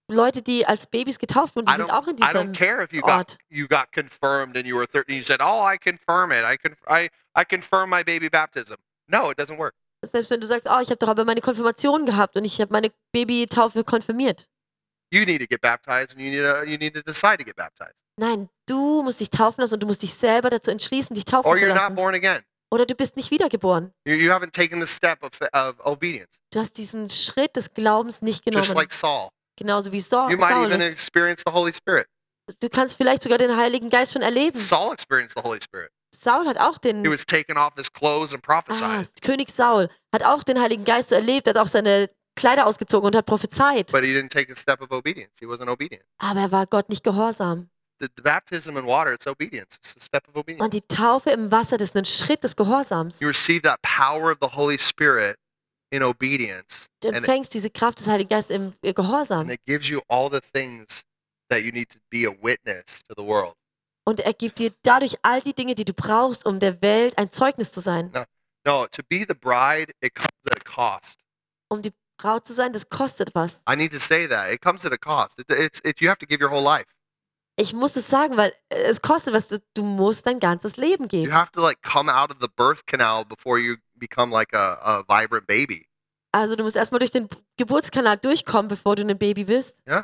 S4: Leute, die als Babys getauft wurden, die
S3: I
S4: sind
S3: don't,
S4: auch in
S3: I don't
S4: diesem.
S3: care if you got
S4: Ort.
S3: you got confirmed and you were 13. You said, "Oh, I confirm it. I con- I I confirm my baby baptism." No, it doesn't work.
S4: Selbst wenn du sagst, oh, ich habe doch aber meine Konfirmation gehabt und ich habe meine Babytaufe konfirmiert.
S3: You need to get baptized, and you need to you need to decide to get baptized,
S4: Nein, du musst dich taufen lassen und du musst dich selber dazu entschließen, dich taufen
S3: or
S4: zu
S3: you're not
S4: lassen.
S3: born again.
S4: Oder du bist nicht wiedergeboren.
S3: You, you haven't taken the step of of obedience,
S4: Du hast diesen Schritt des Glaubens
S3: just
S4: nicht genommen.
S3: like Saul.
S4: Genauso wie Oh, Saul,
S3: You might even
S4: Saulus.
S3: experience the Holy Spirit.
S4: Du kannst vielleicht sogar den Heiligen Geist schon erleben.
S3: Saul experienced the Holy Spirit.
S4: Saul hat auch den
S3: He was taken off his clothes and
S4: Hmm. ah,
S3: prophesied.
S4: König Saul hat auch den Heiligen Geist so erlebt, hat auch seine Kleider ausgezogen und hat prophezeit.
S3: But he didn't take a step of obedience. He wasn't obedient.
S4: Aber er war Gott nicht gehorsam.
S3: The, the baptism in water, it's obedience. It's a step of obedience.
S4: Und die Taufe im Wasser, das ist ein Schritt des Gehorsams.
S3: You receive that power of the Holy Spirit in obedience,
S4: Du
S3: and it,
S4: empfängst diese Kraft des Heiligen Geistes im äh,
S3: and
S4: Gehorsam.
S3: it gives you all the things that you need to be a witness to the world.
S4: Und er gibt dir dadurch all die Dinge, die du brauchst, um der Welt ein Zeugnis zu sein.
S3: No, to be the bride, it comes at a cost.
S4: Um die Braut zu sein, das kostet was.
S3: I need to say that it comes at a cost. It, it's it's you have to give your whole life.
S4: Ich muss es sagen, weil äh, es kostet was. Du, du musst dein ganzes Leben
S3: You
S4: geben.
S3: have to like come out of the birth canal before you become like a, a vibrant baby.
S4: Also du musst erstmal durch den B- Geburtskanal durchkommen, bevor du ein Baby bist.
S3: You,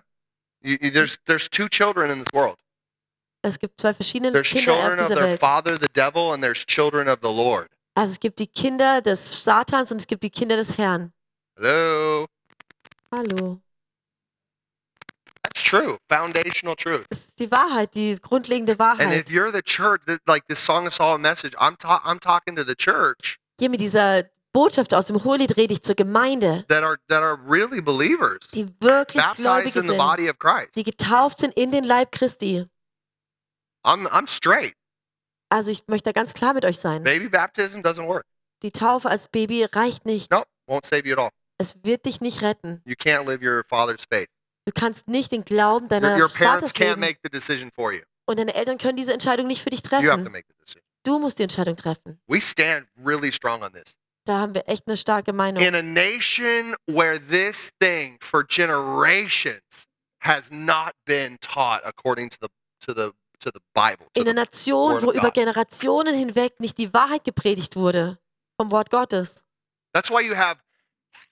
S3: you, there's there's two children in this world.
S4: Es gibt zwei verschiedene
S3: There's
S4: Kinder auf
S3: children of
S4: dieser
S3: their
S4: Welt.
S3: father, the devil, and there's children of the Lord.
S4: Also es gibt die Kinder des Satans und es gibt die Kinder des Herrn.
S3: Hello.
S4: Hallo.
S3: That's true. Foundational truth.
S4: Das ist die Wahrheit, die grundlegende
S3: And if
S4: Wahrheit.
S3: you're the church, th- like this Song of Solomon message, I'm ta- I'm talking to the church
S4: Hier mit dieser Botschaft aus dem Hohelied rede ich zur Gemeinde,
S3: that are that are really believers,
S4: die wirklich
S3: baptized
S4: Gläubige
S3: in the
S4: sind,
S3: body of Christ.
S4: die getauft sind in den Leib Christi.
S3: I'm I'm straight.
S4: Also ich möchte da ganz klar mit euch sein.
S3: Baby baptism doesn't work.
S4: Die Taufe als Baby reicht nicht.
S3: No, won't save you at all.
S4: Es wird dich nicht retten.
S3: You can't live your father's faith.
S4: Du kannst nicht den Glauben
S3: Your, your
S4: deiner
S3: parents
S4: Vaters
S3: can't
S4: leben
S3: make the decision for you.
S4: und deine Eltern können diese Entscheidung nicht für dich
S3: You have to
S4: treffen.
S3: make the decision.
S4: Du musst die Entscheidung treffen.
S3: We stand really strong on this.
S4: Da haben wir echt eine starke Meinung.
S3: In a nation where this thing for generations has not been taught according to the to the to the Bible. to
S4: in der
S3: the-
S4: Nation,
S3: Word
S4: wo
S3: of
S4: über
S3: God.
S4: Generationen hinweg nicht die Wahrheit gepredigt wurde vom Wort Gottes.
S3: That's why you have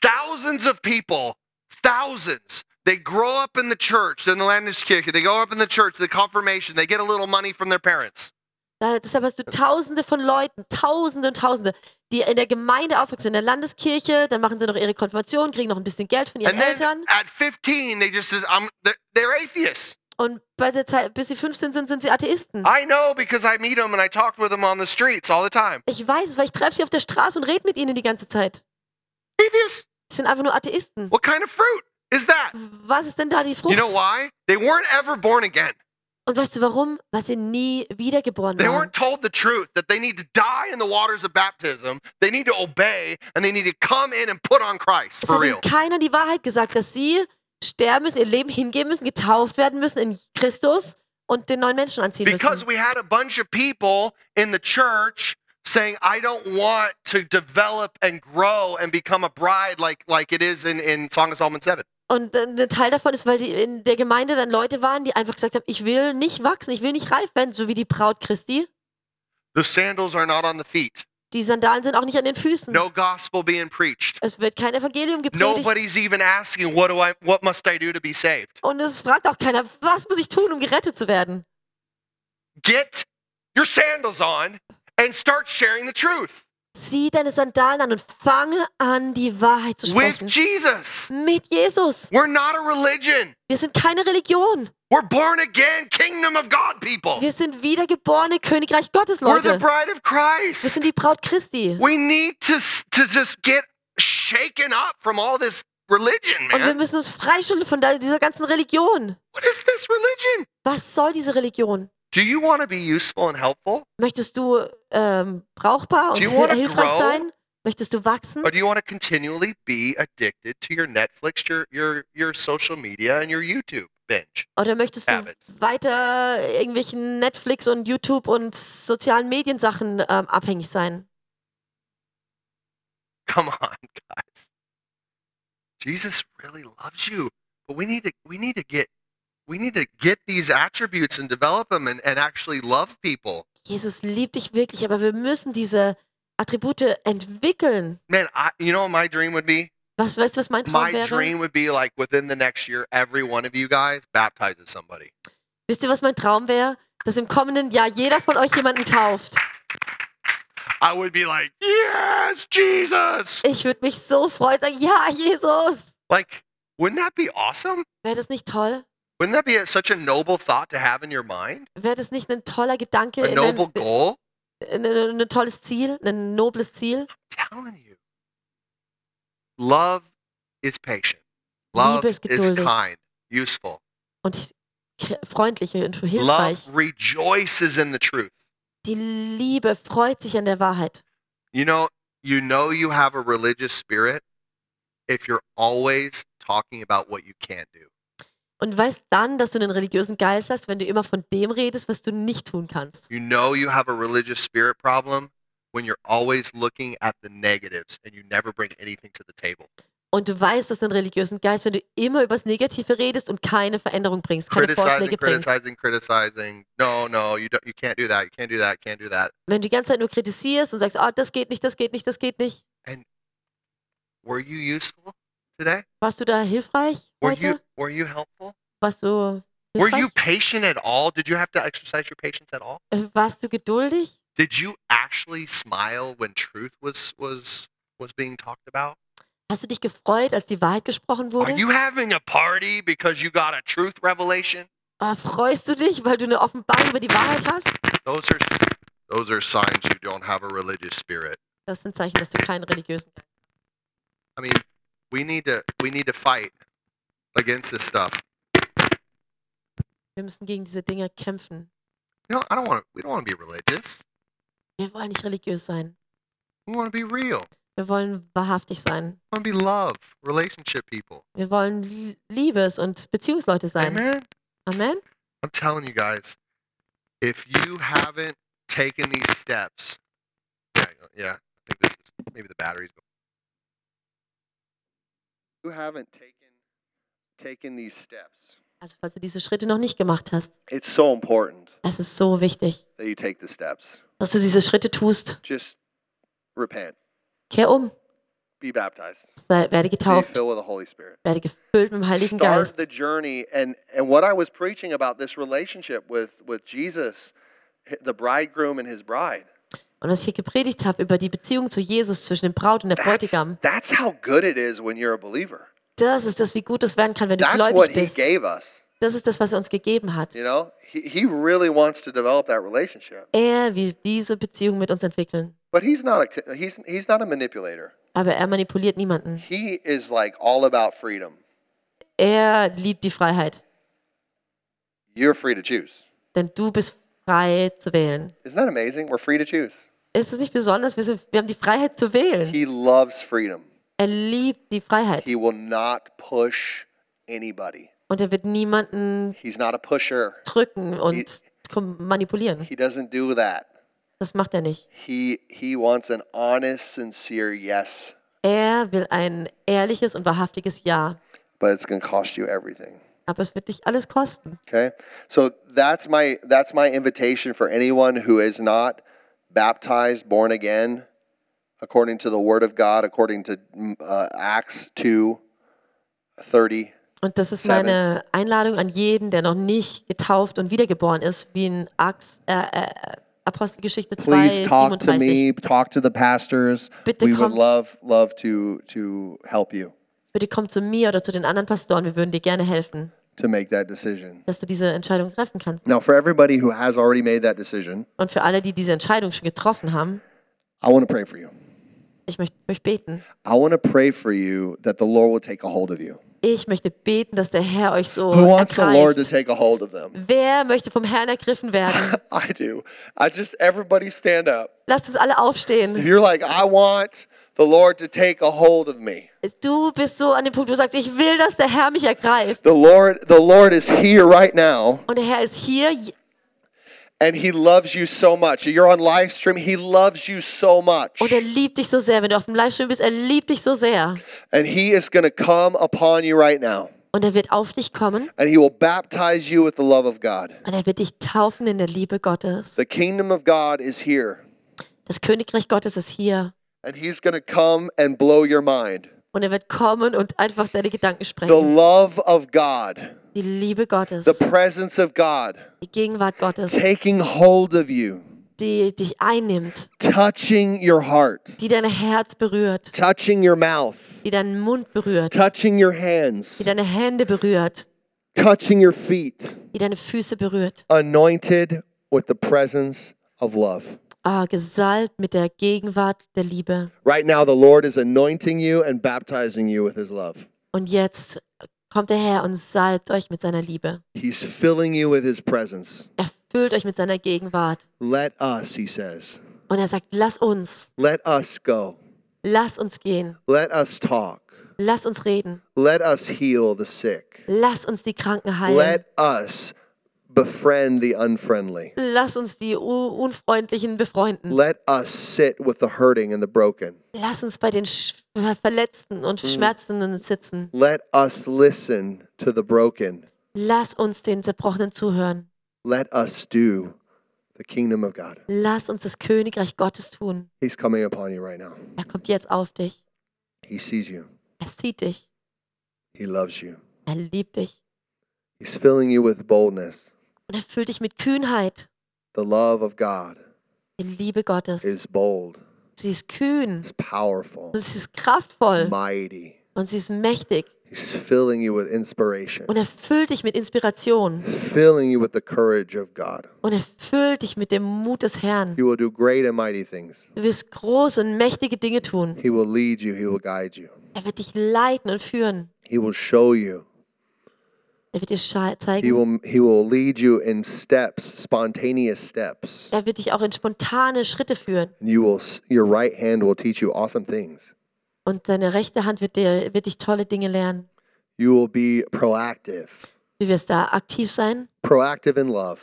S3: thousands of people, thousands. They grow up in the church, they're in the land of security. They grow up in the church, the confirmation. They get a little money from their parents.
S4: Da, deshalb hast du Tausende von Leuten, Tausende und Tausende, die in der Gemeinde aufwachsen, in der Landeskirche, dann machen sie noch ihre Konfirmation, kriegen noch ein bisschen Geld von ihren
S3: and then
S4: Eltern
S3: at 15, they just says, "I'm." They're, they're atheists.
S4: und bei der Zeit, bis sie 15 sind, sind sie Atheisten.
S3: I know because I meet them and I talk with them on the streets all the time.
S4: Ich weiß es, weil ich treffe sie auf der Straße und rede mit ihnen die ganze Zeit.
S3: Atheists?
S4: Sie sind einfach nur Atheisten.
S3: What kind of fruit is that?
S4: Was ist denn da die Frucht?
S3: You know why? They weren't ever born again.
S4: Und weißt du warum? Weil sie nie wiedergeboren
S3: They
S4: waren.
S3: weren't told the truth that they need to die in the waters of baptism. They need to obey and they need to come in and put on Christ
S4: Es hat
S3: for
S4: ihnen
S3: real.
S4: keiner die Wahrheit gesagt, dass sie sterben müssen, ihr Leben hingeben müssen, getauft werden müssen in Christus und den neuen Menschen anziehen
S3: Because
S4: müssen.
S3: we had a bunch of people in the church saying, I don't want to develop and grow and become a bride like, like it is in, in Song of Solomon 7.
S4: Und äh, ein Teil davon ist, weil die in der Gemeinde dann Leute waren, die einfach gesagt haben, ich will nicht wachsen, ich will nicht reif werden, so wie die Braut Christi.
S3: The sandals are not on the feet.
S4: Die Sandalen sind auch nicht an den Füßen.
S3: No gospel being preached.
S4: Es wird kein Evangelium gepredigt.
S3: Nobody's even asking, what do I what must I do to be saved?
S4: Und es fragt auch keiner, was muss ich tun, um gerettet zu werden?
S3: Get your sandals on and start sharing the truth
S4: Zieh deine Sandalen an und fange an, die Wahrheit zu
S3: with
S4: sprechen.
S3: Jesus.
S4: Mit Jesus.
S3: We're not a religion.
S4: Wir sind keine Religion.
S3: We're born again kingdom of God people.
S4: Wir sind wiedergeborene Königreich Gottes,
S3: We're the
S4: Leute.
S3: bride of
S4: Wir
S3: Christ.
S4: sind die Braut Christi.
S3: We need to s- to just get shaken up from all this religion,
S4: Und wir
S3: man.
S4: müssen uns freischütteln von da- dieser ganzen Religion.
S3: What is this religion?
S4: Was soll diese Religion?
S3: Do you want to be useful and helpful?
S4: Möchtest du ähm, brauchbar und
S3: Do you
S4: hil-
S3: wanna
S4: hilfreich
S3: grow?
S4: sein? Möchtest du wachsen?
S3: Or do you want to continually be addicted to your Netflix, your your your social media, and your YouTube binge?
S4: Oder möchtest du
S3: Habits.
S4: weiter irgendwelchen Netflix und YouTube und sozialen Mediensachen ähm, abhängig sein?
S3: Come on, guys. Jesus really loves you, but we need to we need to get we need to get these attributes and develop them and, and actually love people.
S4: Jesus liebt dich wirklich, aber wir müssen diese Attribute entwickeln.
S3: Man, I you know what my dream would be?
S4: Was weißt du, was mein Traum
S3: My
S4: wäre?
S3: dream would be like within the next year, every one of you guys baptizes somebody.
S4: Wisst ihr, was mein Traum wäre? Dass im kommenden Jahr jeder von euch jemanden tauft.
S3: I would be like, Yes, Jesus.
S4: Ich würde mich so freuen, sagen, ja, Jesus.
S3: Like, wouldn't that be awesome?
S4: Wäre das nicht toll?
S3: Wouldn't that be a, such a noble thought to have in your mind?
S4: Wäre das nicht ein toller Gedanke,
S3: A
S4: in deinem-
S3: noble goal?
S4: ein, ein, ein tolles Ziel, ein nobles Ziel?
S3: I'm telling you. Love is patient. Love
S4: Liebe
S3: is
S4: ist geduldig.
S3: kind, useful.
S4: Und k- freundlich und hilfreich.
S3: Love rejoices in the truth.
S4: Die Liebe freut sich an der Wahrheit.
S3: You know, you know you have a religious spirit if you're always talking about what you can't do.
S4: Und weißt dann, dass du einen religiösen Geist hast, wenn du immer von dem redest, was du nicht tun kannst.
S3: You know you have a religious spirit problem when you're always looking at the negatives and you never bring anything to the table.
S4: Und du weißt, dass du einen religiösen Geist, wenn du immer über das Negative redest und keine Veränderung bringst, keine
S3: Criticizing,
S4: Vorschläge bringst.
S3: criticizing, criticizing. No, no, you don't you can't do that. You can't do that. Can't do that.
S4: Wenn du die ganze Zeit nur kritisierst und sagst, ah, das geht nicht, das geht nicht, das geht nicht.
S3: Were you useful today?
S4: Warst du da hilfreich
S3: Were
S4: heute?
S3: you were you helpful?
S4: Warst du
S3: Were you
S4: hilfreich?
S3: patient at all? Did you have to exercise your patience at all?
S4: Äh, Warst du geduldig?
S3: Did you actually smile when truth was was was being talked about?
S4: Hast du dich gefreut, als die Wahrheit gesprochen
S3: Are
S4: wurde?
S3: you having a party because you got a truth revelation?
S4: Ah, freust du dich, weil du eine Offenbarung über die Wahrheit hast?
S3: Those are those are signs you don't have a religious spirit.
S4: Das sind Zeichen, dass du keinen religiösen Geist
S3: I mean, we need to we need to fight against this stuff.
S4: hast. Wir müssen gegen diese Dinge kämpfen.
S3: You know, I don't want we don't want to be religious.
S4: Wir wollen nicht religiös sein.
S3: We want to be real.
S4: Wir wollen wahrhaftig sein.
S3: We want to be love, relationship people.
S4: Wir wollen Lie- Liebes- und Beziehungsleute sein.
S3: Amen.
S4: Amen.
S3: I'm telling you guys, if you haven't taken these steps, yeah, yeah, I think this is maybe the batteries. You haven't taken taken these steps.
S4: Also falls du diese Schritte noch nicht gemacht hast,
S3: It's so important
S4: es ist so wichtig,
S3: that you take the steps.
S4: dass du diese Schritte tust.
S3: Just repent,
S4: Kehr um,
S3: be baptized,
S4: sei, werde
S3: be
S4: getauft,
S3: filled with the Holy Spirit.
S4: werde gefüllt mit dem Heiligen
S3: Start
S4: Geist.
S3: the journey, and and what I was preaching about this relationship with with Jesus, the bridegroom and his bride.
S4: Und was ich hier gepredigt habe über die Beziehung zu Jesus zwischen dem Braut und der
S3: That's,
S4: Bräutigam,
S3: that's how good it is when you're a believer.
S4: das ist das, wie gut es werden kann, wenn du
S3: That's what
S4: gläubig
S3: he
S4: bist.
S3: gave us.
S4: Das ist das, was er uns gegeben hat.
S3: You know, he, he really wants to develop that relationship,
S4: Er will diese Beziehung mit uns entwickeln.
S3: but he's not a he's he's not a manipulator.
S4: Aber er manipuliert niemanden.
S3: He is like all about freedom.
S4: Er liebt die Freiheit.
S3: You're free to choose.
S4: Denn du bist frei zu wählen.
S3: Isn't that amazing? We're free to choose.
S4: Ist es nicht besonders? Wir, sind, wir haben die Freiheit zu wählen.
S3: He loves freedom.
S4: Er liebt die Freiheit.
S3: He will not push anybody.
S4: Und er wird niemanden
S3: He's not a pusher.
S4: drücken und kom- manipulieren.
S3: He doesn't do that.
S4: Das macht er nicht.
S3: He he wants an honest, sincere yes,
S4: Er will ein ehrliches und wahrhaftiges Ja.
S3: but it's going to cost you everything.
S4: Aber es wird dich alles kosten.
S3: Okay, so that's my that's my invitation for anyone who is not baptized, born again, according to the Word of God, according to mm, uh, Acts two thirty.
S4: Und das ist
S3: Seven.
S4: meine Einladung an jeden, der noch nicht getauft und wiedergeboren ist, wie in Acts, äh, äh, Apostelgeschichte 2,
S3: Please talk to
S4: 37.
S3: me. Talk to the pastors.
S4: Bitte
S3: We would
S4: kommt.
S3: love love to to help you
S4: Bitte komm zu mir oder zu den anderen Pastoren, wir würden dir gerne helfen,
S3: to make that decision.
S4: dass du diese Entscheidung treffen kannst.
S3: Now, for everybody who has already made that decision,
S4: Und für alle, die diese Entscheidung schon getroffen haben,
S3: I want to pray for you.
S4: ich möchte für euch beten.
S3: I want to pray for you that the Lord will take a hold of you.
S4: Ich möchte beten, dass der Herr euch so
S3: Who wants the Lord to
S4: ergreift.
S3: take a hold of them?
S4: Wer möchte vom Herrn ergriffen werden?
S3: I do. I just, everybody stand up.
S4: Lasst uns alle
S3: If
S4: aufstehen.
S3: you're like, I want the Lord to take a hold of me.
S4: Du bist so an dem Punkt, wo du sagst, ich will, dass der Herr mich ergreift.
S3: The Lord, the Lord is here right now
S4: Und der Herr ist hier.
S3: and he loves you so much. You're on live stream. He loves you so much.
S4: Und er liebt dich so sehr. Wenn du auf dem Livestream bist, er liebt dich so sehr.
S3: And he is going to come upon you right now
S4: Und er wird auf dich kommen
S3: and he will baptize you with the love of God.
S4: und er wird dich taufen in der Liebe Gottes.
S3: The kingdom of God is here
S4: Das Königreich Gottes ist hier.
S3: and he's going to come and blow your mind.
S4: Und er wird kommen und einfach deine Gedanken
S3: The
S4: sprechen.
S3: love of God,
S4: Die Liebe Gottes,
S3: the presence of God
S4: die Gegenwart Gottes,
S3: taking hold of you,
S4: die dich einnimmt,
S3: touching your heart.
S4: die dein Herz berührt,
S3: touching your mouth,
S4: die deinen Mund berührt,
S3: touching your
S4: die
S3: hands,
S4: deine Hände berührt.
S3: touching your feet,
S4: die deine Füße berührt.
S3: anointed with the presence of love.
S4: Ah, gesalbt mit der Gegenwart der Liebe.
S3: Right now, the Lord is anointing you and baptizing you with his love.
S4: Und jetzt kommt der Herr und salbt euch mit seiner Liebe.
S3: He's filling you with his presence.
S4: Er füllt euch mit seiner Gegenwart.
S3: Let us, he says,
S4: Und er sagt, lass uns,
S3: let us go.
S4: lass uns gehen,
S3: Let us talk.
S4: lass uns reden,
S3: Let us heal the sick.
S4: lass uns die Kranken heilen.
S3: Let us befriend the unfriendly.
S4: Lass uns die u- Unfreundlichen befreunden.
S3: Let us sit with the hurting and the broken.
S4: Lass uns bei den Sch Ver- Verletzten und
S3: Mm.
S4: Schmerzenden sitzen.
S3: Let us listen to the broken.
S4: Lass uns den Zerbrochenen zuhören.
S3: Let us do the kingdom of God.
S4: Lass uns das Königreich Gottes tun.
S3: He's coming upon you right now.
S4: Er kommt jetzt auf dich.
S3: He sees you.
S4: Er sieht dich.
S3: He loves you.
S4: Er liebt dich.
S3: He's filling you with boldness.
S4: Und er füllt dich mit Kühnheit.
S3: The love of God
S4: Die Liebe Gottes.
S3: is bold.
S4: Sie ist kühn.
S3: It's powerful.
S4: Und sie ist
S3: It's
S4: kraftvoll.
S3: mighty.
S4: Und sie ist mächtig.
S3: He's filling you with inspiration.
S4: Und er füllt dich mit Inspiration.
S3: He's filling you with the courage of God.
S4: Und er füllt dich mit dem Mut des Herrn.
S3: You will do great and mighty things.
S4: Du wirst große und mächtige Dinge tun.
S3: He will lead you. He will guide you.
S4: Er wird dich leiten und führen.
S3: He will show you.
S4: Er wird dir scha-
S3: He
S4: zeigen.
S3: will he will lead you in steps, spontaneous steps.
S4: Er wird dich auch in spontane Schritte führen.
S3: And you will s- your right hand will teach you awesome things.
S4: Und deine rechte Hand wird, dir, wird dich tolle Dinge lernen.
S3: You will be proactive.
S4: Du wirst da aktiv sein,
S3: Proactive in love,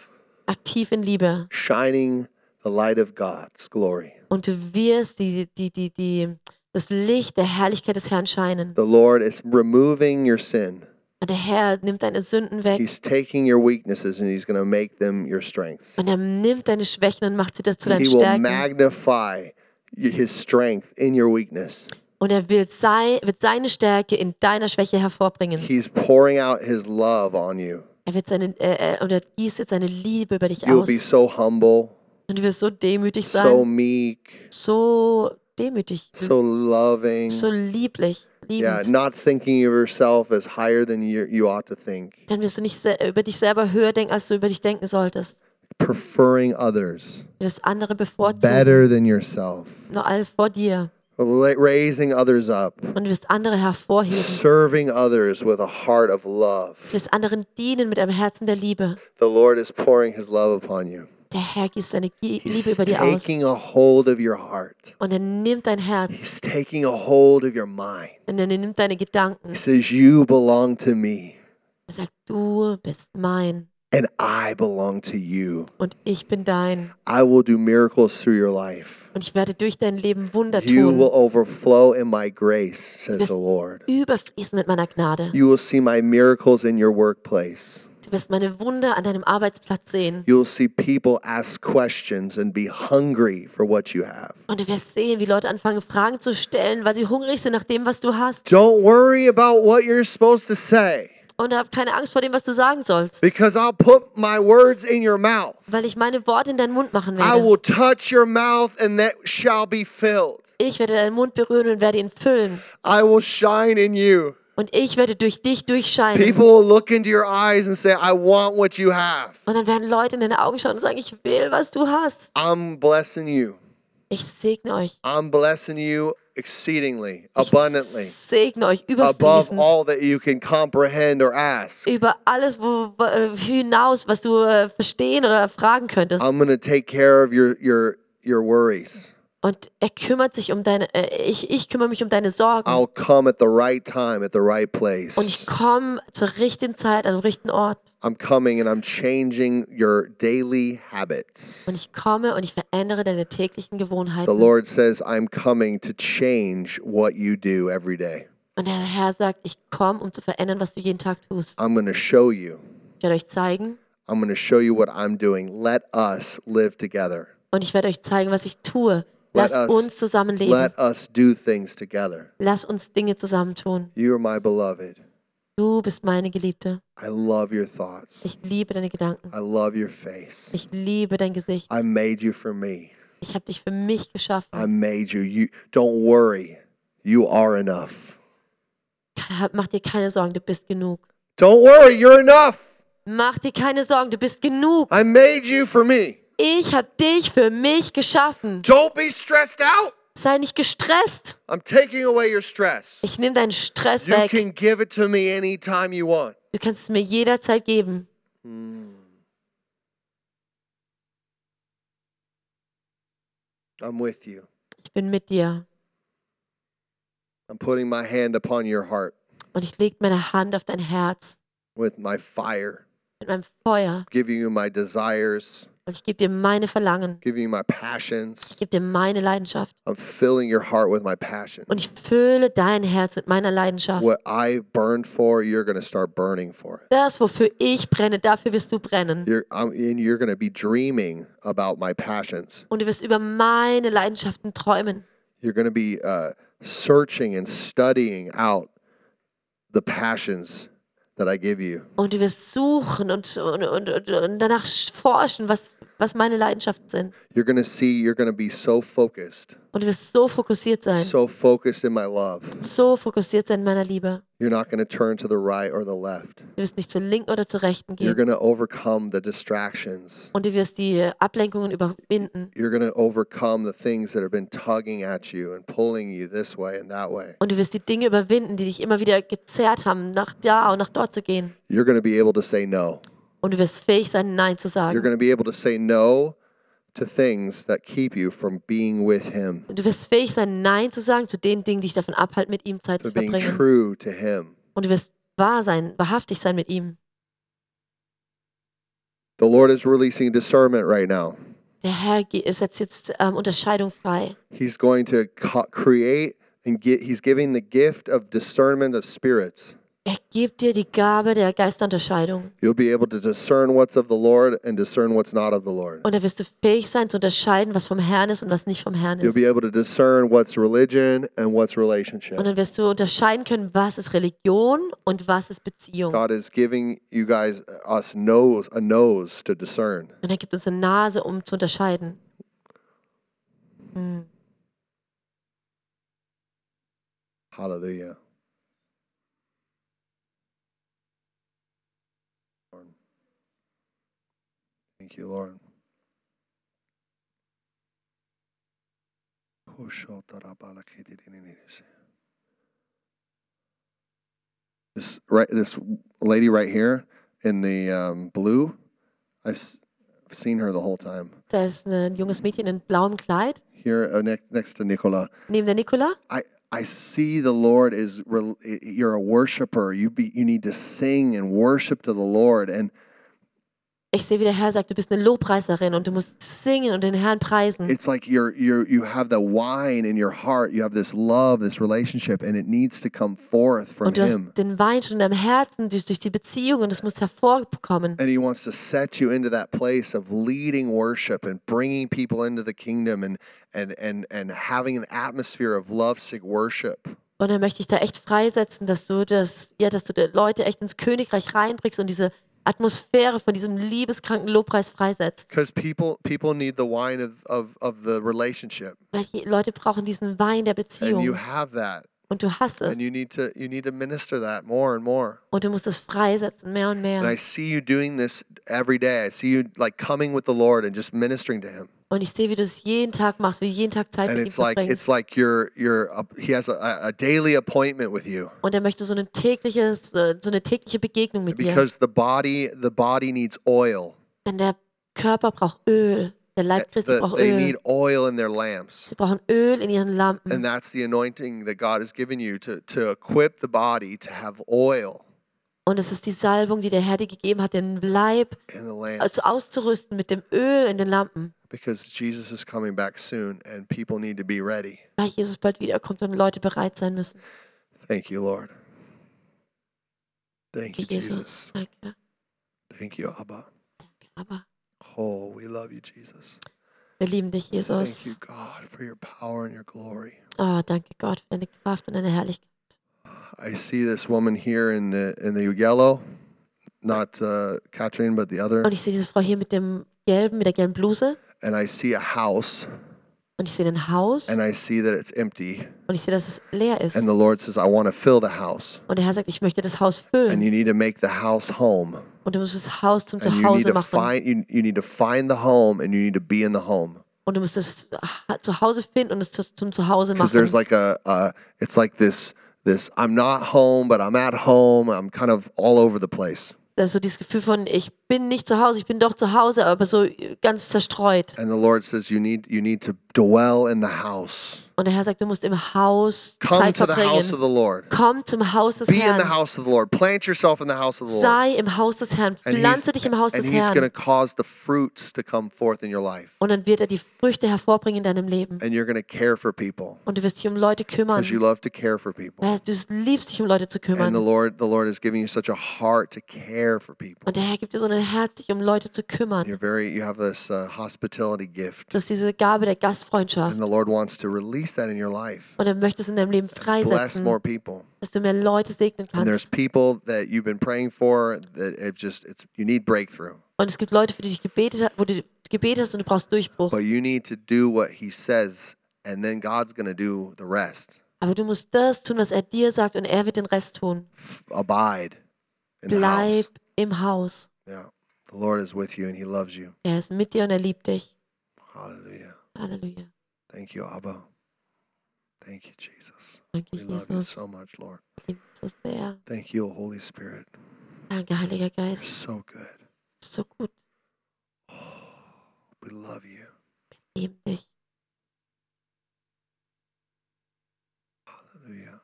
S4: aktiv in Liebe.
S3: shining the light of God's glory.
S4: Und du wirst die, die, die, die, das Licht der Herrlichkeit des Herrn scheinen.
S3: The Lord is removing your sin.
S4: Und der Herr nimmt deine Sünden weg.
S3: He's taking your weaknesses and he's going to make them your strengths.
S4: Und er nimmt deine Schwächen und macht sie das zu deinen
S3: He will
S4: Stärken.
S3: magnify y- his strength in your weakness.
S4: Und er wird, sei, wird seine Stärke in deiner Schwäche hervorbringen.
S3: He's pouring out his love on you.
S4: Er wird seine, äh, äh, und er gießt jetzt seine Liebe über dich
S3: You'll
S4: aus.
S3: be so humble,
S4: Und du wirst so demütig
S3: so
S4: sein,
S3: meek,
S4: so demütig,
S3: so loving.
S4: so lieblich,
S3: Yeah,
S4: liebend.
S3: not thinking of yourself as higher than you, you ought to think,
S4: Dann wirst du nicht se- über dich selber höher denken, als du über dich denken solltest.
S3: preferring others
S4: Du wirst andere bevorzugen,
S3: better than yourself,
S4: noch alle vor dir.
S3: la- raising others up,
S4: Und du wirst andere hervorheben. Du
S3: serving others with a heart of love.
S4: wirst anderen dienen mit einem Herzen der Liebe.
S3: The Lord is pouring his love upon you.
S4: Der Herr gießt seine Gie- Liebe
S3: He's
S4: über dir aus.
S3: taking a hold of your heart.
S4: Und er nimmt dein Herz
S3: He's taking a hold of your mind.
S4: und er nimmt deine Gedanken.
S3: He says, You belong to me,
S4: Er sagt, du bist mein
S3: and I belong to you.
S4: und ich bin dein.
S3: I will do miracles through your life.
S4: Und ich werde durch dein Leben Wunder
S3: You will
S4: tun.
S3: overflow in my grace, says
S4: Yes.
S3: the Lord.
S4: Überfließen mit meiner Gnade.
S3: You will see my miracles in your workplace.
S4: Du wirst meine Wunder an deinem Arbeitsplatz sehen.
S3: You will see people ask questions and be hungry for what you have.
S4: Und du wirst sehen, wie Leute anfangen, Fragen zu stellen, weil sie hungrig sind nach dem, was du hast.
S3: Don't worry about what you're supposed to say
S4: Und hab keine Angst vor dem, was du sagen sollst.
S3: because I'll put my words in your mouth.
S4: Weil ich meine Worte in deinen Mund machen
S3: I
S4: werde.
S3: will touch your mouth and that shall be filled.
S4: Ich werde deinen Mund berühren und werde ihn füllen.
S3: I will shine in you.
S4: Und ich werde durch dich durchscheinen.
S3: People will look into your eyes and say, I want what you have.
S4: Und dann werden Leute in deine Augen schauen und sagen, ich will, was du hast.
S3: I'm blessing you.
S4: Ich segne euch.
S3: I'm blessing you exceedingly,
S4: Ich
S3: abundantly.
S4: segne euch
S3: above
S4: überfließend.
S3: all that you can comprehend or ask.
S4: Über alles wo, wo- äh, hinaus, was du äh, verstehen oder fragen könntest.
S3: I'm going to take care of your your your worries.
S4: Und er kümmert sich um deine, äh, ich, ich kümmere mich um deine Sorgen.
S3: I'll come at the right time at the right
S4: Und
S3: place.
S4: ich komme zur richtigen Zeit, an den richtigen Ort.
S3: I'm coming and I'm changing your daily
S4: Und
S3: habits.
S4: ich komme und ich verändere deine täglichen Gewohnheiten.
S3: The Lord says, I'm coming to change what you do every day.
S4: Und der Herr sagt, ich komme, um zu verändern, was du jeden Tag tust.
S3: I'm going to show you.
S4: Ich werde euch zeigen
S3: I'm going to show you what I'm doing. Let us live together.
S4: und ich werde euch zeigen, was ich tue. Lass
S3: us-
S4: uns zusammenleben.
S3: Let us do things together.
S4: Lass uns Dinge zusammentun.
S3: You are my beloved.
S4: Du bist meine Geliebte.
S3: I love your thoughts.
S4: Ich liebe deine Gedanken.
S3: I love your face.
S4: Ich liebe dein Gesicht.
S3: I made you for me.
S4: Ich habe dich für mich
S3: I
S4: geschaffen.
S3: made you. You don't worry. You are enough.
S4: Mach dir keine Sorgen, du bist genug.
S3: Don't worry, you're enough.
S4: Mach dir keine Sorgen, du bist genug.
S3: I made you for me.
S4: Ich habe dich für mich geschaffen.
S3: Don't be stressed out.
S4: Sei nicht gestresst.
S3: I'm taking away your stress.
S4: Ich nehme deinen Stress
S3: You
S4: weg.
S3: can give it to me anytime you want.
S4: Du kannst es mir jederzeit geben.
S3: I'm with you.
S4: Ich bin mit dir.
S3: I'm putting my hand upon your heart
S4: Und ich lege meine Hand auf dein Herz
S3: with my fire,
S4: mit meinem Feuer.
S3: giving you my desires,
S4: Und ich gebe dir meine Verlangen.
S3: giving you my
S4: Ich
S3: passions.
S4: gebe dir meine Leidenschaft.
S3: I'm filling your heart with my passion.
S4: Und ich fülle dein Herz mit meiner Leidenschaft.
S3: What I burned for, you're going to start burning for it.
S4: Das, wofür ich brenne, dafür wirst du brennen.
S3: You're, I'm, and you're going to be dreaming about my passions.
S4: Und du wirst über meine Leidenschaften träumen.
S3: You're going to be uh, searching and studying out the passions that I give you.
S4: Und du wirst suchen und, und, und, und- und danach sch- forschen, was, was meine Leidenschaften sind.
S3: You're going to see, you're going to be so focused,
S4: Und du wirst so fokussiert sein.
S3: so focused in my love.
S4: So fokussiert sein in meiner Liebe.
S3: You're not going to turn to the right or the left.
S4: Du wirst nicht zur linken oder zur rechten
S3: You're going
S4: gehen.
S3: to overcome the distractions.
S4: Und du wirst die Ablenkungen überwinden.
S3: You're going to overcome the things that have been tugging at you and pulling you this way and that way.
S4: Und du wirst die Dinge überwinden, die dich immer wieder gezerrt haben, nach da und nach dort zu gehen.
S3: You're going to be able to say no.
S4: Und du wirst fähig sein, Nein zu
S3: You're
S4: sagen.
S3: going to be able to say no to things that keep you from being with Him,
S4: Und du wirst fähig sein, Nein zu sagen zu den Dingen, die dich davon abhalten, mit ihm Zeit
S3: to
S4: zu
S3: being
S4: verbringen.
S3: true to Him.
S4: Und du wirst wahr sein, wahrhaftig sein mit ihm.
S3: The Lord is releasing discernment right now.
S4: Der Herr ge- setzt jetzt ähm, Unterscheidung frei.
S3: He's going to co- create and get, He's giving the gift of discernment of spirits.
S4: Er gibt dir die Gabe der Geisterunterscheidung.
S3: You'll be able to discern what's of the Lord and discern what's not of the Lord.
S4: Und da wirst du fähig sein, zu unterscheiden, was vom Herrn ist und was nicht vom Herrn
S3: You'll
S4: ist.
S3: be able to discern what's religion and what's
S4: Und
S3: relationship.
S4: dann wirst du unterscheiden können, was ist Religion und was ist Beziehung.
S3: God is giving you guys, us nose, a nose to discern.
S4: Und er gibt uns eine Nase, um zu unterscheiden.
S3: Hallelujah. Thank you, Lord. This right, this lady right here in the um, blue, I've, s- I've seen her the whole time.
S4: Da ist ein junges Mädchen in blauem Kleid
S3: Here uh, next next to Nicola,
S4: neben der Nicola.
S3: I I see the Lord is rel- i- you're a worshiper. You be you need to sing and worship to the Lord and
S4: Ich sehe, wie der Herr sagt, du bist eine Lobpreiserin und du musst singen und den Herrn preisen.
S3: it's like you're you're you have the wine in your heart. You have this love, this relationship and it needs to come forth from
S4: Und du hast
S3: him.
S4: den Wein schon in deinem Herzen durch, durch die Beziehung und es muss hervorkommen.
S3: And he wants to set you into that place of leading worship and bringing people into the kingdom and and and and having an atmosphere of lovesick worship.
S4: Und dann möchte ich da echt freisetzen, dass du das, ja, dass du die Leute echt ins Königreich reinbringst und diese Atmosphäre von diesem liebeskranken Lobpreis freisetzt.
S3: Because people people need the wine of, of, of the relationship.
S4: Weil die Leute brauchen diesen Wein der
S3: And you
S4: Beziehung
S3: have that.
S4: und du hast es
S3: and you need to you need to minister that more and more
S4: und du musst es freisetzen, mehr und
S3: and i
S4: mehr.
S3: see you doing this every day i see you like coming with the lord and just ministering to him
S4: Und ich sehe, wie du es jeden Tag machst, wie du jeden Tag Zeit
S3: and
S4: mit ihm
S3: it's like
S4: verbringst.
S3: it's like you're you're a, he has a, a daily appointment with you
S4: Und er möchte so eine tägliche, so eine tägliche Begegnung mit dir.
S3: because the body the body needs oil
S4: Denn der Körper braucht Öl, der Leib Christi
S3: Äh, The-
S4: braucht
S3: they need
S4: Öl.
S3: oil in their lamps
S4: Sie brauchen Öl in ihren Lampen.
S3: and that's the anointing that god has given you to to equip the body to have oil
S4: Und es ist die Salbung, die der Herr dir gegeben hat, den Leib
S3: in the
S4: also
S3: lamps
S4: auszurüsten mit dem Öl in den Lampen,
S3: because jesus is coming back soon and people need to be ready
S4: weil Jesus bald wiederkommt und Leute bereit sein müssen.
S3: thank you lord thank you jesus
S4: Jesus. Danke.
S3: Thank you, Abba.
S4: Aber
S3: Oh, we love you, Jesus.
S4: wir lieben dich,
S3: Thank you,
S4: Jesus.
S3: God, for your power and your glory.
S4: Oh, danke Gott für deine Kraft und deine Herrlichkeit.
S3: I see this woman here in the in the yellow, not uh, Catherine, but the other,
S4: Und ich sehe diese Frau hier mit dem gelben, mit der gelben Bluse.
S3: and I see a house,
S4: Und und ich sehe ein Haus
S3: and I see that it's empty.
S4: und ich sehe, dass es leer ist.
S3: And the Lord says, I want to fill the house.
S4: Und der Herr sagt, ich möchte das Haus
S3: And
S4: füllen
S3: you need to make the house home.
S4: und du musst das Haus zum
S3: And you need
S4: Zuhause
S3: to
S4: machen
S3: find you, you need to find the home and you need to be in the home.
S4: und du musst das Ha- Zuhause finden und es zu- zum Zuhause
S3: because
S4: machen.
S3: there's like a, a it's like this this i'm not home but i'm at home i'm kind of all over the place
S4: Das ist so dieses Gefühl von, ich bin nicht zu Hause, ich bin doch zu Hause, aber so ganz zerstreut.
S3: and the lord says you need you need to dwell in the house
S4: Und der Herr sagt, du musst im Haus
S3: come
S4: Zeit
S3: to the house of
S4: verbringen.
S3: the lord
S4: Komm zum Haus des
S3: be in the
S4: Herrn.
S3: house of the lord plant yourself in the house of the lord
S4: Sei im Haus des Herrn.
S3: and
S4: Pflanze dich im Haus
S3: and
S4: des
S3: he's going to
S4: Herrn.
S3: cause the fruits to come forth in your life
S4: Und dann wird er die Früchte hervorbringen in deinem Leben.
S3: and you're going to care for people
S4: Und du wirst dich um Leute kümmern.
S3: because you love to care for people
S4: Weil Du liebst dich, um Leute zu
S3: and the
S4: kümmern.
S3: lord the lord is giving you such a heart to care for people
S4: Und der Herr gibt dir so ein Herz, dich um Leute zu
S3: you're
S4: kümmern.
S3: very you have this uh, hospitality gift
S4: Du hast diese Gabe der Gastfreundschaft.
S3: And the Lord wants to release that in your life.
S4: Und er möchte es in deinem Leben
S3: Bless more
S4: freisetzen,
S3: people.
S4: dass du mehr Leute segnen
S3: And there's
S4: kannst.
S3: people that you've been praying for that have just it's you need breakthrough.
S4: Und es gibt Leute, für die du gebetet, ha- wo du gebetet hast und du brauchst Durchbruch.
S3: But you need to do what he says and then God's going to do the rest.
S4: Aber du musst das tun, was er dir sagt und er wird den Rest tun.
S3: F- abide in the
S4: Bleib
S3: house.
S4: im Haus.
S3: Yeah. The Lord is with you and he loves you.
S4: Er ist mit dir und er liebt dich.
S3: Hallelujah.
S4: Halleluja.
S3: Thank you, Abba. Thank you, Jesus.
S4: Danke,
S3: We love you
S4: Jesus.
S3: so much, Lord.
S4: Ich liebe dich so sehr.
S3: Thank you, Holy Spirit.
S4: Danke, Heiliger
S3: You're
S4: Geist.
S3: so good.
S4: Du bist so gut.
S3: We love you.
S4: Wir lieben dich.
S3: Hallelujah.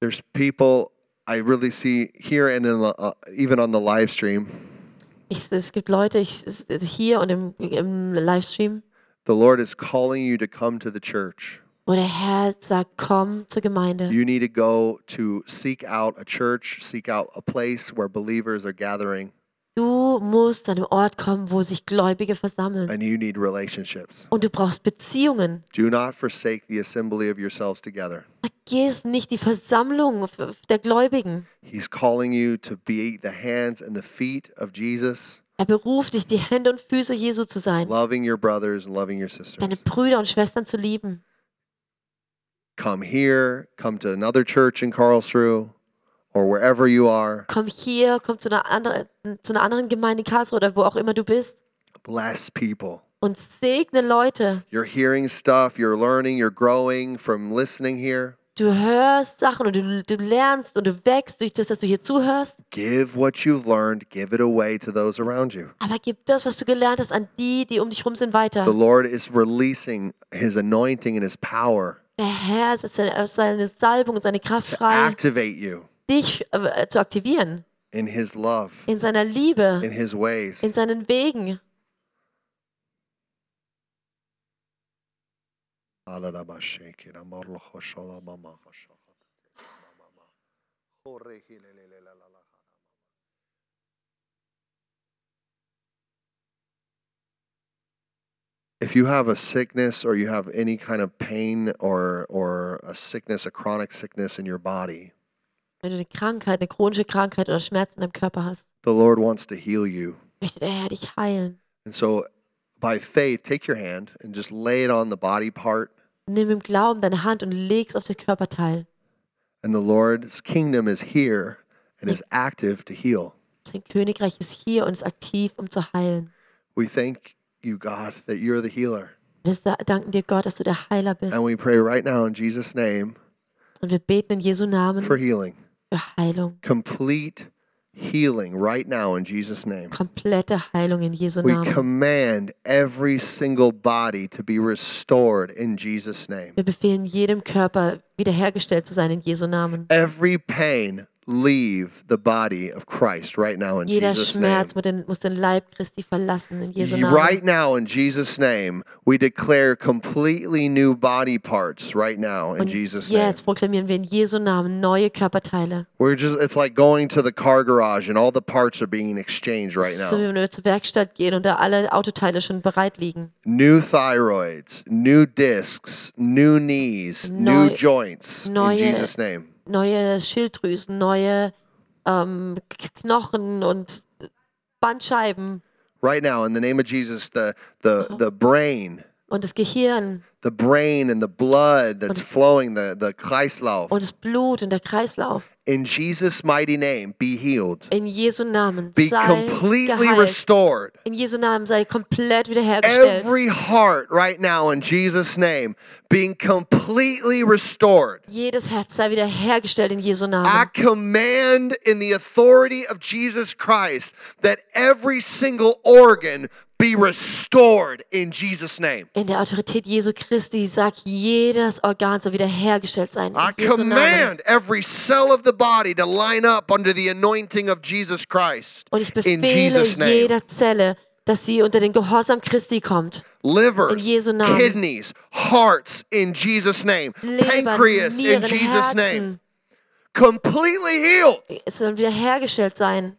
S3: There's people I really see here and in the, uh, even on the live stream.
S4: Ich, es gibt Leute ich, es- es- hier und im, im Livestream,
S3: The Lord is calling you to come to the church.
S4: wo der Herr sagt, komm zur Gemeinde.
S3: You need to go to seek out a church, seek out a place where believers are gathering,
S4: Du musst an einem Ort kommen, wo sich Gläubige versammeln.
S3: and you need relationships.
S4: Und du brauchst Beziehungen.
S3: Do not forsake the assembly of yourselves together.
S4: Vergiss nicht die Versammlung f- f- der Gläubigen.
S3: He's calling you to be the hands and the feet of Jesus,
S4: Er beruft dich, die Hände und Füße Jesu zu sein,
S3: loving your brothers and loving your sisters.
S4: deine Brüder und Schwestern zu lieben.
S3: come here, come to another church in Karlsruhe or wherever you are.
S4: Komm hier, komm zu einer, anderen, zu einer anderen Gemeinde in Karlsruhe oder wo auch immer du bist
S3: Bless people.
S4: und segne Leute.
S3: You're hearing stuff, you're learning, you're growing from listening here.
S4: Du hörst Sachen und du, du lernst und du wächst durch das, dass du hier zuhörst.
S3: Give what you've learned, give it away to those around you.
S4: Aber gib das, was du gelernt hast, an die, die um dich rum sind,
S3: The
S4: weiter.
S3: Lord is releasing his anointing and his power
S4: Der Herr setzt seine, seine Salbung und seine Kraft
S3: to
S4: frei,
S3: activate you
S4: dich äh, zu aktivieren.
S3: in his love,
S4: In seiner Liebe,
S3: in his ways.
S4: in seinen Wegen.
S3: If you have a sickness or you have any kind of pain or, or a sickness, a chronic sickness in your body,
S4: Wenn du eine Krankheit, eine chronische Krankheit oder Schmerzen im Körper hast,
S3: the Lord wants to heal you.
S4: möchte der Herr dich heilen.
S3: And so, by faith, take your hand and just lay it on the body part.
S4: Nimm im Glauben deine Hand und leg's auf den Körperteil.
S3: And the Lord's kingdom is here and is active to heal.
S4: Sein Königreich ist hier und ist aktiv, um zu heilen.
S3: We thank you, God, that you're the healer.
S4: Wir sa- danken dir, Gott, dass du der Heiler bist.
S3: And we pray right now in Jesus' name
S4: Und wir beten in Jesu Namen
S3: for
S4: für
S3: healing.
S4: Heilung.
S3: Complete healing right now in Jesus' name.
S4: Komplette Heilung in Jesu
S3: We
S4: Namen.
S3: command every single body to be restored in Jesus' name.
S4: Wir befehlen jedem Körper, wiederhergestellt zu sein in Jesu Namen.
S3: Every pain leave the body of Christ right now in
S4: Jeder
S3: Jesus' name.
S4: Schmerz muss den, muss den Leib Christi verlassen in Jesu
S3: Ye-
S4: Namen.
S3: Right now, in Jesus' name, we declare completely new body parts right now in
S4: Und
S3: Jesus' name.
S4: jetzt proklamieren wir in Jesu Namen neue Körperteile.
S3: We're just it's like going to the car garage and all the parts are being exchanged right
S4: So wie
S3: now.
S4: wenn wir zur Werkstatt gehen und da alle Autoteile schon bereit liegen.
S3: New thyroids, new discs, new knees, new
S4: Neu-
S3: joints in
S4: neue-
S3: Jesus' name.
S4: Neue Schilddrüsen, neue ähm, K- Knochen und Bandscheiben.
S3: right now in the name of Jesus the the the brain
S4: und das Gehirn
S3: the brain and the blood that's
S4: Und-
S3: flowing the the Kreislauf
S4: und das Blut und der Kreislauf.
S3: in Jesus mighty name be healed
S4: In Jesu Namen
S3: be
S4: sei
S3: completely
S4: geheilt.
S3: restored
S4: In Jesu Namen sei komplett wiederhergestellt.
S3: every heart right now in Jesus name being completely restored
S4: Jedes Herz sei wiederhergestellt in Jesu
S3: I
S4: Namen.
S3: command in the authority of Jesus Christ that every single organ be restored in Jesus' name.
S4: In der Autorität Jesu Christi sagt, jedes Organ soll wiederhergestellt sein.
S3: I
S4: In Jesu Namen.
S3: command every cell of the body to line up under the anointing of Jesus Christ.
S4: Und ich
S3: In
S4: befehle
S3: Jesus' name.
S4: jeder Zelle, dass sie unter den Gehorsam Christi kommt.
S3: Livers,
S4: In Jesu Namen.
S3: kidneys, hearts in Jesus' name.
S4: Leber,
S3: Pancreas in
S4: Nieren,
S3: Jesus' name.
S4: Herzen
S3: Completely healed
S4: es soll wiederhergestellt sein.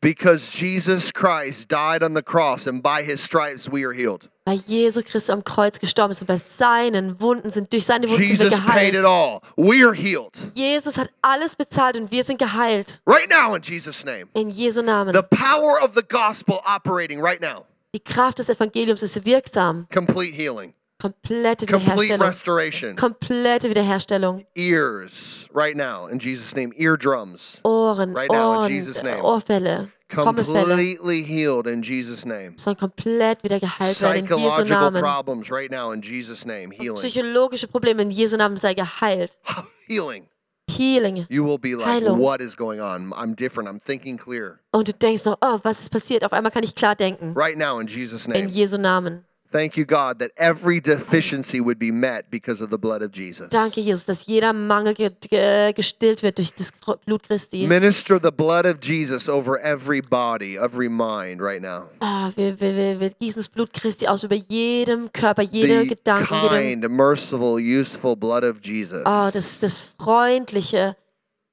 S3: because Jesus Christ died on the cross and by his stripes we are healed.
S4: Weil Jesu Christus am Kreuz gestorben ist und bei seinen Wunden sind, durch seine Wunden sind wir
S3: Jesus paid it
S4: geheilt.
S3: all. We are healed.
S4: Jesus hat alles bezahlt und wir sind geheilt.
S3: Right now in Jesus' name.
S4: In Jesu Namen.
S3: The power of the gospel operating right now.
S4: Die Kraft des Evangeliums ist wirksam.
S3: Complete healing.
S4: Komplette
S3: Complete
S4: Wiederherstellung.
S3: restoration.
S4: Komplette Wiederherstellung.
S3: Ears right now in Jesus' name. Eardrums.
S4: Ohren,
S3: Right now, in
S4: Ohren,
S3: Jesus' name.
S4: Ohrfälle, Trommelfälle
S3: Completely healed in Jesus' name.
S4: sollen komplett wieder geheilt werden in Jesu
S3: Psychological
S4: Namen.
S3: problems right now in Jesus' name. Healing.
S4: Psychologische Probleme in Jesu Namen sei geheilt.
S3: Healing.
S4: Healing.
S3: You will be like,
S4: Heilung.
S3: what is going on? I'm different. I'm thinking clear.
S4: Und du denkst noch, oh, was ist passiert? Auf einmal kann ich klar denken.
S3: Right now in Jesus'
S4: In
S3: name.
S4: Jesu Namen.
S3: Thank you, God, that every deficiency would be met because of the blood of Jesus.
S4: Danke, Jesus, dass jeder Mangel ge ge gestillt wird durch das Gro- Blut Christi.
S3: Minister the blood of Jesus over every body, every mind right now.
S4: Ah, wir, wir, wir, wir gießen das Blut Christi aus über jedem Körper, jede
S3: The
S4: Gedanken, jedem,
S3: kind, merciful, useful blood of Jesus.
S4: oh, das, das freundliche,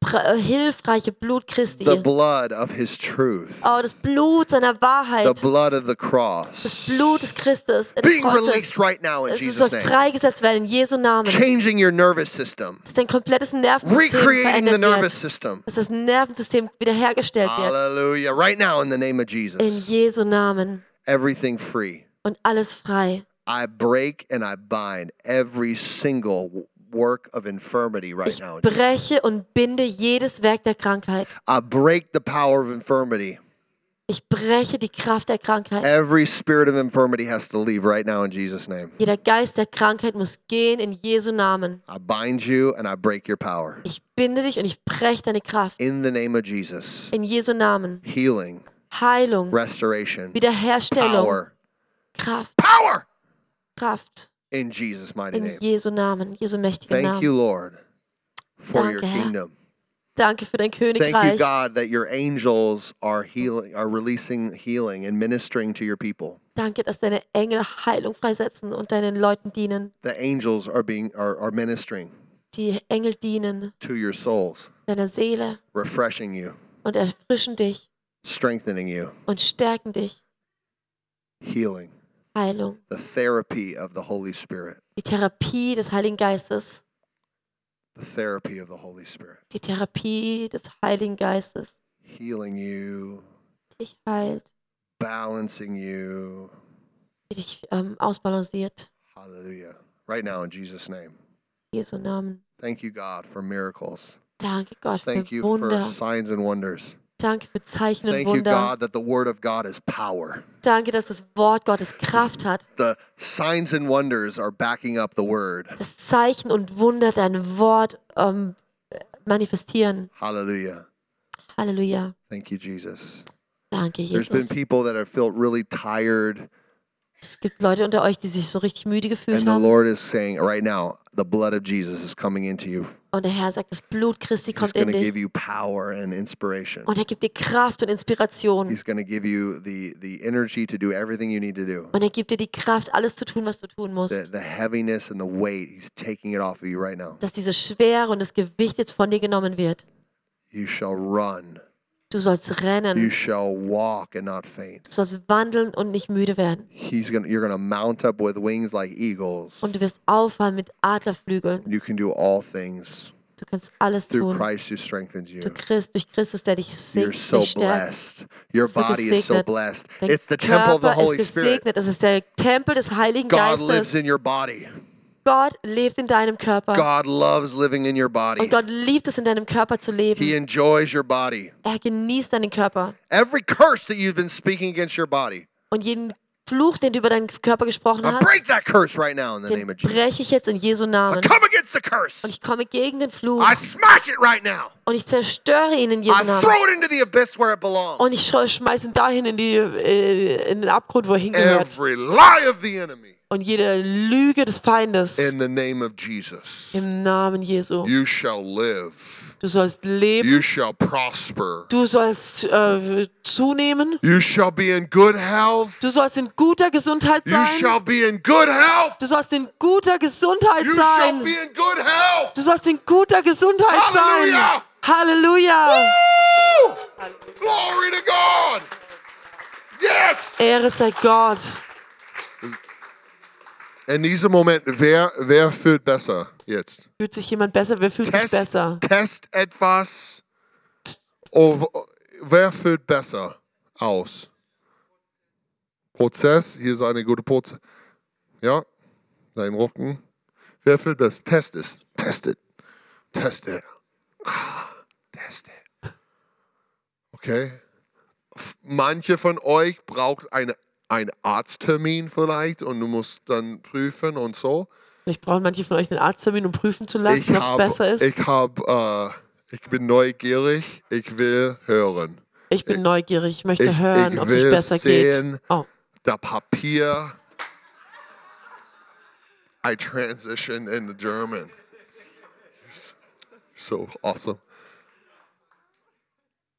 S4: pra- hilfreiche Blut Christi.
S3: The blood of his truth.
S4: Oh, das Blut seiner
S3: The
S4: Wahrheit,
S3: blood of the
S4: das
S3: cross.
S4: Blut des Christus, äh, des
S3: Being
S4: Kreuzes.
S3: released right now in
S4: Es
S3: Jesus'
S4: soll
S3: name.
S4: freigesetzt werden in Jesu Namen,
S3: Changing your nervous system.
S4: dass dein komplettes Nervensystem
S3: Recreating the
S4: verändert
S3: nervous
S4: wird,
S3: system.
S4: dass das Nervensystem wiederhergestellt wird.
S3: Hallelujah. Right now in the name of
S4: In
S3: Jesus.
S4: Jesu Namen
S3: Everything free.
S4: und alles frei.
S3: I break and I bind every single w- work of infirmity right
S4: Ich
S3: now. in Jesus'
S4: breche und binde jedes Werk der Krankheit.
S3: I break the power of infirmity.
S4: Ich breche die Kraft der Krankheit.
S3: Every spirit of infirmity has to leave right now in Jesus' name.
S4: Jeder Geist der Krankheit muss gehen in Jesu Namen.
S3: I bind you and I break your power.
S4: Ich binde dich und ich breche deine Kraft.
S3: In the name of Jesus.
S4: In Jesu Namen.
S3: Healing,
S4: Heilung,
S3: restoration,
S4: Wiederherstellung,
S3: power.
S4: Kraft,
S3: Power!
S4: Kraft.
S3: In Jesus' mighty
S4: In
S3: name.
S4: Jesu Namen, Jesu mächtigen
S3: Thank you,
S4: Namen.
S3: Lord, for your
S4: Danke, Herr.
S3: kingdom.
S4: Danke für dein
S3: Thank you,
S4: Königreich.
S3: God, that your angels are healing, are releasing healing and ministering to your people.
S4: Danke, dass deine Engel Heilung freisetzen und deinen Leuten dienen.
S3: The angels are being are, are ministering
S4: Die Engel dienen
S3: to your souls,
S4: deiner Seele
S3: refreshing you,
S4: und erfrischen dich
S3: strengthening you,
S4: und stärken dich.
S3: healing.
S4: Heilung.
S3: the therapy of the Holy Spirit.
S4: Die Therapie des Heiligen Geistes.
S3: The therapy of the Holy Spirit.
S4: Die Therapie des Heiligen Geistes.
S3: Healing you,
S4: Die dich heilt,
S3: balancing you.
S4: die dich ähm, ausbalanciert.
S3: Hallelujah. Right now in Jesus' name.
S4: In Jesu Namen.
S3: Thank you, God, for miracles.
S4: Danke Gott für
S3: Thank you for
S4: Wunder.
S3: signs and wonders.
S4: Danke für Zeichen und
S3: Thank you,
S4: Wunder.
S3: God, that the Word of God is power.
S4: Danke, dass das Wort Gottes Kraft hat.
S3: The signs and wonders are backing up the Word.
S4: das Zeichen und Wunder dein Wort ähm, manifestieren.
S3: Hallelujah.
S4: Halleluja.
S3: Thank you, Jesus.
S4: Danke,
S3: There's been
S4: Jesus.
S3: people that have felt really tired,
S4: Es gibt Leute unter euch, die sich so richtig müde gefühlt
S3: and the
S4: haben.
S3: Lord is saying right now, the blood of Jesus is coming into you.
S4: Und der Herr sagt, das Blut Christi
S3: He's
S4: kommt
S3: going
S4: in
S3: to give
S4: dich.
S3: you power and inspiration.
S4: Und er gibt dir Kraft und Inspiration.
S3: He's going to give you the the energy to do everything you need to do.
S4: Und er gibt dir die Kraft, alles zu tun, was du tun
S3: The,
S4: musst.
S3: the heaviness and the weight, he's taking it off of you right now.
S4: Dass diese Schwere und das Gewicht jetzt von dir genommen wird.
S3: You shall run.
S4: Du sollst
S3: You
S4: rennen.
S3: shall walk and not faint.
S4: Du sollst wandeln und nicht müde werden.
S3: He's going to you're going to mount up with wings like eagles.
S4: Und du wirst auffahren mit Adlerflügeln.
S3: You can do all things
S4: Du kannst alles
S3: through
S4: tun.
S3: Christ who strengthens you.
S4: Du Christ, durch Christus, der dich
S3: You're
S4: segnet,
S3: so
S4: dich stärkt.
S3: blessed. Your
S4: so
S3: body is so
S4: gesegnet.
S3: blessed.
S4: Dein
S3: It's the temple of the
S4: Körper
S3: Holy
S4: ist
S3: Spirit.
S4: gesegnet. Es ist der Tempel des Heiligen
S3: God
S4: Geistes.
S3: lives in your body.
S4: Gott lebt in deinem Körper.
S3: God loves living in your body.
S4: Und Gott liebt es, in deinem Körper zu
S3: He
S4: leben.
S3: enjoys your body.
S4: Er genießt deinen Körper.
S3: Every curse that you've been speaking against your body,
S4: Und jeden Fluch, den du über deinen Körper gesprochen
S3: I
S4: hast,
S3: break that curse right now in the
S4: den
S3: name of Jesus.
S4: breche ich jetzt in Jesu
S3: I
S4: Namen.
S3: come against the curse.
S4: Und ich komme gegen den Fluch
S3: I smash it right now.
S4: und ich zerstöre ihn in
S3: I
S4: Jesu Namen.
S3: throw it into the abyss where it belongs.
S4: Und ich sch- schmeiß ihn dahin in, die, äh, in den Abgrund, wo er hingehört.
S3: Every lie of the enemy
S4: Und jede Lüge des Feindes
S3: in the name of Jesus.
S4: im Namen Jesu.
S3: You shall live.
S4: Du sollst leben,
S3: You shall prosper.
S4: du sollst äh, zunehmen,
S3: You shall be in good health.
S4: du sollst in guter Gesundheit
S3: You
S4: sein,
S3: shall be in good health.
S4: du sollst in guter Gesundheit
S3: You shall
S4: sein,
S3: be in good health.
S4: du sollst in guter Gesundheit sein.
S3: Halleluja!
S4: Halleluja!
S3: Woo! Glory to God. Yes.
S4: Ehre sei Gott.
S3: In diesem Moment, wer, wer fühlt besser jetzt?
S4: Fühlt sich jemand besser? Wer fühlt sich
S3: Test,
S4: besser?
S3: test etwas. Oh, w- wer fühlt besser aus? Prozess, hier ist eine gute Prozess. Ja, dein Rücken. Wer fühlt das? Test es. Test it. Test it. Ah, Test it. Okay. F- Manche von euch braucht eine, einen Arzttermin vielleicht und du musst dann prüfen und so.
S4: Vielleicht brauchen manche von euch einen Arzttermin, um prüfen zu
S3: Ich
S4: lassen, ob es
S3: hab-
S4: besser ist.
S3: Ich hab, äh, ich bin neugierig, ich will hören.
S4: Ich bin neugierig, ich möchte
S3: ich-
S4: hören,
S3: ich
S4: ob es sich
S3: will
S4: besser
S3: sehen.
S4: geht. Oh,
S3: Da Papier. I transitioned into German. So awesome.